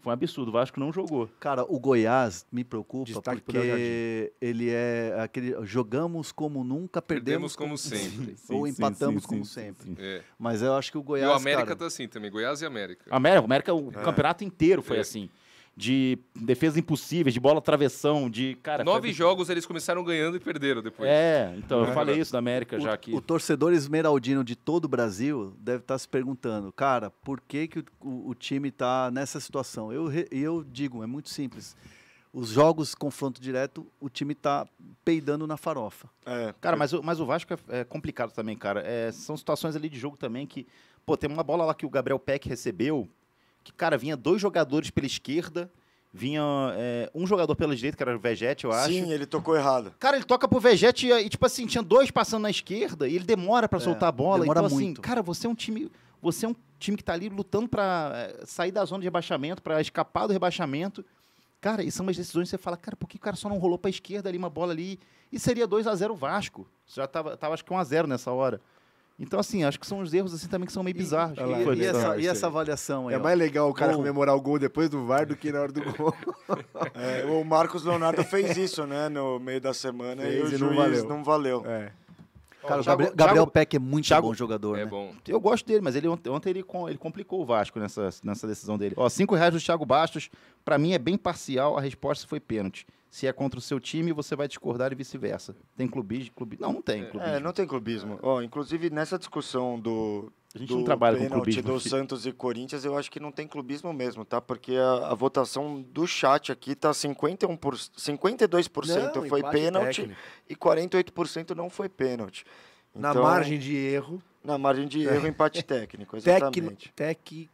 S4: Foi um absurdo. O Vasco não jogou.
S5: Cara, o Goiás me preocupa
S4: Destaque pro Léo
S5: porque ele é aquele jogamos como nunca, perdemos,
S7: Perdemos como sempre.
S5: ou
S7: Sim, sim,
S5: empatamos
S7: sim,
S5: como
S7: sim,
S5: sempre.
S7: sim. É.
S5: Mas eu acho que o
S7: e
S5: Goiás,
S7: o América
S5: cara,
S7: tá assim também, Goiás e América.
S4: América, América o
S7: É.
S4: campeonato inteiro foi
S7: É.
S4: assim. De defesas impossíveis, de bola travessão, de. Cara, foi
S7: Nove
S4: absurdo.
S7: jogos eles começaram ganhando e perderam depois.
S4: É, então,
S6: Uhum.
S4: eu falei isso da América
S5: o,
S4: já aqui.
S5: o torcedor esmeraldino de todo o Brasil deve estar se perguntando, cara, por que, que o, o- o time está nessa situação? Eu, re- eu digo, é muito simples. Os jogos, confronto direto, o time está peidando na farofa.
S3: É,
S4: Cara, mas, o- mas o Vasco é, é complicado também, cara. É, são situações ali de jogo também que. Pô, tem uma bola lá que o Gabriel Peck recebeu, que, cara, vinha dois jogadores pela esquerda, vinha é, um jogador pela direita, que era o Vegete, eu acho.
S3: Sim, ele tocou errado.
S4: Cara, ele toca pro Vegete e, e, tipo assim, tinha dois passando na esquerda e ele demora pra
S3: É,
S4: soltar a bola.
S3: demora
S4: então, assim,
S3: muito.
S4: cara, você é um time. Você é um time que tá ali lutando pra eh, sair da zona de rebaixamento, pra escapar do rebaixamento. Cara, e são umas decisões que você fala, cara, por que o cara só não rolou pra esquerda ali uma bola ali? E seria 2 a 0 o Vasco. Já tava, tava acho que 1 a 0 nessa hora. Então, assim, acho que são uns erros assim também que são meio bizarros.
S5: E, e essa, e essa avaliação aí?
S6: É
S5: ó?
S6: mais legal o cara
S5: Gol.
S6: comemorar o gol depois do VAR do que na hora do gol.
S3: É, o Marcos Leonardo fez isso, né? No meio da semana e o
S6: Fez e não
S3: juiz
S6: valeu.
S3: não valeu.
S4: É.
S5: Cara,
S4: Thiago-
S5: o Gabriel, Gabriel
S4: Thiago-
S5: Peck é muito
S4: Thiago-
S5: bom jogador, né?
S4: Eu gosto dele, mas ele ont- ontem ele, com- ele complicou o Vasco nessa, nessa decisão dele. Ó, 5 reais do Thiago Bastos, pra mim é bem parcial, a resposta foi pênalti. Se é contra o seu time, você vai discordar e vice-versa. Tem clubismo? clubismo? Não, não tem clubismo.
S3: É, não tem clubismo. Ó, inclusive, nessa discussão do.
S4: A gente não trabalha com clubismo,
S3: Do
S4: fi-
S3: Santos e Corinthians, eu acho que não tem clubismo mesmo, tá? Porque a, a votação do chat aqui tá 51 por, 52%
S6: Não,
S3: foi
S6: empate
S3: pênalti
S6: técnico.
S3: e 48% não foi pênalti.
S6: Na
S3: Então,
S6: margem de erro.
S3: Na margem <laughs> de
S6: É.
S3: erro, empate
S6: <laughs>
S3: técnico,
S6: Tecno,
S3: exatamente.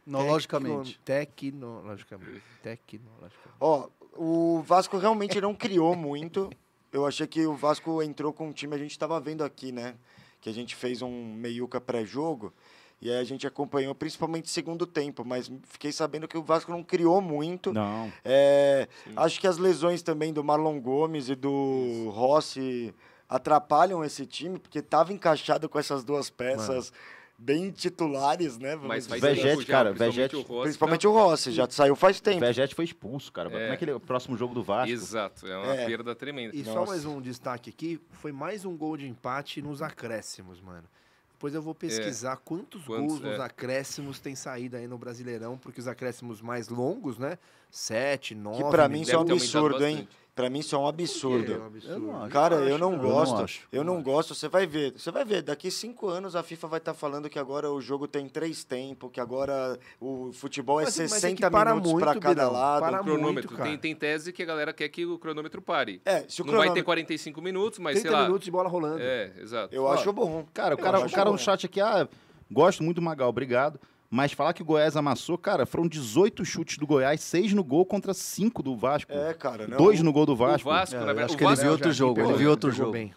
S6: tecnologicamente. Tecnologicamente. Tecnologicamente.
S3: Ó, o Vasco realmente não criou muito. Eu achei que o Vasco entrou com um time, a gente estava vendo aqui, né? Que a gente fez um meiuca pré-jogo. E aí a gente acompanhou principalmente o segundo tempo, mas fiquei sabendo que o Vasco não criou muito.
S4: Não.
S3: É, acho que as lesões também do Marlon Gomes e do Rossi atrapalham esse time, porque estava encaixado com essas duas peças bem titulares, né? Vamos
S7: Mas faz
S3: dizer.
S7: tempo já, cara, principalmente Vegete- o Rossi, tá?
S3: Principalmente o Rossi, já saiu faz tempo.
S4: O Vegete foi expulso, cara.
S7: É.
S4: Como é que ele é o próximo jogo do Vasco?
S7: Exato, é uma perda tremenda.
S6: E só mais um destaque aqui: foi mais um gol de empate nos acréscimos, mano. Depois eu vou pesquisar quantos,
S7: Quantos,
S6: gols nos
S7: é.
S6: acréscimos tem saído aí no Brasileirão, porque os acréscimos mais longos, né? Sete, nove.
S3: Que pra mim isso é um
S6: minutos.
S3: absurdo, hein? Pra mim isso é um absurdo.
S6: É um absurdo. Eu não acho.
S3: Cara,
S6: Eu não
S3: eu
S6: acho,
S3: não
S6: não.
S3: gosto.
S6: Eu
S3: Eu
S6: não
S3: não,
S6: acho.
S3: gosto. Você vai ver. Você vai ver. Daqui cinco anos a FIFA vai estar falando que agora o jogo tem três tempos, que agora o futebol é
S6: Mas- mas é que
S3: 60
S6: para
S3: minutos
S6: muito,
S3: pra cada
S6: Birão,
S3: lado. um
S6: para
S7: O cronômetro. tem, tem tese que a galera quer que o cronômetro pare.
S3: É, se o
S7: Não vai ter
S3: cronômetro-
S7: 45 minutos, mas
S6: 30
S7: sei lá.
S6: minutos de bola rolando.
S7: É, exato.
S3: Eu acho bom.
S4: Cara, o
S7: Eu
S4: cara, o
S7: acho
S4: cara
S7: bom.
S4: no chat aqui, ah, gosto muito do Magal, obrigado. Mas falar que o Goiás amassou, cara, foram 18 chutes do Goiás, 6 no gol contra 5 do Vasco.
S3: É, cara. não. É,
S4: 2 no gol do Vasco.
S7: O Vasco, na verdade, o Vasco-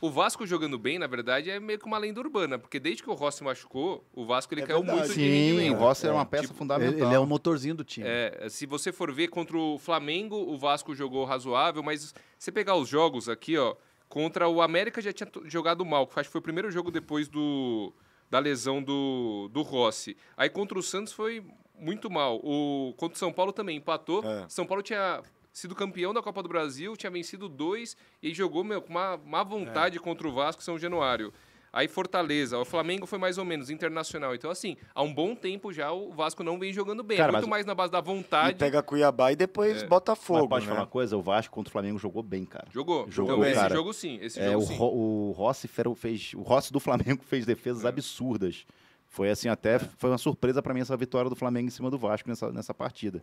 S7: O Vasco jogando bem, na verdade, é meio que uma lenda urbana, porque desde que o Rossi machucou, o Vasco
S3: É
S7: ele
S5: É um
S7: caiu muito de
S4: Sim,
S7: rendimento.
S4: o Rossi era
S7: É.
S4: uma peça fundamental.
S5: Ele, ele é o motorzinho do time.
S7: É, se você for ver contra o Flamengo, o Vasco jogou razoável, mas você pegar os jogos aqui, ó, contra o América já tinha to- jogado mal, que acho que foi o primeiro jogo depois do da lesão do, do Rossi. Aí contra o Santos foi muito mal. O contra o São Paulo também empatou.
S4: É.
S7: São Paulo tinha sido campeão da Copa do Brasil, tinha vencido dois e jogou meu, com uma má
S4: É.
S7: vontade contra o Vasco e São Januário. Aí Fortaleza, o Flamengo foi mais ou menos internacional. Então assim, há um bom tempo já o Vasco não vem jogando bem,
S4: Cara,
S7: É muito
S4: mas-
S7: mais na base da
S3: E
S7: vontade.
S3: pega Cuiabá e depois
S7: É.
S3: Botafogo.
S4: Mas pode
S3: né?
S4: falar uma coisa? O Vasco contra o Flamengo jogou bem, cara.
S7: Jogou.
S4: Jogou,
S7: Então, esse
S4: cara.
S7: jogo sim, esse
S4: É,
S7: jogo
S4: o,
S7: sim.
S4: Ro- o Rossi fero- fez... O Rossi do Flamengo <laughs> fez defesas
S7: É.
S4: absurdas. Foi assim até... Foi uma surpresa pra mim essa vitória do Flamengo em cima do Vasco nessa, nessa partida.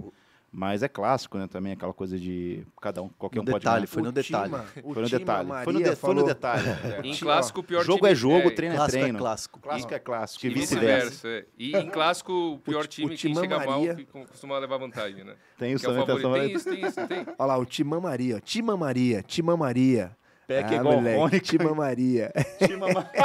S4: Mas é clássico, né? Também aquela coisa de cada um, qualquer
S5: No
S4: um pode
S5: detalhe,
S4: ganhar.
S5: foi no O detalhe. Tima- o
S4: Foi no
S5: Tima
S4: detalhe. Foi no,
S5: Maria
S4: de- foi no
S5: falou-
S4: detalhe.
S5: É.
S7: <laughs> Em clássico, o pior
S4: Jogo
S7: time-
S4: é jogo,
S7: é,
S4: treino é
S7: clássico é
S4: treino.
S7: clássico.
S4: Clássico é clássico.
S7: E
S4: E vice-versa.
S7: é. E
S3: <laughs>
S7: em clássico, o pior time, é quem
S6: Timã
S7: chega
S6: Maria-
S7: mal fica- costuma levar vantagem, né?
S4: Tem
S7: Que é o favorito. Tem isso, tem isso, tem.
S6: Olha lá, o Timã Maria, ó. Timã Maria, Timã Maria.
S15: Peck é igual
S6: moleque,
S15: Rony.
S6: te mamaria.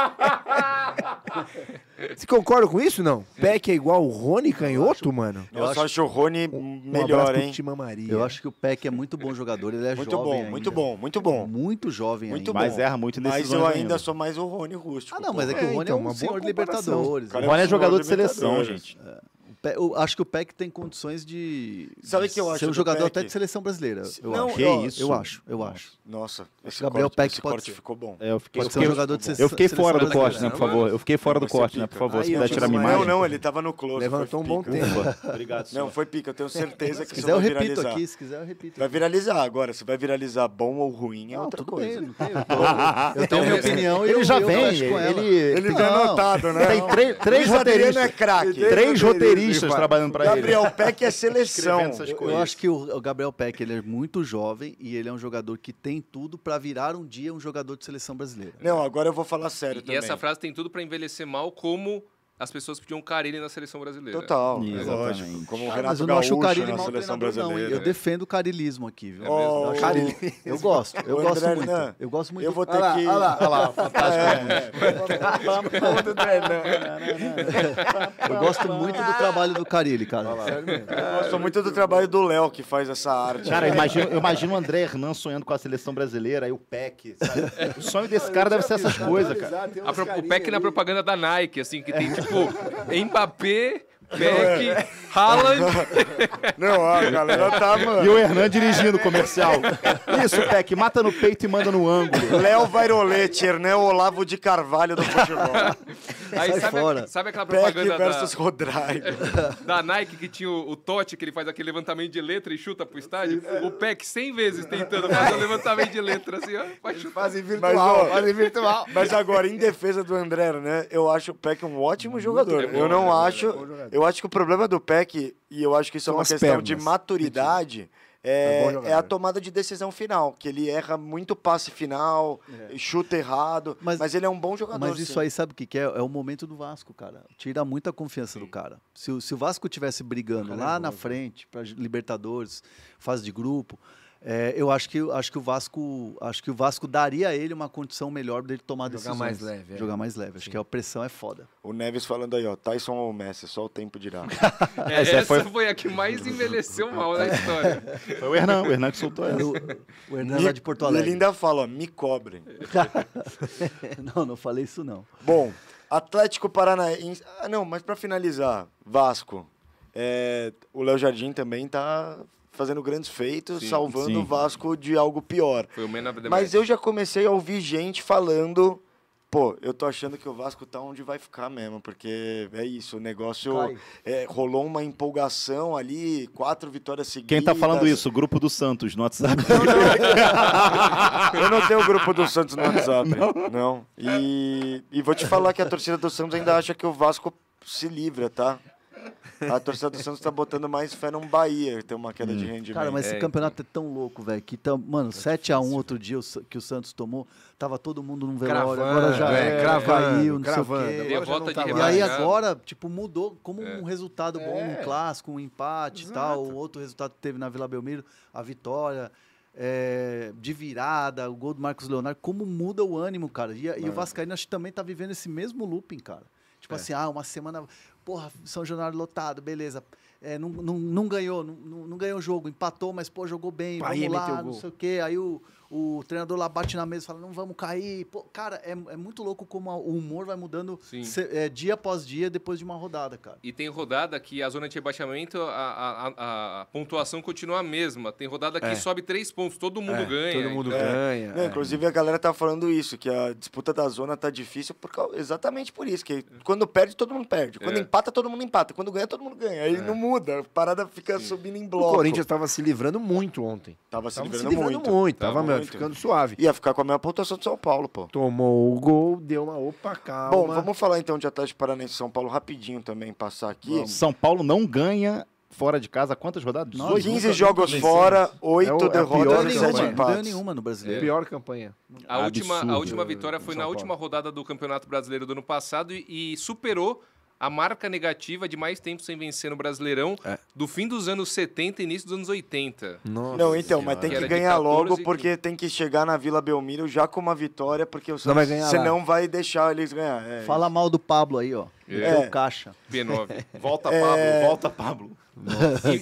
S15: Timamar-
S6: <laughs> Você concorda com isso, não? Peck é igual o Rony Canhoto, mano?
S3: Eu só acho o Rony
S6: um
S3: melhor,
S6: abraço pro
S3: hein?
S6: Tim Maria.
S5: Eu acho que o Peck é muito bom jogador, ele é
S3: Muito
S5: jovem
S3: bom,
S5: ainda.
S3: muito bom, muito bom.
S5: Muito jovem
S3: Muito
S5: ainda.
S3: bom. Mas eu ainda, sou mais o Rony rústico.
S5: Ah, não, mas é que o Rony é um senhor de Libertadores.
S3: Cara,
S5: né?
S3: é um senhor de Libertadores.
S5: É. O Pe- eu acho que o Peck tem condições de,
S3: Sabe
S5: de
S3: que eu acho
S5: ser um
S3: do
S5: jogador
S3: Peck?
S5: até de seleção brasileira.
S3: Se-
S5: Eu
S3: não,
S5: acho.
S3: Que
S5: eu,
S3: isso?
S5: Eu acho, eu acho.
S3: Nossa,
S5: Acho
S3: esse
S5: que Gabriel
S3: corte-
S5: Peck
S3: esse
S5: pode
S3: corte
S5: ser.
S3: ficou bom.
S5: É, eu fiquei,
S3: Esse
S5: um
S3: corte
S5: jogador de
S3: ficou
S5: se-
S3: bom.
S15: Eu fiquei
S5: seleção
S15: fora do
S5: brasileira.
S15: corte, né, por favor. Eu fiquei fora do
S3: Você
S15: corte, né,
S3: pica.
S15: por favor. Se
S3: Aí,
S15: puder
S3: ó,
S15: tirar a minha
S3: Não,
S15: imagem.
S3: não, ele tava no close.
S15: Levantou
S3: foi
S15: um bom
S3: pica.
S15: tempo.
S3: Ufa.
S15: Obrigado,
S3: Não,
S15: senhor.
S3: foi pica, eu tenho certeza que
S5: Se
S3: isso
S5: quiser, eu
S3: vai
S5: repito
S3: viralizar.
S5: aqui. Se quiser, eu repito.
S3: Vai viralizar agora. Se vai viralizar bom ou ruim é outra coisa.
S5: eu tenho minha opinião e
S3: Ele
S5: eu-
S3: já
S5: eu
S3: vem,
S5: fecho com ela.
S3: ele- ele já é
S5: Não.
S3: anotado, né?
S5: Tem três-
S3: Luiz
S5: três
S3: Adriano
S5: roteiristas.
S3: é craque.
S5: Três roteiristas trabalhando pra ele.
S3: Gabriel Peck é seleção.
S5: Eu, eu acho que o o Gabriel Peck ele é muito jovem e ele é um jogador que tem tudo pra virar um dia um jogador de seleção brasileira.
S3: Não, agora <laughs> eu vou falar sério
S7: E
S3: também.
S7: essa frase tem tudo pra envelhecer mal, como as pessoas pediam Carille na seleção brasileira.
S3: Total,
S7: É.
S3: lógico. Como o
S5: Ah,
S3: Renato
S5: mas eu não acho
S3: Gaúcho
S5: o Carille
S3: na
S5: mau
S3: seleção
S5: treinador, não, hein?
S3: brasileira.
S5: Eu defendo o carilismo aqui, viu?
S3: É mesmo? Oh,
S5: eu, acho-
S3: carilismo.
S5: eu gosto, eu
S3: O
S5: gosto
S3: André
S5: muito.
S3: Hernan,
S5: Eu gosto muito.
S3: eu vou ter
S5: Olha lá,
S3: que-
S5: olha lá, olha lá,
S3: É, <laughs>
S5: fantástico.
S3: Vamos do André Hernan.
S5: eu gosto muito do trabalho do Carilli, cara.
S3: Eu gosto muito do trabalho do Léo que faz essa arte.
S4: Cara, eu imagino, eu imagino o André Hernan sonhando com a seleção brasileira, aí o Peck,
S7: <laughs>
S4: sabe? O sonho desse cara deve ser essas coisas,
S5: Ah,
S4: cara.
S7: A pro- o Peck na propaganda da Nike, assim, que
S5: É.
S7: tem
S5: <laughs>
S7: tipo Mbappé, Peck, Haaland.
S3: <laughs> Não, ó, a galera tá, mano.
S4: E o Hernan dirigindo o comercial. Isso, Peck, mata no peito e manda no ângulo.
S3: Léo Vairolete, Hernan Olavo de Carvalho do futebol.
S7: Aí
S3: Sai
S7: sabe,
S3: fora.
S7: sabe aquela
S3: Peck
S7: propaganda
S3: versus
S7: da,
S3: Rodrigo.
S7: <laughs> da Nike que tinha o, o Totti, que ele faz aquele levantamento de letra e chuta pro estádio? O Peck 100 vezes tentando fazer o levantamento de letra, assim, ó.
S4: <laughs>
S7: Faz
S6: Fazem
S3: Mas, ó,
S6: virtual.
S3: mas agora, em defesa do André, Hernan, Eu acho o Peck um ótimo jogador.
S6: é bom,
S3: eu não
S6: é bom,
S3: acho. eu acho que o problema do Peck, e eu acho que isso é
S6: São
S3: uma
S6: as
S3: questão de
S6: pernas.
S3: maturidade, é,
S6: É bom jogador.
S3: é a tomada de decisão final, que ele erra muito passe final, chuta errado, mas, ele é um bom jogador.
S5: É. Mas isso
S3: sim.
S5: aí sabe o que, que é? É o momento do Vasco, cara. Tira muita confiança do cara. Se, o- se o Vasco tivesse brigando
S6: é
S5: lá na frente para Libertadores, fase de grupo, é, eu acho que acho que o Vasco acho que o Vasco daria a ele uma condição melhor dele tomar
S6: Jogar
S5: decisões.
S6: mais leve, é.
S5: Jogar mais leve. Acho que a pressão é foda.
S3: O Neves falando aí, ó, Tyson ou Messi, só o tempo
S6: <laughs>
S3: dirá.
S7: É, Essa foi... a que mais envelheceu mal na
S3: <laughs>
S7: história.
S4: <laughs> Foi o Hernan, o Hernan que soltou essa.
S5: O Hernan é lá de Porto Alegre.
S3: Ele ainda fala, ó, me cobrem.
S5: <laughs> não, não falei isso não.
S3: Bom, Atlético Paranaense. Ah, não, mas para finalizar, Vasco. É, o Léo Jardim também tá fazendo grandes feitos,
S7: Sim.
S3: salvando
S7: Sim.
S3: o Vasco de algo pior.
S7: Foi o Man of the
S3: Mas
S7: match.
S3: eu já comecei a ouvir gente falando. Pô, eu tô achando que o Vasco tá onde vai ficar mesmo, porque é isso, o negócio
S4: Cai.
S3: é, rolou uma empolgação ali, quatro vitórias seguidas.
S4: Quem tá falando isso? O grupo do Santos no WhatsApp.
S3: <laughs> Eu não tenho o grupo do Santos no WhatsApp. Não. E, e vou te falar que a torcida do Santos ainda acha que o Vasco se livra, tá? A torcida do Santos tá botando mais fé no Bahia, tem uma queda de
S4: Hum.
S3: rendimento.
S5: Cara, mas esse campeonato é tão louco, velho. Que tá,
S6: É
S5: mano, 7x1 outro dia o Sa- que o Santos tomou, tava todo mundo num velório. agora já
S6: é,
S5: é,
S6: cravando,
S5: caiu, não
S6: cravando, É.
S5: sei o quê.
S6: agora já Derrota não tá de mais.
S5: e aí
S6: rebaixado.
S5: agora, tipo, mudou como um resultado bom num
S6: É.
S5: clássico, um empate e tal. O outro resultado que teve na Vila Belmiro, a vitória. é, de virada, o gol do Marcos Leonardo, como muda o ânimo, cara. E, e o
S15: Mano.
S5: Vascaíno acho que também tá vivendo esse mesmo looping, cara. Tipo
S15: É.
S5: assim, ah, uma semana. Porra, São Januário lotado, beleza. É, não, não, não ganhou, não, não não ganhou o jogo, empatou, mas pô, jogou bem,
S15: Bahia
S5: vamos lá,
S15: meteu
S5: não
S15: gol.
S5: sei o quê. Aí o, o treinador lá bate na mesa e fala, não vamos cair. Pô, cara, é, é muito louco como a- o humor vai mudando se- é, dia após dia depois de uma rodada, cara.
S7: E tem rodada que a zona de rebaixamento, a, a- a- a pontuação continua a mesma. Tem rodada que
S3: É.
S7: sobe três pontos, todo mundo
S6: É,
S7: ganha.
S6: todo mundo
S7: então-
S6: ganha, é.
S5: É.
S3: Não, Inclusive a galera tá falando isso, que a disputa da zona tá difícil por cau- exatamente por isso, que quando perde todo mundo perde, quando
S6: É.
S3: empata todo mundo empata, quando ganha todo mundo ganha, aí não muda, a parada fica subindo em
S6: O
S3: bloco.
S6: Corinthians tava se livrando muito ontem.
S3: Tava se
S6: Tava
S3: livrando muito.
S6: Tava,
S3: Tava
S6: meu,
S3: muito.
S6: ficando suave.
S3: Ia ficar com a mesma pontuação do São Paulo, pô.
S6: Tomou o gol, deu uma opa, calma.
S3: Bom, vamos falar então de Atlético Paranaense e São Paulo rapidinho também, passar aqui.
S4: São Paulo não ganha fora de casa há quantas rodadas? 18?
S3: 15
S4: Nunca-
S3: jogos
S4: nunca
S3: fora,
S4: vencemos. É
S3: 8
S5: É
S3: derrotas e 7
S5: nenhuma, não ganhou
S3: empates.
S5: nenhuma no
S7: É.
S5: brasileiro.
S6: Pior campanha.
S7: A última, a
S5: né,
S6: Absurdo.
S7: última vitória foi na última rodada do Campeonato Brasileiro do ano passado e, e superou a marca negativa de mais tempo sem vencer no Brasileirão
S5: É.
S7: do fim dos anos 70 e início dos anos 80.
S3: não, então, mas tem que
S7: Era de
S3: ganhar
S7: 14
S3: logo,
S7: e
S3: porque tem que chegar na Vila Belmiro já com uma vitória, porque o
S7: Não vai
S3: Santos,
S7: ganhar lá.
S3: você não vai deixar eles ganhar. É.
S5: Fala mal do Pablo aí, ó. É. o caixa.
S7: B9.
S4: Volta,
S3: É.
S4: Pablo, volta, Pablo.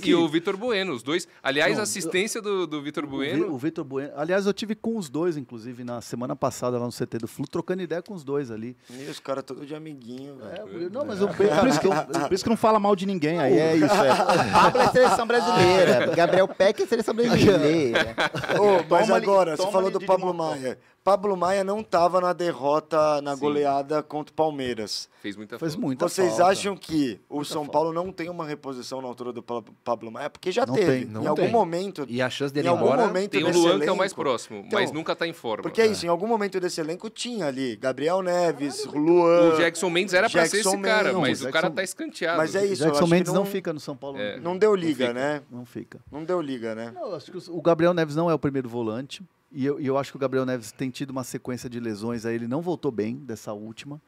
S7: E, e o Vitor Bueno, os dois. Aliás,
S5: Não,
S7: assistência do, do Vitor
S5: O Vi-
S7: Bueno.
S5: O Vitor Bueno. Aliás, eu tive com os dois, inclusive, na semana passada lá no CT do Flu, trocando ideia com os dois ali.
S3: E os caras todos de amiguinho, velho.
S5: não, mas o Pe-
S3: <laughs>
S4: Por isso, que, eu- por isso que não fala mal de ninguém, aí é isso. É.
S16: Pablo é seleção
S4: <laughs>
S16: brasileira. Gabriel Peck é seleção brasileira.
S3: Ô, mas
S16: Toma-lhe-
S3: agora, você
S16: toma-lhe
S3: falou do
S16: de
S3: Pablo Maia. Pablo Maia não estava na derrota, na goleada contra o Palmeiras.
S7: Fez muita
S5: Fez
S7: falta.
S5: muita
S3: Vocês
S5: falta.
S3: acham que o São Paulo não tem uma reposição na altura do Pa- Pablo Maia? Porque já
S7: Não
S3: teve.
S7: tem, não
S3: em algum
S7: tem.
S3: momento.
S6: E a chance dele
S3: em
S6: ir
S3: algum
S6: embora-
S3: momento
S7: Tem o
S3: desse
S7: Luan, que é o
S3: elenco-
S7: mais próximo, mas
S3: Então,
S7: nunca tá em forma.
S3: Porque é isso, em algum momento desse elenco tinha ali Gabriel Neves, Luan.
S7: O Jackson Mendes era pra ser
S3: Jackson
S7: esse cara,
S3: Mendes.
S7: mas o cara tá escanteado.
S3: Mas é isso, eu
S5: Jackson
S3: acho que
S5: Mendes não fica no São Paulo,
S7: É.
S5: não.
S3: Não deu
S5: Não
S3: liga,
S5: fica.
S3: né?
S5: Não fica.
S3: Não deu liga, né?
S5: Não, acho que os- O Gabriel Neves não é o primeiro volante. E eu, e eu acho que o Gabriel Neves tem tido uma sequência de lesões aí. Ele não voltou bem dessa última.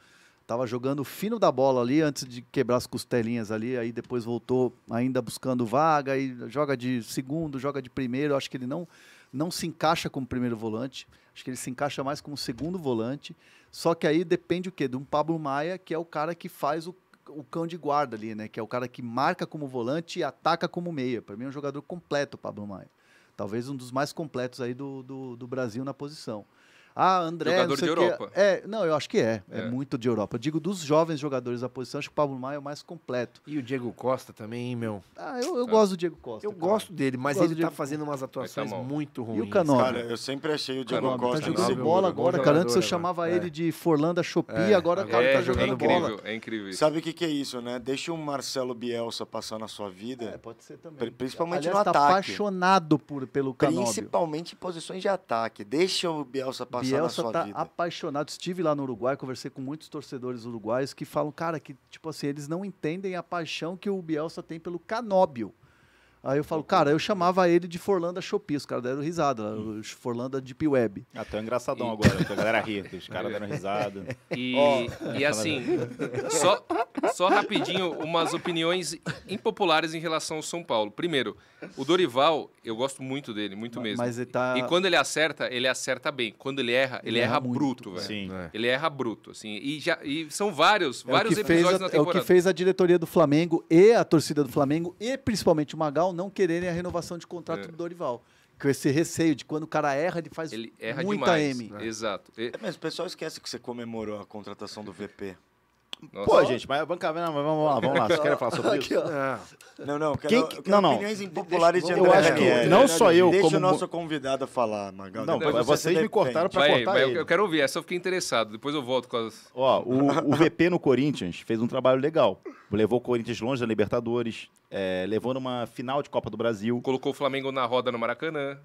S5: Tava jogando fino da bola ali antes de quebrar as costelinhas ali. Aí depois voltou ainda buscando vaga. Aí joga de segundo, joga de primeiro. Eu acho que ele não, não se encaixa como primeiro volante. Acho que ele se encaixa mais como segundo volante. Só que aí depende o quê? De um Pablo Maia, que é o cara que faz o o cão de guarda ali, né? Que é o cara que marca como volante e ataca como meia. Para mim é um jogador completo, o Pablo Maia. Talvez um dos mais completos aí do, do, do Brasil na posição. Ah, André.
S7: Jogador
S5: não sei
S7: de
S5: o quê.
S7: Europa.
S5: É, não, eu acho que é. É,
S7: É.
S5: muito de Europa. Eu digo dos jovens jogadores da posição, acho que o Pablo Maia é o mais completo.
S6: E o Diego Costa também, hein, meu.
S5: Ah, eu, eu gosto do Diego Costa.
S6: Eu gosto dele, mas
S5: Gosto
S6: ele
S5: do
S6: tá
S5: Diego
S6: fazendo umas atuações
S5: mal.
S6: muito
S5: E o
S6: ruins.
S5: Canova?
S3: Cara, eu sempre achei o Diego
S5: Caramba,
S3: Costa.
S5: tá jogando
S3: inseguro.
S5: bola agora, cara. Antes eu
S7: né?
S3: Jogador né, É. agora.
S5: chamava ele de Forlanda Chopi,
S3: É,
S5: agora o cara
S3: agora
S5: tá
S3: é
S5: jogando
S3: incrível,
S5: bola.
S7: É incrível isso.
S3: Sabe o que, que é isso, né? Deixa o Marcelo Bielsa passar na sua vida. É,
S5: pode ser também.
S3: Principalmente
S5: Aliás,
S3: no
S5: tá
S3: ataque.
S5: apaixonado por, pelo Canóbio.
S3: Principalmente em posições de ataque. Deixa o Bielsa passar na
S5: Bielsa
S3: sua
S5: tá
S3: vida.
S5: apaixonado. Estive lá no Uruguai, conversei com muitos torcedores uruguaios que falam, cara, que tipo assim, eles não entendem a paixão que o Bielsa tem pelo Canóbio. Aí eu falo, cara, eu chamava ele de Forlanda Chopi, os caras deram risada,
S3: Hum.
S5: o Forlanda Deep Web.
S4: Ah, tô engraçadão
S5: <laughs>
S4: agora, que a galera ri, que os caras deram <laughs> risada.
S7: E,
S4: Ó,
S7: e assim, só, só rapidinho, umas opiniões impopulares em relação ao São Paulo. Primeiro, o Dorival, eu gosto muito dele, muito mesmo.
S5: mas ele tá-
S7: E quando ele acerta, ele acerta bem. Quando ele erra, ele,
S5: Ele
S7: erra,
S5: erra muito.
S7: bruto, velho.
S5: Sim.
S4: É.
S7: Ele erra bruto, assim. E, já, e são vários,
S5: É o
S7: vários
S5: que fez
S7: episódios
S5: a- é
S7: na
S5: o que
S7: temporada.
S5: fez a diretoria do Flamengo e a torcida do Flamengo e principalmente o Magal não quererem a renovação de
S7: É.
S5: contrato do Dorival. Com esse receio de quando o cara erra, ele faz
S7: Ele erra
S5: muita
S7: demais. né?
S5: M.
S7: Exato. E-
S3: Mas É o pessoal esquece que você comemorou a contratação do VP.
S7: Nossa.
S4: Pô, gente, mas banca, não, mas vamos lá, vamos lá. Vocês querem falar sobre isso?
S3: Não, não, quero,
S4: Quem
S3: eu
S4: que-
S3: quero
S4: não, não.
S3: opiniões impopulares de
S4: Eu
S3: André
S4: acho que
S3: Ranieri.
S4: não só eu,
S3: Deixa
S4: como-
S3: o nosso convidado falar, Magal.
S4: Não,
S3: depois
S4: mas
S3: você se
S4: vocês me
S3: defende.
S4: cortaram pra
S7: Vai,
S5: tá
S4: cortar
S7: vai, eu-
S4: ele.
S7: eu quero ouvir, essa eu fiquei interessado. Depois eu volto com as.
S4: Ó, o, o VP no Corinthians fez um trabalho legal. Levou o Corinthians longe da Libertadores, é, levou numa final de Copa do Brasil.
S7: Colocou o Flamengo na roda no Maracanã.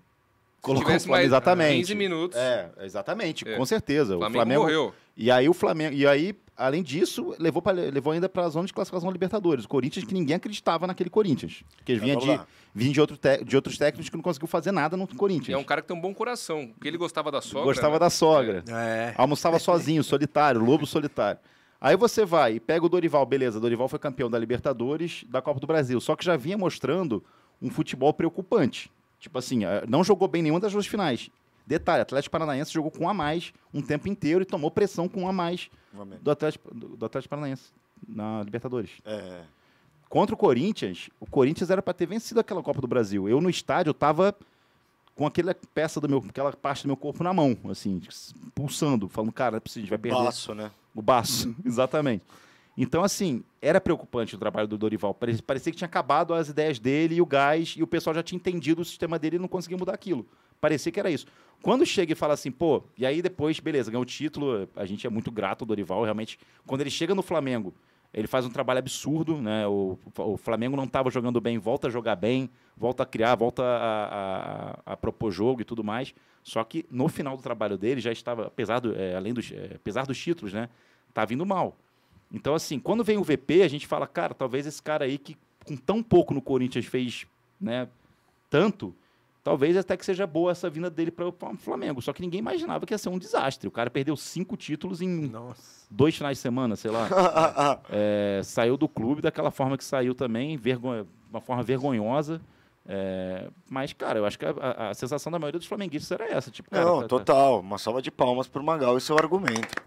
S4: Colocou
S7: tivesse
S4: o Flamengo,
S7: mais
S4: exatamente.
S7: 15 minutos.
S4: É, exatamente,
S7: É.
S4: com certeza.
S7: Flamengo
S4: o Flamengo
S7: morreu.
S4: E aí o Flamengo, e aí além disso, levou pra, levou ainda para a zona de classificação da Libertadores. O Corinthians que ninguém acreditava naquele Corinthians, porque eles
S7: Mas
S4: vinha
S7: Tá, vamos
S4: de
S7: lá.
S4: vinha de, outro te- de outros técnicos que não conseguiu fazer nada no Corinthians.
S7: E é um cara que tem um bom coração, porque ele gostava da sogra.
S4: Gostava
S7: né?
S4: da sogra.
S3: É.
S4: Almoçava sozinho, solitário, lobo solitário. Aí você vai e pega o Dorival, beleza, Dorival foi campeão da Libertadores, da Copa do Brasil, só que já vinha mostrando um futebol preocupante. Tipo assim, eh, não jogou bem nenhuma das duas finais. Detalhe, Atlético Paranaense jogou com um a mais um tempo inteiro e tomou pressão com um a mais do Atlético, do, do Atlético Paranaense na Libertadores.
S3: É.
S4: Contra o Corinthians, o Corinthians era para ter vencido aquela Copa do Brasil. Eu no estádio eu tava com aquela peça do meu, aquela parte do meu corpo na mão, assim, pulsando, falando, cara, não é possível, a gente vai perder.
S3: Baço, né?
S4: O baço, <laughs> exatamente. Então, assim, era preocupante o trabalho do Dorival. Pare- Parecia que tinha acabado as ideias dele e o gás, e o pessoal já tinha entendido o sistema dele e não conseguia mudar aquilo. Parecia que era isso. Quando chega e fala assim, pô, e aí depois, beleza, ganhou o título, a gente é muito grato ao Dorival, realmente. Quando ele chega no Flamengo, ele faz um trabalho absurdo, né? O, o Flamengo não estava jogando bem, volta a jogar bem, volta a criar, volta a, a- a propor jogo e tudo mais. Só que no final do trabalho dele já estava, apesar, do, eh, além dos, eh, apesar dos títulos, né? Tá vindo mal. Então, assim, quando vem o VP, a gente fala, cara, talvez esse cara aí que com tão pouco no Corinthians fez, né? Tanto,
S15: Talvez até que seja boa essa vinda dele para o Flamengo. Só que ninguém imaginava que ia ser um desastre. O cara perdeu cinco títulos em dois finais de semana, sei
S3: <laughs>
S15: lá. É, saiu do clube daquela forma que saiu também, vergonha, uma forma vergonhosa. É, mas, cara, eu acho que a, a- a sensação da maioria dos flamenguistas era essa. Tipo, cara,
S3: Não,
S15: tá- tá-
S3: total. Uma salva de palmas pro Magal e seu argumento.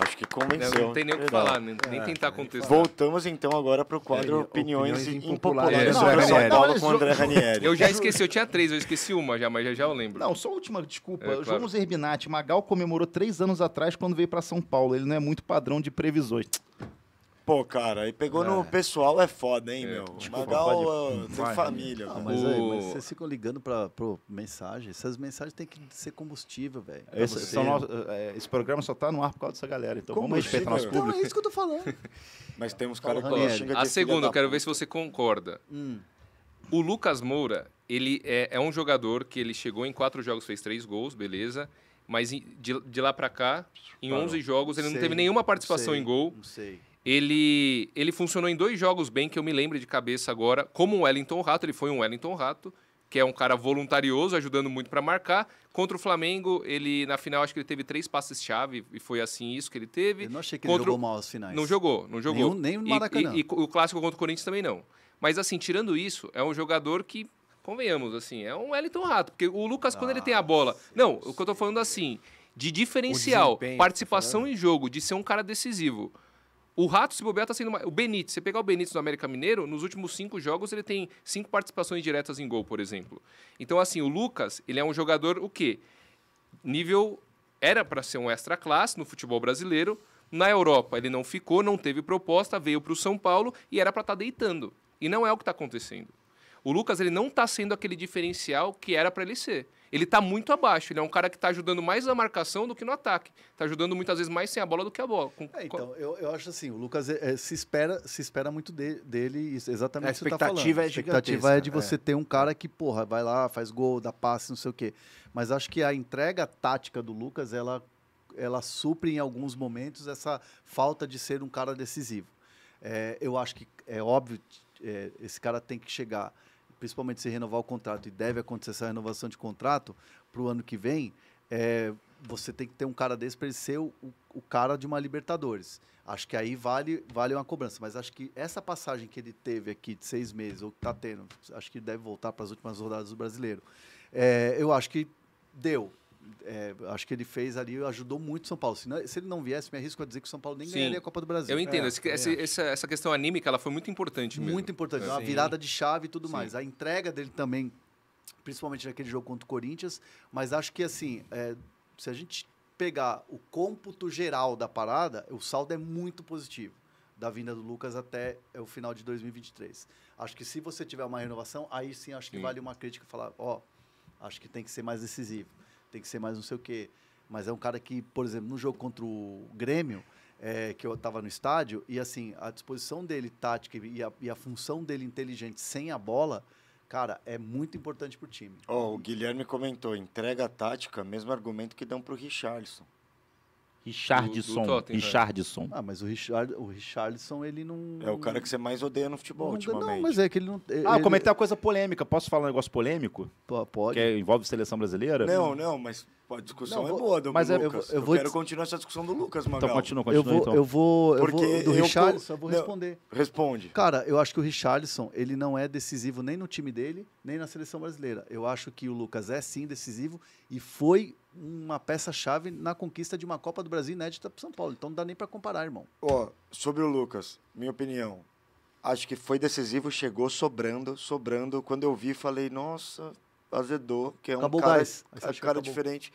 S3: Acho que
S7: Não,
S3: convenceu.
S7: não tem nem o que
S3: geral.
S7: falar, nem, nem
S5: É,
S7: tentar contestar.
S3: Voltamos então agora pro quadro Opiniões,
S7: É,
S3: Impopulares
S7: não,
S3: sobre
S7: não,
S3: São
S7: não,
S3: Paulo
S7: não,
S3: com André Ranieri.
S7: Eu já esqueci, eu tinha três, eu esqueci uma já, mas já já eu lembro.
S4: Não, Ah, só última, desculpa.
S7: É, claro.
S4: João Zerbinati, Magal comemorou três anos atrás quando veio para São Paulo. Ele não é muito padrão de previsões.
S3: Pô, cara, aí pegou no pessoal é foda, hein, meu? Magal ah, tem família.
S5: Ah,
S3: velho.
S5: mas, aí, mas vocês ficam ligando para mensagem. Essas mensagens têm que ser combustível, velho. Pra
S4: Esse,
S5: você.
S4: são nosso- é, esse programa só tá no ar por causa dessa galera. Então
S5: Como
S4: vamos respeitar
S3: assim,
S4: nosso
S5: chega?
S4: público.
S5: Então é isso que eu tô falando.
S3: Mas temos
S4: Fala,
S3: cara que nos xinga de
S7: A
S3: filha
S7: segunda,
S3: da
S7: eu quero ver se você concorda. O Lucas Moura, ele é, é um jogador que ele chegou em quatro jogos, fez três gols, beleza. Mas em- de, de lá pra cá, em
S5: Parou.
S7: 11 jogos, ele não
S5: Sei,
S7: teve nenhuma participação
S5: sei,
S7: em gol.
S5: Não sei.
S7: Ele, ele funcionou em dois jogos bem, que eu me lembro de cabeça agora, como um Wellington Rato. Ele foi um Wellington Rato, que é um cara voluntarioso, ajudando muito para marcar. Contra o Flamengo, ele na final acho que ele teve três passes-chave e foi assim isso que ele teve. Eu não achei
S5: que ele jogou mal as finais.
S7: Não jogou, não
S5: Nenhum-
S7: jogou.
S5: nem no
S7: E-
S5: Maracanã.
S7: E, e o clássico contra o Corinthians também não. Mas assim, tirando isso, é um jogador que, convenhamos, assim, é um Wellington Rato. Porque o Lucas, quando ele tem a bola. Não, o que eu tô falando assim, de diferencial,
S5: desempenho,
S7: participação em jogo, de ser um cara decisivo. O Rato, se bobear, tá sendo mais... O Benítez, você pegar o Benítez do América Mineiro, nos últimos cinco jogos ele tem cinco participações diretas em gol, por exemplo. Então, assim, o Lucas, ele é um jogador o quê? Nível... Era para ser um extra classe no futebol brasileiro. Na Europa ele não ficou, não teve proposta, veio para o São Paulo e era para estar deitando. E não é o que está acontecendo. O Lucas ele não está sendo aquele diferencial que era para ele ser. Ele está muito abaixo. Ele é um cara que está ajudando mais na marcação do que no ataque. Está ajudando muitas vezes mais sem a bola do que a bola. Com- com-
S5: Então, eu, eu acho assim, o Lucas é, é, se, espera, se espera muito de- dele, isso, exatamente
S17: A
S5: o que você tá
S17: expectativa
S5: falando.
S17: é
S5: a expectativa é de
S17: gigantesca,
S5: você
S17: é.
S5: ter um cara que, porra, vai lá, faz gol, dá passe, não sei o quê. Mas acho que a entrega tática do Lucas, ela, ela supre em alguns momentos essa falta de ser um cara decisivo. É, eu acho que é óbvio, é, esse cara tem que chegar, principalmente se renovar o contrato, e deve acontecer essa renovação de contrato para o ano que vem, é, você tem que ter um cara desse para ele ser o, o- o cara de uma Libertadores. Acho que aí vale, vale uma cobrança, mas acho que essa passagem que ele teve aqui de seis meses, ou que está tendo, acho que deve voltar para as últimas rodadas do brasileiro. É, eu acho que deu. É, acho que ele fez ali, ajudou muito o São Paulo. Se, não- se ele não viesse, me arrisco a dizer que o São Paulo nem
S7: Sim.
S5: ganharia a Copa do Brasil.
S7: Eu entendo.
S5: É,
S7: Esse-
S5: também
S7: esse-
S5: acho.
S7: essa, essa questão anímica ela foi muito importante mesmo.
S5: Muito importante.
S7: É.
S5: Uma
S7: Sim.
S5: virada de chave e tudo
S7: Sim.
S5: mais. A entrega dele também, principalmente naquele jogo contra o Corinthians. Mas acho que, assim, é, se a gente pegar o cômputo geral da parada, o saldo é muito positivo da vinda do Lucas até é, o final de 2023. Acho que se você tiver uma renovação, aí sim acho que
S17: Sim.
S5: vale uma crítica falar, ó, acho que tem que ser mais decisivo, tem que ser mais não sei o quê. Mas é um cara que, por exemplo, no jogo contra o Grêmio, é, que eu estava no estádio, e assim, a disposição dele tática e a, e a função dele inteligente sem a bola, cara, é muito importante pro time.
S3: Ó, o Guilherme comentou, entrega tática, mesmo argumento que dão pro Richarlison.
S15: Richardson. Richardson.
S5: Ah, mas o, Richard, o Richardson, ele não.
S3: É o cara que você mais odeia no futebol tipo,
S5: Não,
S3: ultimamente.
S5: não, mas é que ele não.
S15: Ah,
S5: ele-
S15: comentei uma coisa polêmica. Posso falar um negócio polêmico?
S5: Pode.
S15: Que é- envolve seleção brasileira?
S3: Não, não, mas a discussão
S15: Não,
S3: é
S15: vou-
S3: boa do
S15: mas eu- eu
S3: Lucas.
S15: vou-
S3: Eu,
S15: eu vou
S3: quero
S15: dis-
S3: continuar essa discussão do Lucas, Magal.
S15: Então continua, continua
S5: eu vou,
S15: então.
S5: Eu vou, eu
S3: Porque
S5: vou- do
S3: eu tô-
S5: Richarlison, eu vou
S3: Não,
S5: responder.
S3: Responde.
S5: Cara, eu acho que o Richarlison, ele não é decisivo nem no time dele, nem na seleção brasileira. Eu acho que o Lucas é sim decisivo e foi uma peça-chave na conquista de uma Copa do Brasil inédita pro São Paulo. Então não dá nem pra comparar, irmão.
S3: Ó, sobre o Lucas, minha opinião. Acho que foi decisivo, chegou sobrando, sobrando. Quando eu vi, falei, nossa, azedou, que é um
S5: Acabou o
S3: cara,
S5: gás. Aí você
S3: é um
S5: acha que
S3: cara
S5: acabou.
S3: diferente.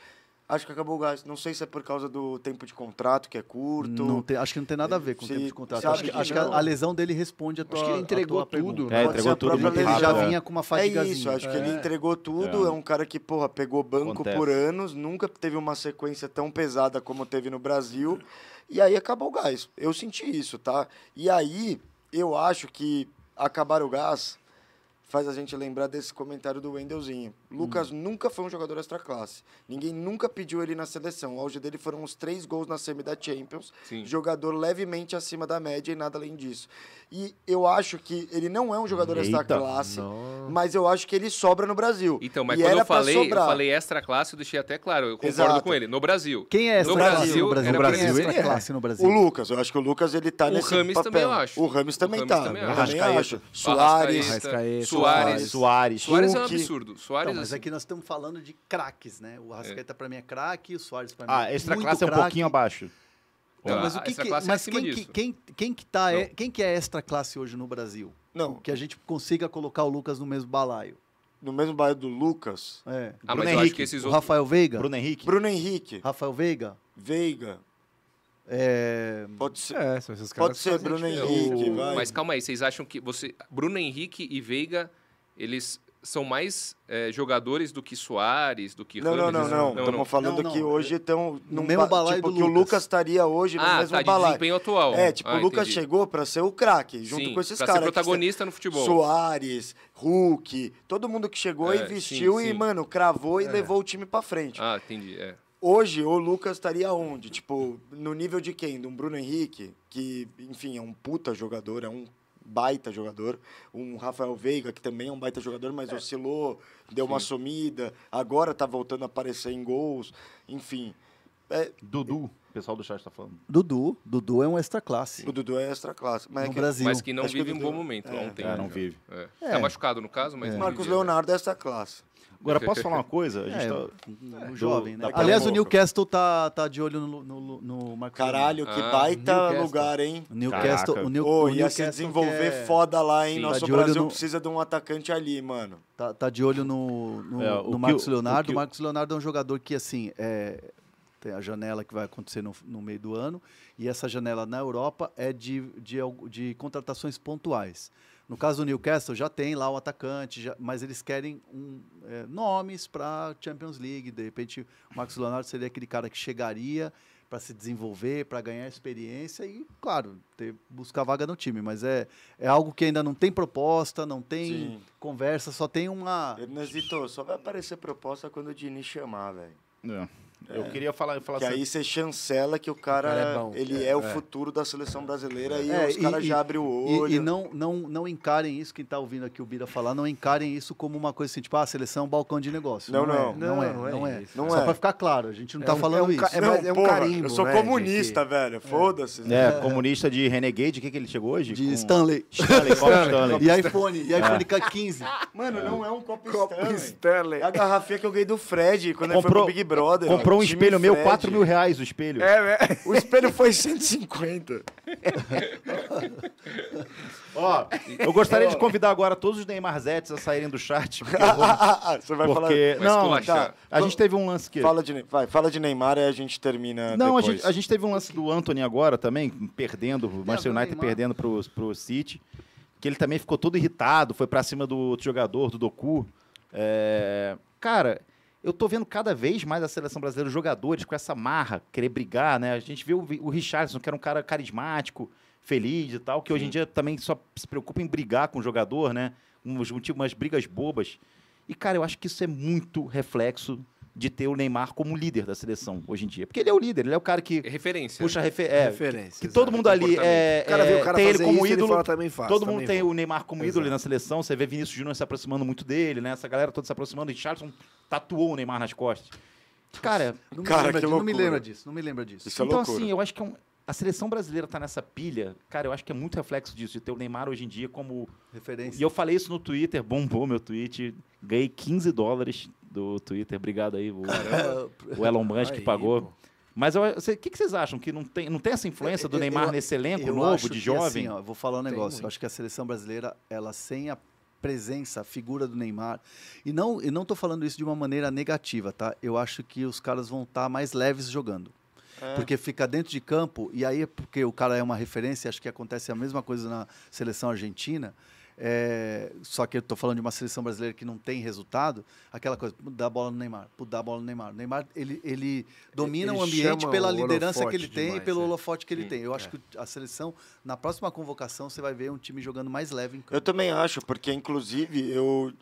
S3: Acho que acabou o gás. Não sei se é por causa do tempo de contrato, que é curto.
S5: Não tem- acho que não tem nada a ver com o
S3: Se-
S5: tempo de contrato.
S3: se
S5: Acho que,
S3: abre
S5: acho
S3: de
S5: que a,
S3: mão.
S5: a lesão dele responde a tua
S3: que ele
S5: a
S3: entregou
S5: tua pergunta.
S3: tudo, né? É, entregou
S5: Pode ser Assim, a
S3: tudo,
S5: própria
S3: muito
S5: lesão.
S3: rápido,
S5: já
S3: né?
S5: vinha com uma
S3: É
S5: fadigazinha.
S3: isso, acho que ele
S5: É.
S3: entregou tudo. É.
S5: É.
S3: um cara que, porra, pegou banco
S5: Acontece.
S3: por anos, nunca teve uma sequência tão pesada como teve no Brasil. E aí acabou o gás. Eu senti isso, tá? E aí, eu acho que acabar o gás faz a gente lembrar desse comentário do Wendelzinho. Lucas nunca foi um jogador extra-classe. Ninguém nunca pediu ele na seleção. O auge dele foram os três gols na semi da Champions.
S7: Sim.
S3: Jogador levemente acima da média e nada além disso. E eu acho que ele não é um jogador
S7: Eita,
S3: extra-classe, mas eu acho que ele sobra no Brasil.
S7: Então, mas
S3: E
S7: quando
S3: era
S7: eu
S3: pra
S7: falei, eu
S3: sobrar.
S7: falei extra classe, eu deixei até claro, eu concordo
S3: Exato.
S7: com ele. No Brasil.
S3: Quem é
S7: no
S3: extra-classe
S7: Brasil,
S3: no Brasil?
S7: Era
S3: No Brasil,
S7: pra-
S3: ele é. Extra-classe no Brasil. O Lucas, eu acho que o Lucas ele tá
S7: o
S3: nesse
S7: Rames
S3: papel.
S7: também eu acho.
S3: O Rames também
S7: O Rames
S3: tá.
S7: também
S3: eu
S7: acho.
S3: também
S7: Arrascaeta.
S3: acho. Soares,
S7: Arrascaeta. Soares. Soares. Soares é um absurdo. Soares,
S5: Então, mas
S7: assim-
S5: aqui nós estamos falando de craques, né? O Arrascaeta pra mim é craque, o Soares pra mim
S4: Ah,
S5: é
S4: extra
S5: muito
S4: classe é um
S5: craque.
S4: pouquinho abaixo.
S5: Então,
S4: Ah,
S5: mas o que
S4: extra
S5: que,
S4: classe é
S5: mas
S4: acima
S5: quem, que,
S4: disso.
S5: quem, quem que tá, é, quem que é extra classe hoje no Brasil?
S3: Não.
S5: Que a gente consiga colocar o Lucas no mesmo balaio.
S3: No mesmo balaio do Lucas?
S5: É.
S7: Ah,
S5: Bruno
S7: mas eu acho
S5: Henrique,
S7: que esses
S5: o
S7: outros-
S5: Rafael Veiga?
S7: Bruno Henrique.
S3: Bruno Henrique.
S5: Rafael Veiga?
S3: Veiga.
S5: É...
S3: Pode ser.
S5: É,
S18: são esses
S3: Pode ser Bruno
S7: tipo,
S3: Henrique, vai.
S7: Mas calma aí, vocês acham que você, Bruno Henrique e Veiga, eles são mais eh, jogadores do que Soares, do que
S3: Não, não,
S7: Rames?
S3: não, não. Estamos falando que hoje estão
S5: No
S3: num
S5: mesmo
S3: ba-
S5: balaio
S3: tipo,
S5: do
S3: que o
S5: Lucas.
S3: Lucas estaria hoje no
S7: Ah,
S3: mesmo
S7: tá, de
S3: balaio.
S7: desempenho atual.
S3: É, tipo,
S7: Ah,
S3: o Lucas
S7: entendi.
S3: chegou para ser o craque, junto
S7: Sim,
S3: com esses
S7: pra
S3: caras.
S7: ser
S3: que
S7: protagonista
S3: estão-
S7: no futebol.
S3: Soares, Hulk, todo mundo que chegou e
S7: É,
S3: vestiu
S7: sim,
S3: e,
S7: sim.
S3: mano, cravou e
S7: É.
S3: levou o time para frente.
S7: Ah, entendi, é.
S3: Hoje, o Lucas estaria onde? Tipo, no nível de quem? De um Bruno Henrique, que, enfim, é um puta jogador, é um baita jogador. Um Rafael Veiga, que também é um baita jogador, mas oscilou, deu uma sumida, agora tá voltando a aparecer em gols, enfim. É,
S4: Dudu, o pessoal do chat tá falando.
S5: Dudu. Dudu é um extra classe.
S3: o Dudu é extra classe. Mas
S5: No
S3: é que-
S5: Brasil.
S7: Mas que não
S3: Acho
S7: vive
S3: o
S7: um
S3: Dudu-
S7: bom momento há um
S3: é.
S7: tempo.
S4: É, não vive.
S7: É. Tá machucado no caso, mas. não
S3: Marcos
S7: vivia.
S3: Leonardo é extra classe.
S7: <laughs>
S4: Agora, posso falar uma coisa? A gente
S5: É,
S4: tá-
S5: um
S4: do-
S5: jovem, né?
S4: da-
S5: Aliás,
S4: da-
S5: o Newcastle tá, tá de olho no, no, no Marcos
S3: Caralho, que
S5: Leonardo.
S3: baita lugar, hein?
S5: O Newcastle, o New,
S3: Ô,
S5: o
S3: ia se
S5: Newcastle
S3: desenvolver
S5: quer-
S3: foda lá, hein?
S5: Sim.
S3: Nosso
S5: Tá de olho
S3: Brasil
S5: no-
S3: precisa de um atacante ali, mano.
S5: Tá, tá de olho no, no,
S3: É, o
S5: no
S3: que o-
S5: Marcos
S3: o
S5: Leonardo.
S3: que
S5: O
S3: o-
S5: Marcos Leonardo é um jogador que, assim, é, tem a janela que vai acontecer no, no meio do ano, e essa janela na Europa é de, de, algu- de contratações pontuais. No caso do Newcastle, já tem lá o atacante, já- mas eles querem um, é, nomes para Champions League. De repente, o Marcos Leonardo seria aquele cara que chegaria para se desenvolver, para ganhar experiência e, claro, ter, buscar vaga no time. Mas é, é algo que ainda não tem proposta, não tem
S3: Sim. é
S5: conversa, só tem uma.
S3: Ernesito, só vai aparecer proposta quando o Dini chamar, velho. É.
S4: Eu queria falar, falar
S3: Que
S4: assim-
S3: aí você chancela que o cara,
S5: cara é bom.
S3: ele é,
S5: É,
S3: o
S5: é.
S3: futuro da seleção brasileira e
S5: É,
S3: os caras já abrem o
S5: e-
S3: olho.
S5: E, não, não, não encarem isso, quem está ouvindo aqui o Bira falar, não encarem isso como uma coisa assim, tipo, ah, seleção é um balcão de negócio.
S3: Não,
S5: Não,
S3: não.
S5: é, não é,
S3: Não, não
S5: não
S3: é
S5: é.
S3: isso. Não
S5: Só
S3: é.
S5: para ficar claro, a gente não
S3: É
S5: está
S3: um-
S5: falando
S3: é um
S5: isso.
S3: ca- é Não, mais- é um porra, carimbo, eu sou né, de comunista, que- velho, foda-se. né?
S4: É,
S5: <laughs>
S4: comunista de Renegade, o que, que ele chegou hoje?
S5: De Stanley.
S4: Stanley, qual
S5: Stanley.
S4: Stanley?
S5: E iPhone, e iPhone K15.
S3: Mano, não é um copo, Stanley. É a garrafinha que eu ganhei do Fred quando ele foi
S4: Comprou-
S3: pro Big Brother.
S4: Comprou um
S3: Time
S4: espelho meu,
S3: Fred.
S4: 4 mil reais o espelho.
S3: É, né? <laughs> o espelho
S4: <laughs>
S3: foi 150.
S4: Ó, eu gostaria de convidar agora todos os Neymarzetes a saírem do chat.
S3: <laughs>
S4: Porque, eu vou-
S3: Você vai
S4: porque...
S3: falar...
S4: Não, tá. a gente teve um lance que...
S3: Fala de, Ne- vai, fala de Neymar e a gente termina
S4: Não, a
S3: É, depois.
S4: gente, a gente teve um lance do Anthony agora também, perdendo, o Manchester United perdendo pro, pro City, que ele também ficou todo irritado, foi pra cima do outro jogador, do Doku. É, cara, eu tô vendo cada vez mais a seleção brasileira, os jogadores com essa marra, querer brigar, né? A gente viu o Vi- o Richardson, que era um cara carismático, feliz e tal, que hoje em dia também só se preocupa em brigar com o jogador, né? Uns, um tipo- umas brigas bobas. E, cara, eu acho que isso é muito reflexo de ter o Neymar como líder da seleção hoje em dia. Porque ele é o líder, ele é o cara que.
S7: Referência.
S4: Puxa refe é,
S7: Referência,
S4: Que todo mundo ali é,
S7: comportamento. O cara vê o
S4: é,
S7: cara
S4: tem ele
S7: fazer
S4: como
S7: isso, ele
S4: ídolo.
S7: fala, "Também faço,
S4: todo
S7: também
S4: mundo tem
S7: vou."
S4: o Neymar como ídolo ali na seleção. Você vê Vinícius Júnior se aproximando muito dele, né? Essa galera toda se aproximando. Richardson tatuou o Neymar nas costas. Cara,
S5: Não me
S4: cara,
S5: lembra
S4: que
S5: disso, não me
S4: loucura.
S5: lembra disso, não me lembra disso.
S4: então, assim, eu acho que é um- a seleção brasileira tá nessa pilha. Cara, eu acho que é muito reflexo disso, de ter o Neymar hoje em dia como.
S5: Referência.
S4: E eu falei isso no Twitter, bombou meu tweet. Ganhei 15 dólares do Twitter. Obrigado aí,
S5: <laughs>
S4: o,
S5: Caramba.
S4: o Elon Musk
S5: Aí,
S4: que pagou. Mas eu- você- o que, que vocês acham? Que não tem, não tem essa influência do
S5: Eu-
S4: Neymar
S5: eu-
S4: nesse elenco
S5: eu acho
S4: novo, de
S5: que,
S4: jovem?
S5: assim, ó, eu vou falar um
S4: Tem
S5: negócio.
S4: muito.
S5: Eu acho que a seleção brasileira, ela sem a presença, a figura do Neymar. E não, e não tô falando isso de uma maneira negativa, tá? Eu acho que os caras vão estar mais leves jogando.
S3: É.
S5: Porque fica dentro de campo, e aí é porque o cara é uma referência, acho que acontece a mesma coisa na seleção argentina. é, só que eu tô falando de uma seleção brasileira que não tem resultado, aquela coisa, pô, dá a bola no Neymar, pô, dá a bola no Neymar. O Neymar, ele, ele domina
S3: Ele
S5: o ambiente
S3: chama
S5: pela
S3: o
S5: liderança que
S3: holofote
S5: ele tem e
S3: demais,
S5: pelo
S3: né?
S5: holofote que ele
S3: Sim,
S5: tem. Eu acho
S3: é.
S5: que a seleção, na próxima convocação, você vai ver um time jogando mais leve em campo.
S3: Eu também acho, porque inclusive eu,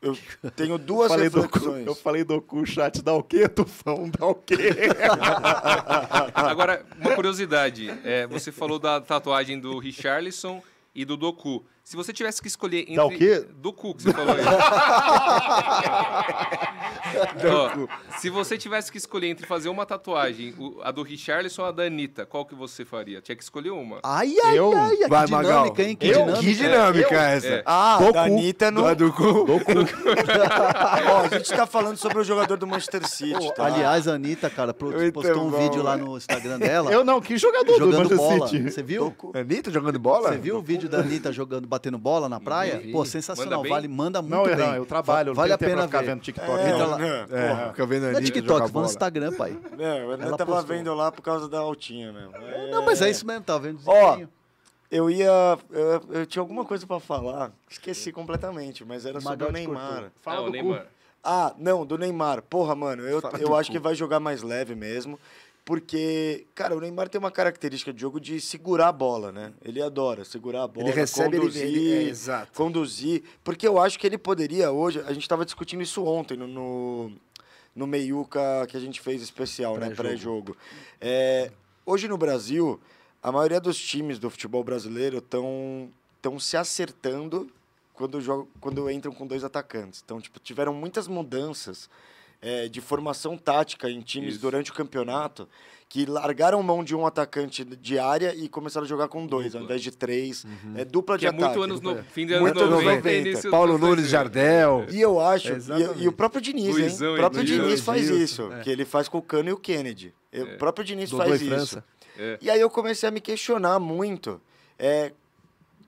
S3: eu- Eu
S4: <laughs>
S3: tenho duas
S4: falei do cu-
S3: reflexões.
S4: eu falei do cu, chat, dá o quê, Tufão? <laughs> Dá o quê?
S7: <laughs> Agora, uma curiosidade. é, você falou da tatuagem do Richarlison e do Doku. Se você tivesse que escolher entre...
S4: Dá Tá o quê?
S7: Doku, que
S4: <laughs>
S7: você falou aí.
S17: um
S7: Ó, se você tivesse que escolher entre fazer uma tatuagem, o- a do Richarlison ou a da Anitta, qual que você faria? Tinha que escolher uma.
S17: Ai, ai,
S7: Eu?
S17: ai, que
S7: Vai,
S17: dinâmica,
S7: Magal.
S17: hein? Que
S7: Eu?
S17: dinâmica.
S7: Que dinâmica É, eu? essa? É.
S3: Ah,
S17: Do
S3: da
S17: cu.
S3: Anitta não.
S17: Da- do cu.
S3: <laughs> <laughs> Ó, a gente tá falando sobre o jogador do Manchester City, tá?
S17: Aliás, a Anitta, cara, pro-
S3: Muito
S17: postou um
S3: bom,
S17: vídeo lá
S3: velho.
S17: no Instagram dela.
S3: Eu não, que jogador do
S17: jogando
S3: Manchester
S17: bola.
S3: City?
S17: Você viu?
S6: Anitta jogando bola?
S17: Você viu o vídeo da Anitta jogando, batendo bola na praia?
S4: vi.
S17: Pô,
S4: Manda
S17: sensacional.
S4: bem?
S17: vale, manda muito
S4: Não,
S17: bem.
S4: eu não, eu trabalho, eu não
S17: vale a
S4: tenho tempo
S17: pena
S4: pra ficar
S17: ver.
S4: vendo TikTok.
S17: Entra
S4: Não,
S17: lá.
S4: não,
S3: é,
S17: Porra.
S3: fica vendo a
S17: Não é
S3: Anitta
S17: TikTok,
S3: jogar
S17: foi no
S3: bola.
S17: Instagram, pai.
S3: <laughs> Não, eu
S17: Ela
S3: tava
S17: postou.
S3: vendo lá por causa da altinha mesmo.
S17: Não, mas é isso mesmo, tá vendo?
S3: Ó, eu ia. Eu, eu tinha alguma coisa pra falar, esqueci completamente, mas era sobre
S17: Magal
S3: o
S17: te
S3: Neymar.
S17: cortou. Fala Ah, o do cu. Neymar.
S3: Ah, não, do Neymar. Porra, mano, eu,
S17: Fala do
S3: eu acho
S17: cu.
S3: que vai jogar mais leve mesmo. Porque, cara, o Neymar tem uma característica de jogo de segurar a bola, né? Ele adora segurar a bola,
S6: Ele recebe, ele-
S3: conduzir,
S6: ele- é, exato.
S3: conduzir. Porque eu acho que ele poderia hoje... A gente estava discutindo isso ontem no, no, no Meiuca que a gente fez especial, né? Pré-jogo.
S6: Pré-jogo.
S3: É, hoje no Brasil, a maioria dos times do futebol brasileiro estão tão se acertando quando, jogam, quando entram com dois atacantes. Então, tipo, tiveram muitas mudanças é, de formação tática em times
S17: Isso.
S3: durante o campeonato que largaram mão de um atacante de área e começaram a jogar com dois, ao invés de três. É dupla
S7: Que
S3: de
S7: é
S3: ataque.
S7: muito anos
S6: né?
S7: no- fim de anos
S3: Muito
S7: 90, início
S6: Paulo Nunes, Jardel.
S3: E eu acho,
S6: É,
S3: e, e o próprio Diniz,
S6: Luizão
S3: hein?
S6: e
S3: O próprio
S6: Edilson.
S3: Diniz faz
S6: Edilson,
S3: isso,
S6: é.
S3: que ele faz com o Cano e o Kennedy. E O próprio Diniz
S6: Dodô
S3: faz
S6: e
S3: isso.
S6: França. É.
S3: E aí eu comecei a me questionar muito, é,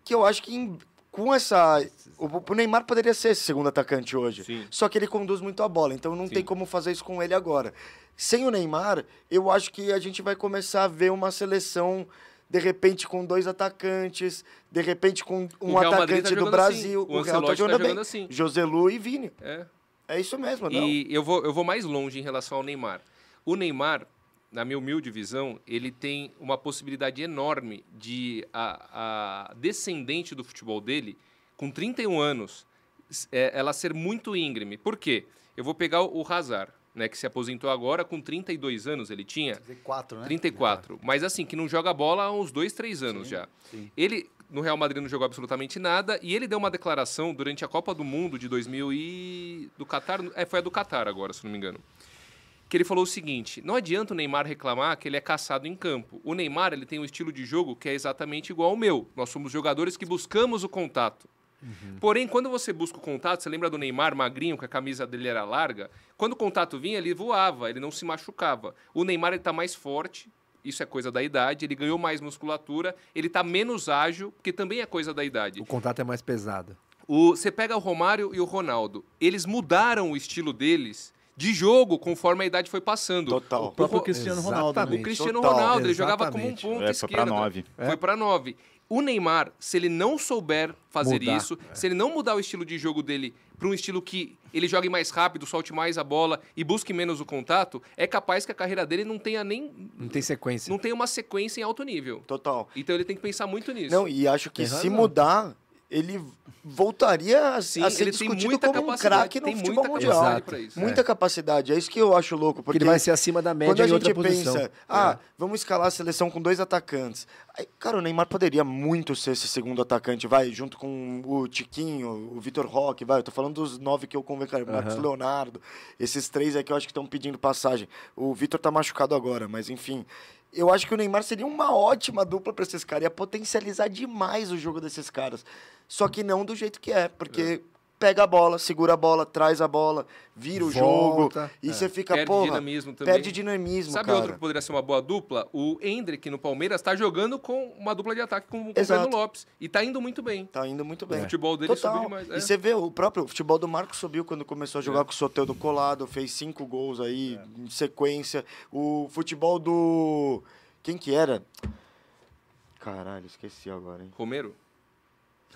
S3: que eu acho que em- com essa... O, o Neymar poderia ser esse segundo atacante hoje, só que ele conduz muito a bola, então não tem como fazer isso com ele agora. Sem o Neymar, eu acho que a gente vai começar a ver uma seleção... De repente com dois atacantes, de repente com um
S7: O Real Madrid
S3: atacante
S7: tá
S3: do
S7: jogando
S3: Brasil.
S7: assim, o
S3: O Real tá
S7: Ancelotti tá
S3: jogando bem.
S7: jogando assim.
S3: José Lu e Vini.
S7: É.
S3: É isso mesmo, não.
S7: E eu vou, eu vou mais longe em relação ao Neymar. O Neymar, na minha humilde visão, ele tem uma possibilidade enorme de a, a descendente do futebol dele, com 31 anos, s- é, ela ser muito íngreme. Por quê? Eu vou pegar o Hazard, né, que se aposentou agora com 32 anos, ele tinha.
S17: 34, né?
S7: 34. Mas assim, que não joga bola há uns dois, três anos já. Ele, no Real Madrid, não jogou absolutamente nada. E ele deu uma declaração durante a Copa do Mundo de 2000 e... Do Catar? É, foi a do Catar agora, se não me engano. Que ele falou o seguinte, não adianta o Neymar reclamar que ele é caçado em campo. O Neymar, ele tem um estilo de jogo que é exatamente igual ao meu. Nós somos jogadores que buscamos o contato. Porém, quando você busca o contato, você lembra do Neymar magrinho, que a camisa dele era larga? Quando o contato vinha, ele voava, ele não se machucava. O Neymar está mais forte, isso é coisa da idade, ele ganhou mais musculatura, ele está menos ágil, que também é coisa da idade.
S6: O contato é mais pesado.
S7: O- você pega o Romário e o Ronaldo. Eles mudaram o estilo deles de jogo conforme a idade foi passando. Total. O
S17: próprio
S7: Ro-
S17: Cristiano Ronaldo, né?
S7: O Cristiano
S17: Total.
S7: Ronaldo, ele jogava como um
S17: Exatamente.
S7: ponto
S17: É, foi pra
S7: esquerdo.
S17: nove.
S7: Foi para nove. O Neymar, se ele não souber fazer
S17: Mudar,
S7: isso,
S3: É.
S7: se ele não mudar o estilo de jogo dele para um estilo que ele jogue mais rápido, solte mais a bola e busque menos o contato, é capaz que a carreira dele não tenha nem
S6: Não tem sequência.
S7: não tenha uma sequência em alto nível.
S3: Total.
S7: Então ele tem que pensar muito nisso.
S3: Não, e acho que
S7: Tem
S3: se
S7: razão.
S3: mudar, ele voltaria a,
S7: Sim,
S3: a ser
S7: ele tem
S3: discutido
S7: muita
S3: como um
S7: capacidade,
S3: craque no
S7: tem
S3: futebol
S7: muita
S3: mundial.
S7: capacidade pra isso.
S3: Muita
S7: É.
S3: capacidade. É isso que eu acho louco. Porque
S6: ele vai ser acima da média
S3: Quando a
S6: em
S3: gente
S6: outra
S3: pensa,
S6: posição.
S3: ah, vamos escalar a seleção com dois atacantes. Aí, cara, o Neymar poderia muito ser esse segundo atacante, vai, junto com o Tiquinho, o Vitor Roque, vai. Eu tô falando dos nove que eu convoquei, Marcos
S6: Aham.
S3: Leonardo, esses três aí que eu acho que estão pedindo passagem. O Vitor tá machucado agora, mas enfim. Eu acho que o Neymar seria uma ótima dupla para esses caras. Ia potencializar demais o jogo desses caras. Só que não do jeito que é, porque pega a bola, segura a bola, traz a bola, vira o jogo.
S7: Volta.
S3: E
S7: É.
S3: você fica,
S7: Perde
S3: porra,
S7: dinamismo também.
S3: perde dinamismo,
S7: Sabe
S3: cara.
S7: outro que poderia ser uma boa dupla? O Hendrick no Palmeiras está jogando com uma dupla de ataque com, com o
S3: Exato.
S7: Fernando Lopes. E tá indo muito bem.
S3: Tá indo muito bem.
S7: O futebol dele
S3: Total.
S7: subiu demais. é.
S3: E você vê, o próprio futebol do Marcos subiu quando começou a jogar com o Soteldo colado, fez cinco gols aí
S7: É.
S3: em sequência. O futebol do... Quem que era? Caralho, esqueci agora, hein?
S7: Romero?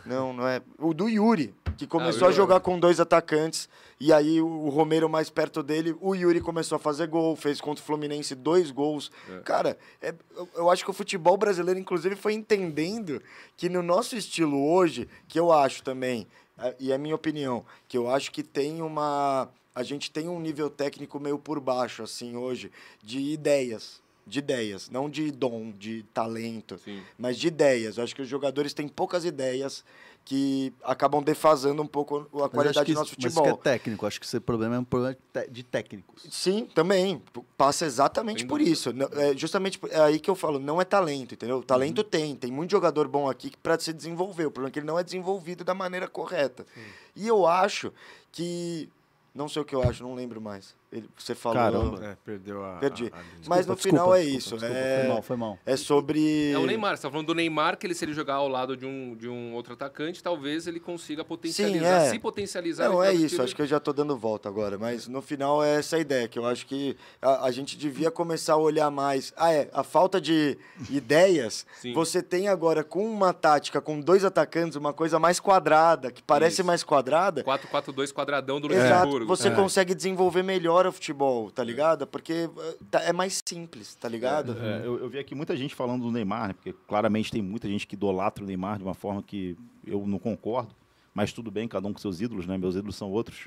S3: Não, não é. O do Yuri, que
S7: Ah, o
S3: começou a
S7: Yuri. é.
S3: jogar com dois atacantes, e aí o o Romero mais perto dele, o Yuri começou a fazer gol, fez contra o Fluminense dois gols. Cara, é- eu, eu acho que o futebol brasileiro, inclusive, foi entendendo que no nosso estilo hoje, que eu acho também, eh, e é minha opinião, que eu acho que tem uma. A gente tem um nível técnico meio por baixo, assim, hoje, de ideias. De ideias, não de dom, de talento, mas de ideias. Eu acho que os jogadores têm poucas ideias que acabam defasando um pouco a
S17: Mas acho
S3: qualidade
S17: que
S3: do nosso
S17: isso- mas isso
S3: futebol.
S17: que é técnico, acho que esse problema é um problema te- de técnicos.
S3: Sim, também. P- Passa exatamente
S17: Sem
S3: por
S17: dúvida.
S3: isso. Não- É justamente por- é aí que eu falo, não é talento, entendeu? Talento
S17: Uhum.
S3: tem. Tem muito jogador bom aqui que para se desenvolver. O problema é que ele não é desenvolvido da maneira correta. E eu acho que. Não sei o que eu acho, não lembro mais. Ele- você falou.
S17: Caramba.
S19: É, perdeu a-
S3: Perdi.
S19: a- a-
S3: Mas no
S19: Desculpa,
S3: final
S19: desculpa,
S3: é
S19: desculpa,
S3: isso.
S19: desculpa,
S3: é...
S19: foi mal, foi
S17: mal.
S3: É sobre.
S7: É o Neymar, você tá falando do Neymar, que ele, se ele jogar ao lado de um, de um outro atacante, talvez ele consiga potencializar, se potencializar.
S3: é. Não,
S7: ele tá
S3: é
S7: deve
S3: isso,
S7: ter- um
S3: acho que eu já tô dando volta agora, mas no final é essa a ideia, que eu acho que a, a gente devia começar a olhar mais. Ah, é, a falta
S7: <laughs>
S3: de ideias, você tem agora com uma tática, com dois atacantes, uma coisa mais quadrada, que parece mais quadrada.
S7: 4-4-2 quadradão do
S3: Exato,
S7: Luxemburgo.
S3: você
S7: É.
S3: consegue desenvolver melhor o futebol, tá ligado? Porque eh, tá- é mais simples, tá ligado?
S4: É, eu, eu vi aqui muita gente falando do Neymar, né, porque claramente tem muita gente que idolatra o Neymar de uma forma que eu não concordo, mas tudo bem, cada um com seus ídolos, né? Meus ídolos são outros.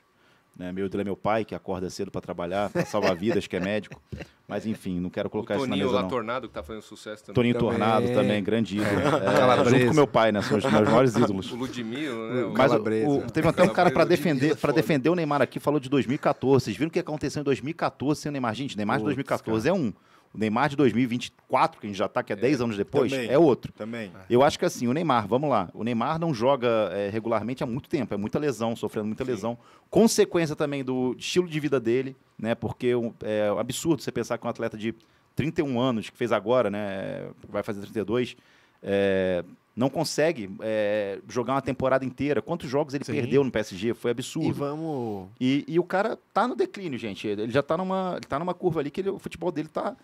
S4: Né? Meu ídolo é meu pai, que acorda cedo para trabalhar, para salvar vidas, que é médico. Mas enfim, não quero colocar isso na
S7: Toninho
S4: mesa,
S7: lá,
S4: não.
S7: Tornado, que tá fazendo sucesso também.
S4: Toninho Tornado também, grande ídolo. É, junto
S7: Calabresa.
S4: com meu pai, né? São os meus maiores ídolos.
S7: <laughs> O Ludmilo, né?
S4: Mas o- o- teve até um cara para defender, para defender o Neymar aqui falou de 2014. Vocês viram o que aconteceu em 2014 sem o Neymar? Gente, o Neymar de
S3: Putz,
S4: 2014 é um. O Neymar de 2024, que a gente já tá, que é 10 anos depois,
S3: Também.
S4: é outro.
S3: Também.
S4: Eu acho que assim, o Neymar, vamos lá. O Neymar não joga é, regularmente há muito tempo, é muita lesão, sofrendo muita lesão. Consequência também do estilo de vida dele, né? Porque um, é um absurdo você pensar que um atleta de 31 anos, que fez agora, né? Vai fazer 32, é, não consegue é, jogar uma temporada inteira. Quantos jogos ele
S17: Sim.
S4: perdeu no PSG? Foi absurdo.
S17: E vamos.
S4: E, e o cara tá no declínio, gente. Ele ele já tá numa, ele tá numa curva ali que ele- o futebol dele tá.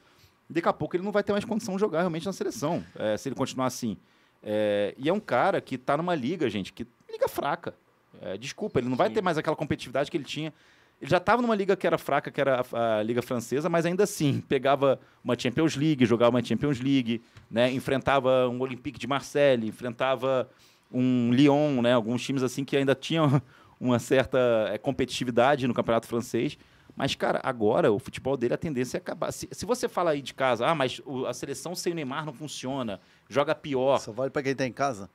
S4: Daqui a pouco ele não vai ter mais condição de jogar realmente na seleção, é, se ele continuar assim. É, e é um cara que tá numa liga, gente, que liga fraca. É, desculpa, ele não vai ter mais aquela competitividade que ele tinha. Ele já estava numa liga que era fraca, que era a, a Liga Francesa, mas ainda assim <laughs> pegava uma Champions League, jogava uma Champions League, né? enfrentava um Olympique de Marseille, enfrentava um Lyon, né? alguns times assim que ainda tinham <laughs> uma certa eh, competitividade no campeonato francês. Mas, cara, agora o futebol dele, a tendência é acabar. Se, se você fala aí de casa, ah, mas o- a seleção sem o Neymar não funciona, joga pior. Só
S17: vale para quem tá em casa?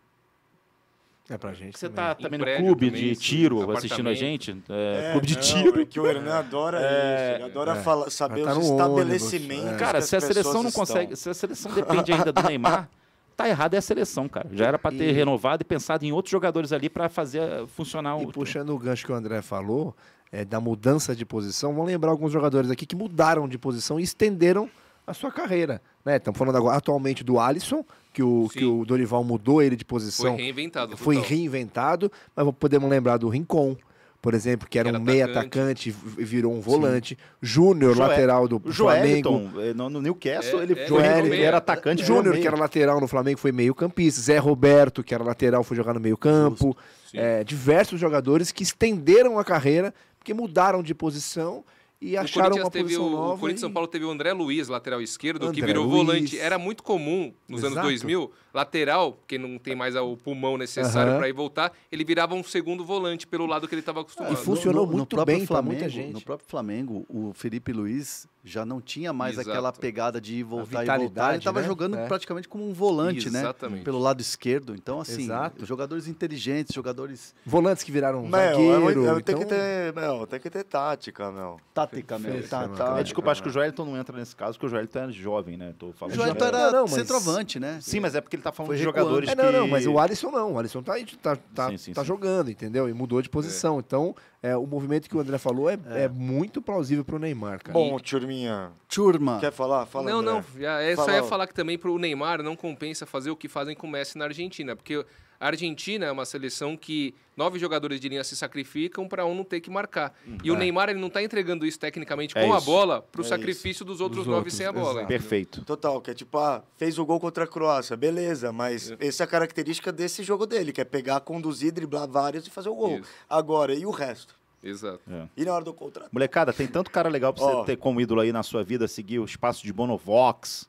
S6: É pra gente.
S4: Você
S6: também.
S4: tá
S6: Em
S4: também no
S6: prédio
S4: clube
S6: também,
S4: de
S6: sim,
S4: tiro
S6: apartamento.
S4: assistindo a gente? É,
S3: É,
S4: clube de
S3: não,
S4: tiro.
S3: é que o Hernan adora isso, ele adora falar- saber
S4: Mas
S6: tá
S3: os
S4: no ônibus,
S3: estabelecimentos
S4: é.
S3: que
S4: Cara,
S3: as
S4: se a seleção
S3: pessoas
S4: não
S3: estão.
S4: consegue, se a seleção depende ainda do Neymar, tá errado é a seleção, cara. Já era pra ter
S6: E-
S4: renovado e pensado em outros jogadores ali pra fazer eh, funcionar
S6: E
S4: o
S6: puxando o gancho que o André falou, é, da mudança de posição, vão lembrar alguns jogadores aqui que mudaram de posição e estenderam a sua carreira. Né? Estamos falando agora atualmente do Alisson, que o, que o Dorival mudou ele de posição.
S7: Foi reinventado,
S6: Foi
S7: total.
S6: reinventado, mas podemos lembrar do Rincon, por exemplo, que era, um meia atacante, vi- virou um volante. Júnior,
S4: Joel-
S6: lateral do
S4: o
S6: Flamengo.
S4: Joeliton, eh, no, no Newcastle,
S6: É,
S4: ele,
S6: é,
S4: foi-
S6: Joel-
S4: ele era atacante. virou
S6: Júnior,
S4: meia.
S6: que era lateral no Flamengo, foi meio campista. Zé Roberto, que era lateral, foi jogar no meio campo. É, diversos jogadores que estenderam a carreira, porque mudaram de posição e
S7: O
S6: acharam
S7: Corinthians
S6: uma
S7: teve
S6: posição
S7: o, o
S6: nova.
S7: Corinthians e São Paulo teve o André Luiz, lateral esquerdo, que
S6: André
S7: virou
S6: Luiz.
S7: volante. Era muito comum nos anos
S6: Exato.
S7: 2000, lateral, que não tem mais o pulmão necessário
S6: Aham.
S7: pra ir voltar, ele virava um segundo volante pelo lado que ele estava acostumado.
S17: Ah, próprio
S7: pra
S17: Flamengo, No próprio Flamengo, o Felipe Luiz já não tinha mais
S7: Exato.
S17: aquela pegada de ir voltar e voltar. Ele
S6: vitalidade,
S17: estava
S6: né?
S17: jogando
S6: É.
S17: praticamente como um volante, né?
S6: Exatamente.
S17: Pelo lado esquerdo. Então, assim,
S6: Exato.
S17: jogadores inteligentes, jogadores...
S6: Volantes que viraram
S17: Mas
S3: Meu, é muito-
S17: zagueiro,
S3: é, tem, que
S17: então-
S3: ter, meu, tem que ter tática, meu.
S17: Tática, meu.
S3: Tá-
S17: Tática,
S3: tá-
S4: É, desculpa, acho que o Joelton não entra nesse caso, porque o Joelton é jovem, né? Tô falando
S17: O Joelton
S4: de-
S17: era Não, não, mas- centroavante, né?
S4: Sim, mas é porque ele tá falando
S17: Foi
S4: de
S17: recuando.
S4: jogadores
S6: É, não,
S4: que...
S6: não, mas o Alisson não. O Alisson tá, aí, tá, tá, tá jogando, entendeu? E mudou de posição. Então, é, o movimento que o André falou é, é muito plausível pro Neymar, cara.
S3: Bom, turminha.
S17: Turma.
S3: Quer falar? Fala,
S7: não,
S3: André.
S7: não. Já, é, só
S3: Fala,
S7: ia
S3: ó.
S7: falar que também para o Neymar não compensa fazer o que fazem com o Messi na Argentina, porque a Argentina é uma seleção que nove jogadores de linha se sacrificam para um não ter que marcar. E o
S4: É.
S7: Neymar ele não está entregando isso tecnicamente
S4: É
S7: com a
S4: isso.
S7: Tipo, bola para o
S4: É
S7: sacrifício dos outros
S4: Dos
S7: nove
S4: outros,
S7: sem a bola.
S4: exato. Perfeito.
S3: Total, que é tipo, ah, fez o gol contra a Croácia, beleza, mas essa é a característica desse jogo dele, que é pegar, conduzir, driblar vários e fazer o gol. Agora, e o resto?
S4: <laughs>
S7: Exato.
S4: É.
S3: E na hora do contrato?
S4: Molecada, tem tanto cara legal pra você
S3: Ó.
S4: ter como ídolo aí na sua vida, seguir o espaço de Bonovox,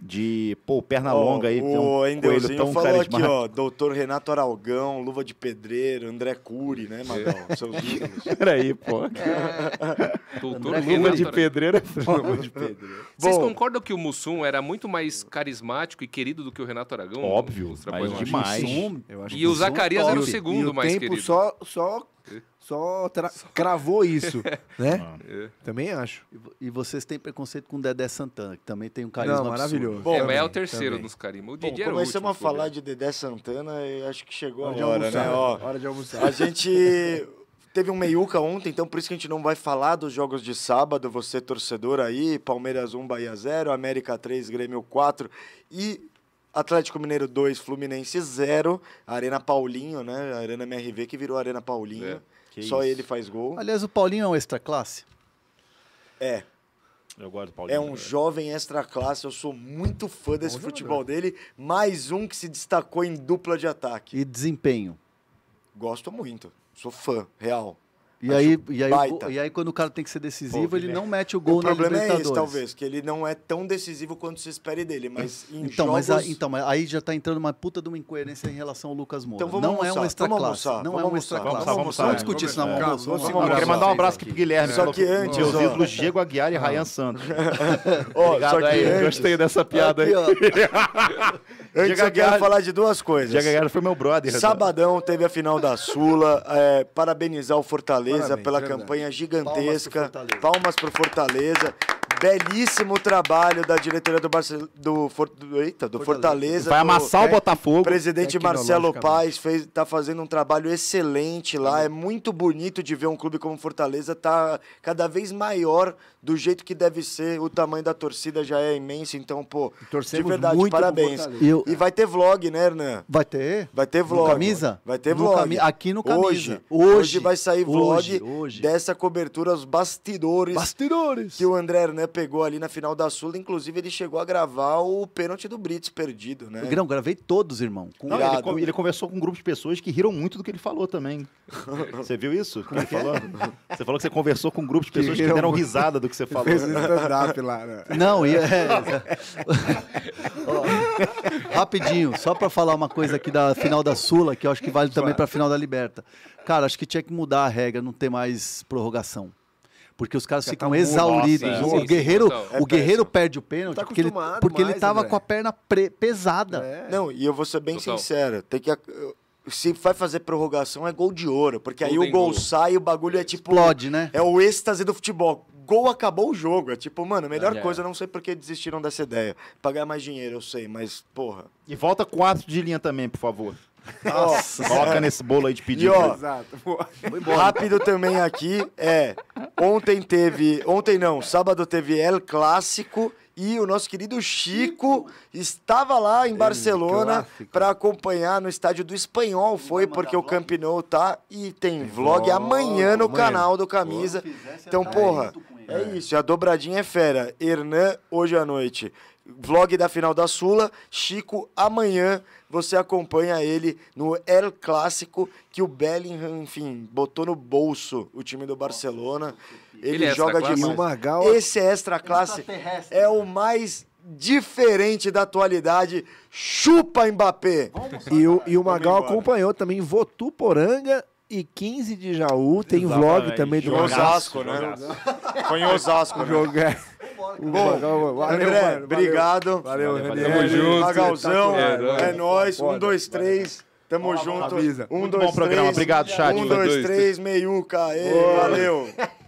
S4: De, pô, perna longa aí, tem
S3: Uhum. O
S4: um coelho
S3: Endelzinho
S4: tão
S3: falou aqui,
S4: carismático.
S3: ó. Doutor Renato Aralgão, Luva de Pedreiro, André Cury, né, Magal? Seus ídolos.
S4: <laughs> Peraí, pô.
S7: É. <laughs> Doutor
S4: André Luva de
S7: Renato.
S4: pedreiro é foda.
S7: Luva de
S4: né?
S7: pedreiro. Vocês concordam que o Mussum era muito mais carismático e querido do que o Renato Aragão?
S4: Óbvio, mas
S7: Os Trapalhões?
S4: demais.
S7: E
S4: é
S7: o Zacarias era o segundo
S6: e o
S7: mais
S6: tempo
S7: querido.
S6: só, só, só, tra- cravou isso, né?
S7: <laughs> É.
S6: Também acho.
S17: E vocês têm preconceito com o Dedé Santana, que também tem um carisma
S6: Não,
S17: absurdo.
S6: maravilhoso.
S7: é, mas é o terceiro dos carismas. O
S3: Bom,
S7: Didi era o último.
S3: começamos a falar de Dedé Santana e acho que chegou
S6: Hora
S3: a
S6: de
S3: hora,
S6: almoçar,
S3: né? Ó,
S6: hora de almoçar.
S3: A gente <laughs> teve um meiuca ontem, então por isso que a gente não vai falar dos jogos de sábado. Você, torcedor aí, Palmeiras 1, Bahia 0, América 3, Grêmio 4 e Atlético Mineiro 2, Fluminense 0, Arena Paulinho, né? Arena MRV que virou Arena
S7: É.
S3: Paulinho.
S17: Que
S3: Só
S17: isso.
S3: ele faz gol.
S17: Aliás, o Paulinho é um extra classe?
S3: É.
S4: Eu gosto do
S3: É um jovem extra classe, eu sou muito fã desse futebol dele. Mais um que se destacou em dupla de ataque.
S17: E desempenho.
S3: Gosto muito, sou fã, real.
S17: E
S3: Acho
S17: aí, e, aí,
S3: baita.
S17: e aí, quando o cara tem que ser decisivo,
S3: Pô,
S17: ele
S3: Guilherme.
S17: não mete o gol
S3: O
S17: na
S3: problema é
S17: Libertadores.
S3: esse, talvez, que ele não é tão decisivo quanto se espere dele, mas em
S17: Então,
S3: jogos...
S17: mas aí, então, mas aí já tá entrando uma puta de uma incoerência em relação ao Lucas Moura.
S3: Então vamos
S17: não é
S3: almoçar,
S17: um extra
S3: vamos
S17: classe.
S3: almoçar,
S17: Não
S3: vamos
S17: é um
S3: almoçar,
S17: extra
S3: vamos
S17: classe.
S3: almoçar.
S17: Vamos discutir isso na
S3: É,
S17: almoço.
S3: vamos
S17: Vamos
S3: segurar.
S17: almoçar.
S3: Eu queria mandar um
S4: abraço aqui pro Guilherme. né,
S3: Só que
S4: falou
S3: é antes,
S4: Meus
S3: ó.
S4: ídolos Diego Aguiar e Rayan
S3: <laughs>
S4: Santos.
S3: Ó,
S4: Obrigado
S3: só que
S4: aí,
S3: antes-
S4: gostei dessa piada aí.
S3: Antes
S4: <laughs> Diego
S3: eu quero
S4: Aguiar-
S3: falar de duas coisas.
S4: Diego Aguiar foi meu brother. né?
S3: Sabadão teve a final da Sula. <laughs> é, parabenizar o Fortaleza
S4: Parabéns,
S3: pela
S4: verdade.
S3: campanha gigantesca. Palmas pro Fortaleza. Belíssimo trabalho da diretoria do, Barce... do, For- do- eita, do Fortaleza.
S4: Vai
S3: do-
S4: amassar o Botafogo.
S3: Presidente Marcelo
S4: Tecnologicamente.
S3: Paes fez, tá fazendo um trabalho excelente lá. É muito bonito de ver um clube como Fortaleza tá cada vez maior do jeito que deve ser. O tamanho da torcida já é imenso, então, pô,
S17: torcemos
S3: de verdade,
S17: muito pro
S3: parabéns.
S17: Fortaleza. Eu-
S3: E vai ter vlog, né, Hernan?
S17: Vai ter?
S3: Vai ter
S17: No
S3: vlog.
S17: camisa?
S3: Vai ter
S17: No
S3: vlog.
S17: cami- aqui no camisa.
S3: Hoje, hoje,
S17: Hoje.
S3: vai sair
S17: Hoje,
S3: vlog dessa cobertura, os bastidores.
S17: Bastidores!
S3: Que o André Hernan pegou ali na final da Sula. Inclusive, ele chegou a gravar o pênalti do Brits perdido, né?
S17: Não, gravei todos, irmão. Com-
S4: Não,
S3: Irado.
S4: ele, con- ele conversou com um grupo de pessoas que riram muito do que ele falou também. Você viu isso? que ele falou? Você falou que você conversou com um grupo de pessoas que,
S6: riram
S4: deram
S6: muito.
S4: risada <laughs> do que você falou.
S6: Fez um stand-up lá, né?
S17: Não,
S6: <laughs>
S4: <laughs>
S17: e é. <laughs> Ó, rapidinho, só pra falar uma coisa aqui da final da Sula, que eu acho que vale também pra final da Liberta. Cara, acho que tinha que mudar a regra, não ter mais prorrogação. Porque os caras
S4: Já
S17: ficam
S4: tá muito-
S17: exauridos.
S4: Nossa,
S17: o,
S4: sim, sim,
S17: guerreiro,
S4: total. É
S17: o
S4: péssimo.
S17: guerreiro perde o pênalti
S3: Tá
S17: porque ele,
S3: acostumado
S17: porque ele
S3: mais,
S17: tava
S4: né,
S3: André.
S17: com a perna pre- pesada.
S4: É.
S3: Não, e eu vou ser bem
S17: Total.
S3: sincero, tem que se vai fazer prorrogação é gol de ouro, porque aí
S17: Gol
S3: o
S17: tem
S3: gol,
S17: gol.
S3: sai, o bagulho é tipo
S17: Explode, né?
S3: É o êxtase do futebol. Gol acabou o jogo, é tipo, mano, a melhor
S17: É.
S3: coisa, não sei por que desistiram dessa ideia. Pagar mais dinheiro, eu sei, mas porra.
S4: E volta com ácido de linha também, por favor.
S3: Nossa.
S4: Coloca nesse bolo aí de pedido.
S3: E, ó,
S6: é. Exato.
S3: Rápido também aqui é. Ontem teve. Ontem não, sábado teve El Clássico. E o nosso querido Chico estava lá em Barcelona para acompanhar no estádio do Espanhol. Foi porque o Camp Nou tá e tem vlog
S6: vlog
S3: amanhã no
S6: amanhã.
S3: canal do Camisa. Então, porra, é isso. A dobradinha é fera. Hernan, hoje à noite. Vlog da final da Sula. Chico, amanhã você acompanha ele no El Clássico, que o Bellingham, enfim, botou no bolso o time do Barcelona. Ele,
S6: Ele é
S3: joga
S6: extra-classe?
S3: demais.
S6: E o Magal-
S3: Esse é extra classe. É o mais diferente da atualidade. Chupa, Mbappé!
S6: E o, e o Magal
S3: embora.
S6: acompanhou também Votuporanga e 15 de Jaú. Tem vlog também do
S3: Em Osasco, né? Foi em Osasco, né?
S6: Jogar.
S3: Bom, André, obrigado.
S6: Valeu,
S3: Valeu,
S6: René.
S3: Tamo junto.
S6: Magalzão,
S3: Magalzão, é,
S6: é
S3: nóis. Um,
S6: Foda.
S3: dois, três. Tamo junto.
S6: avisa.
S3: Um,
S6: Muito
S3: dois,
S6: bom programa.
S3: três.
S6: Obrigado, chat.
S3: Um,
S6: Valeu.
S3: dois, três, meiuca. Ei,
S6: Boa.
S3: valeu.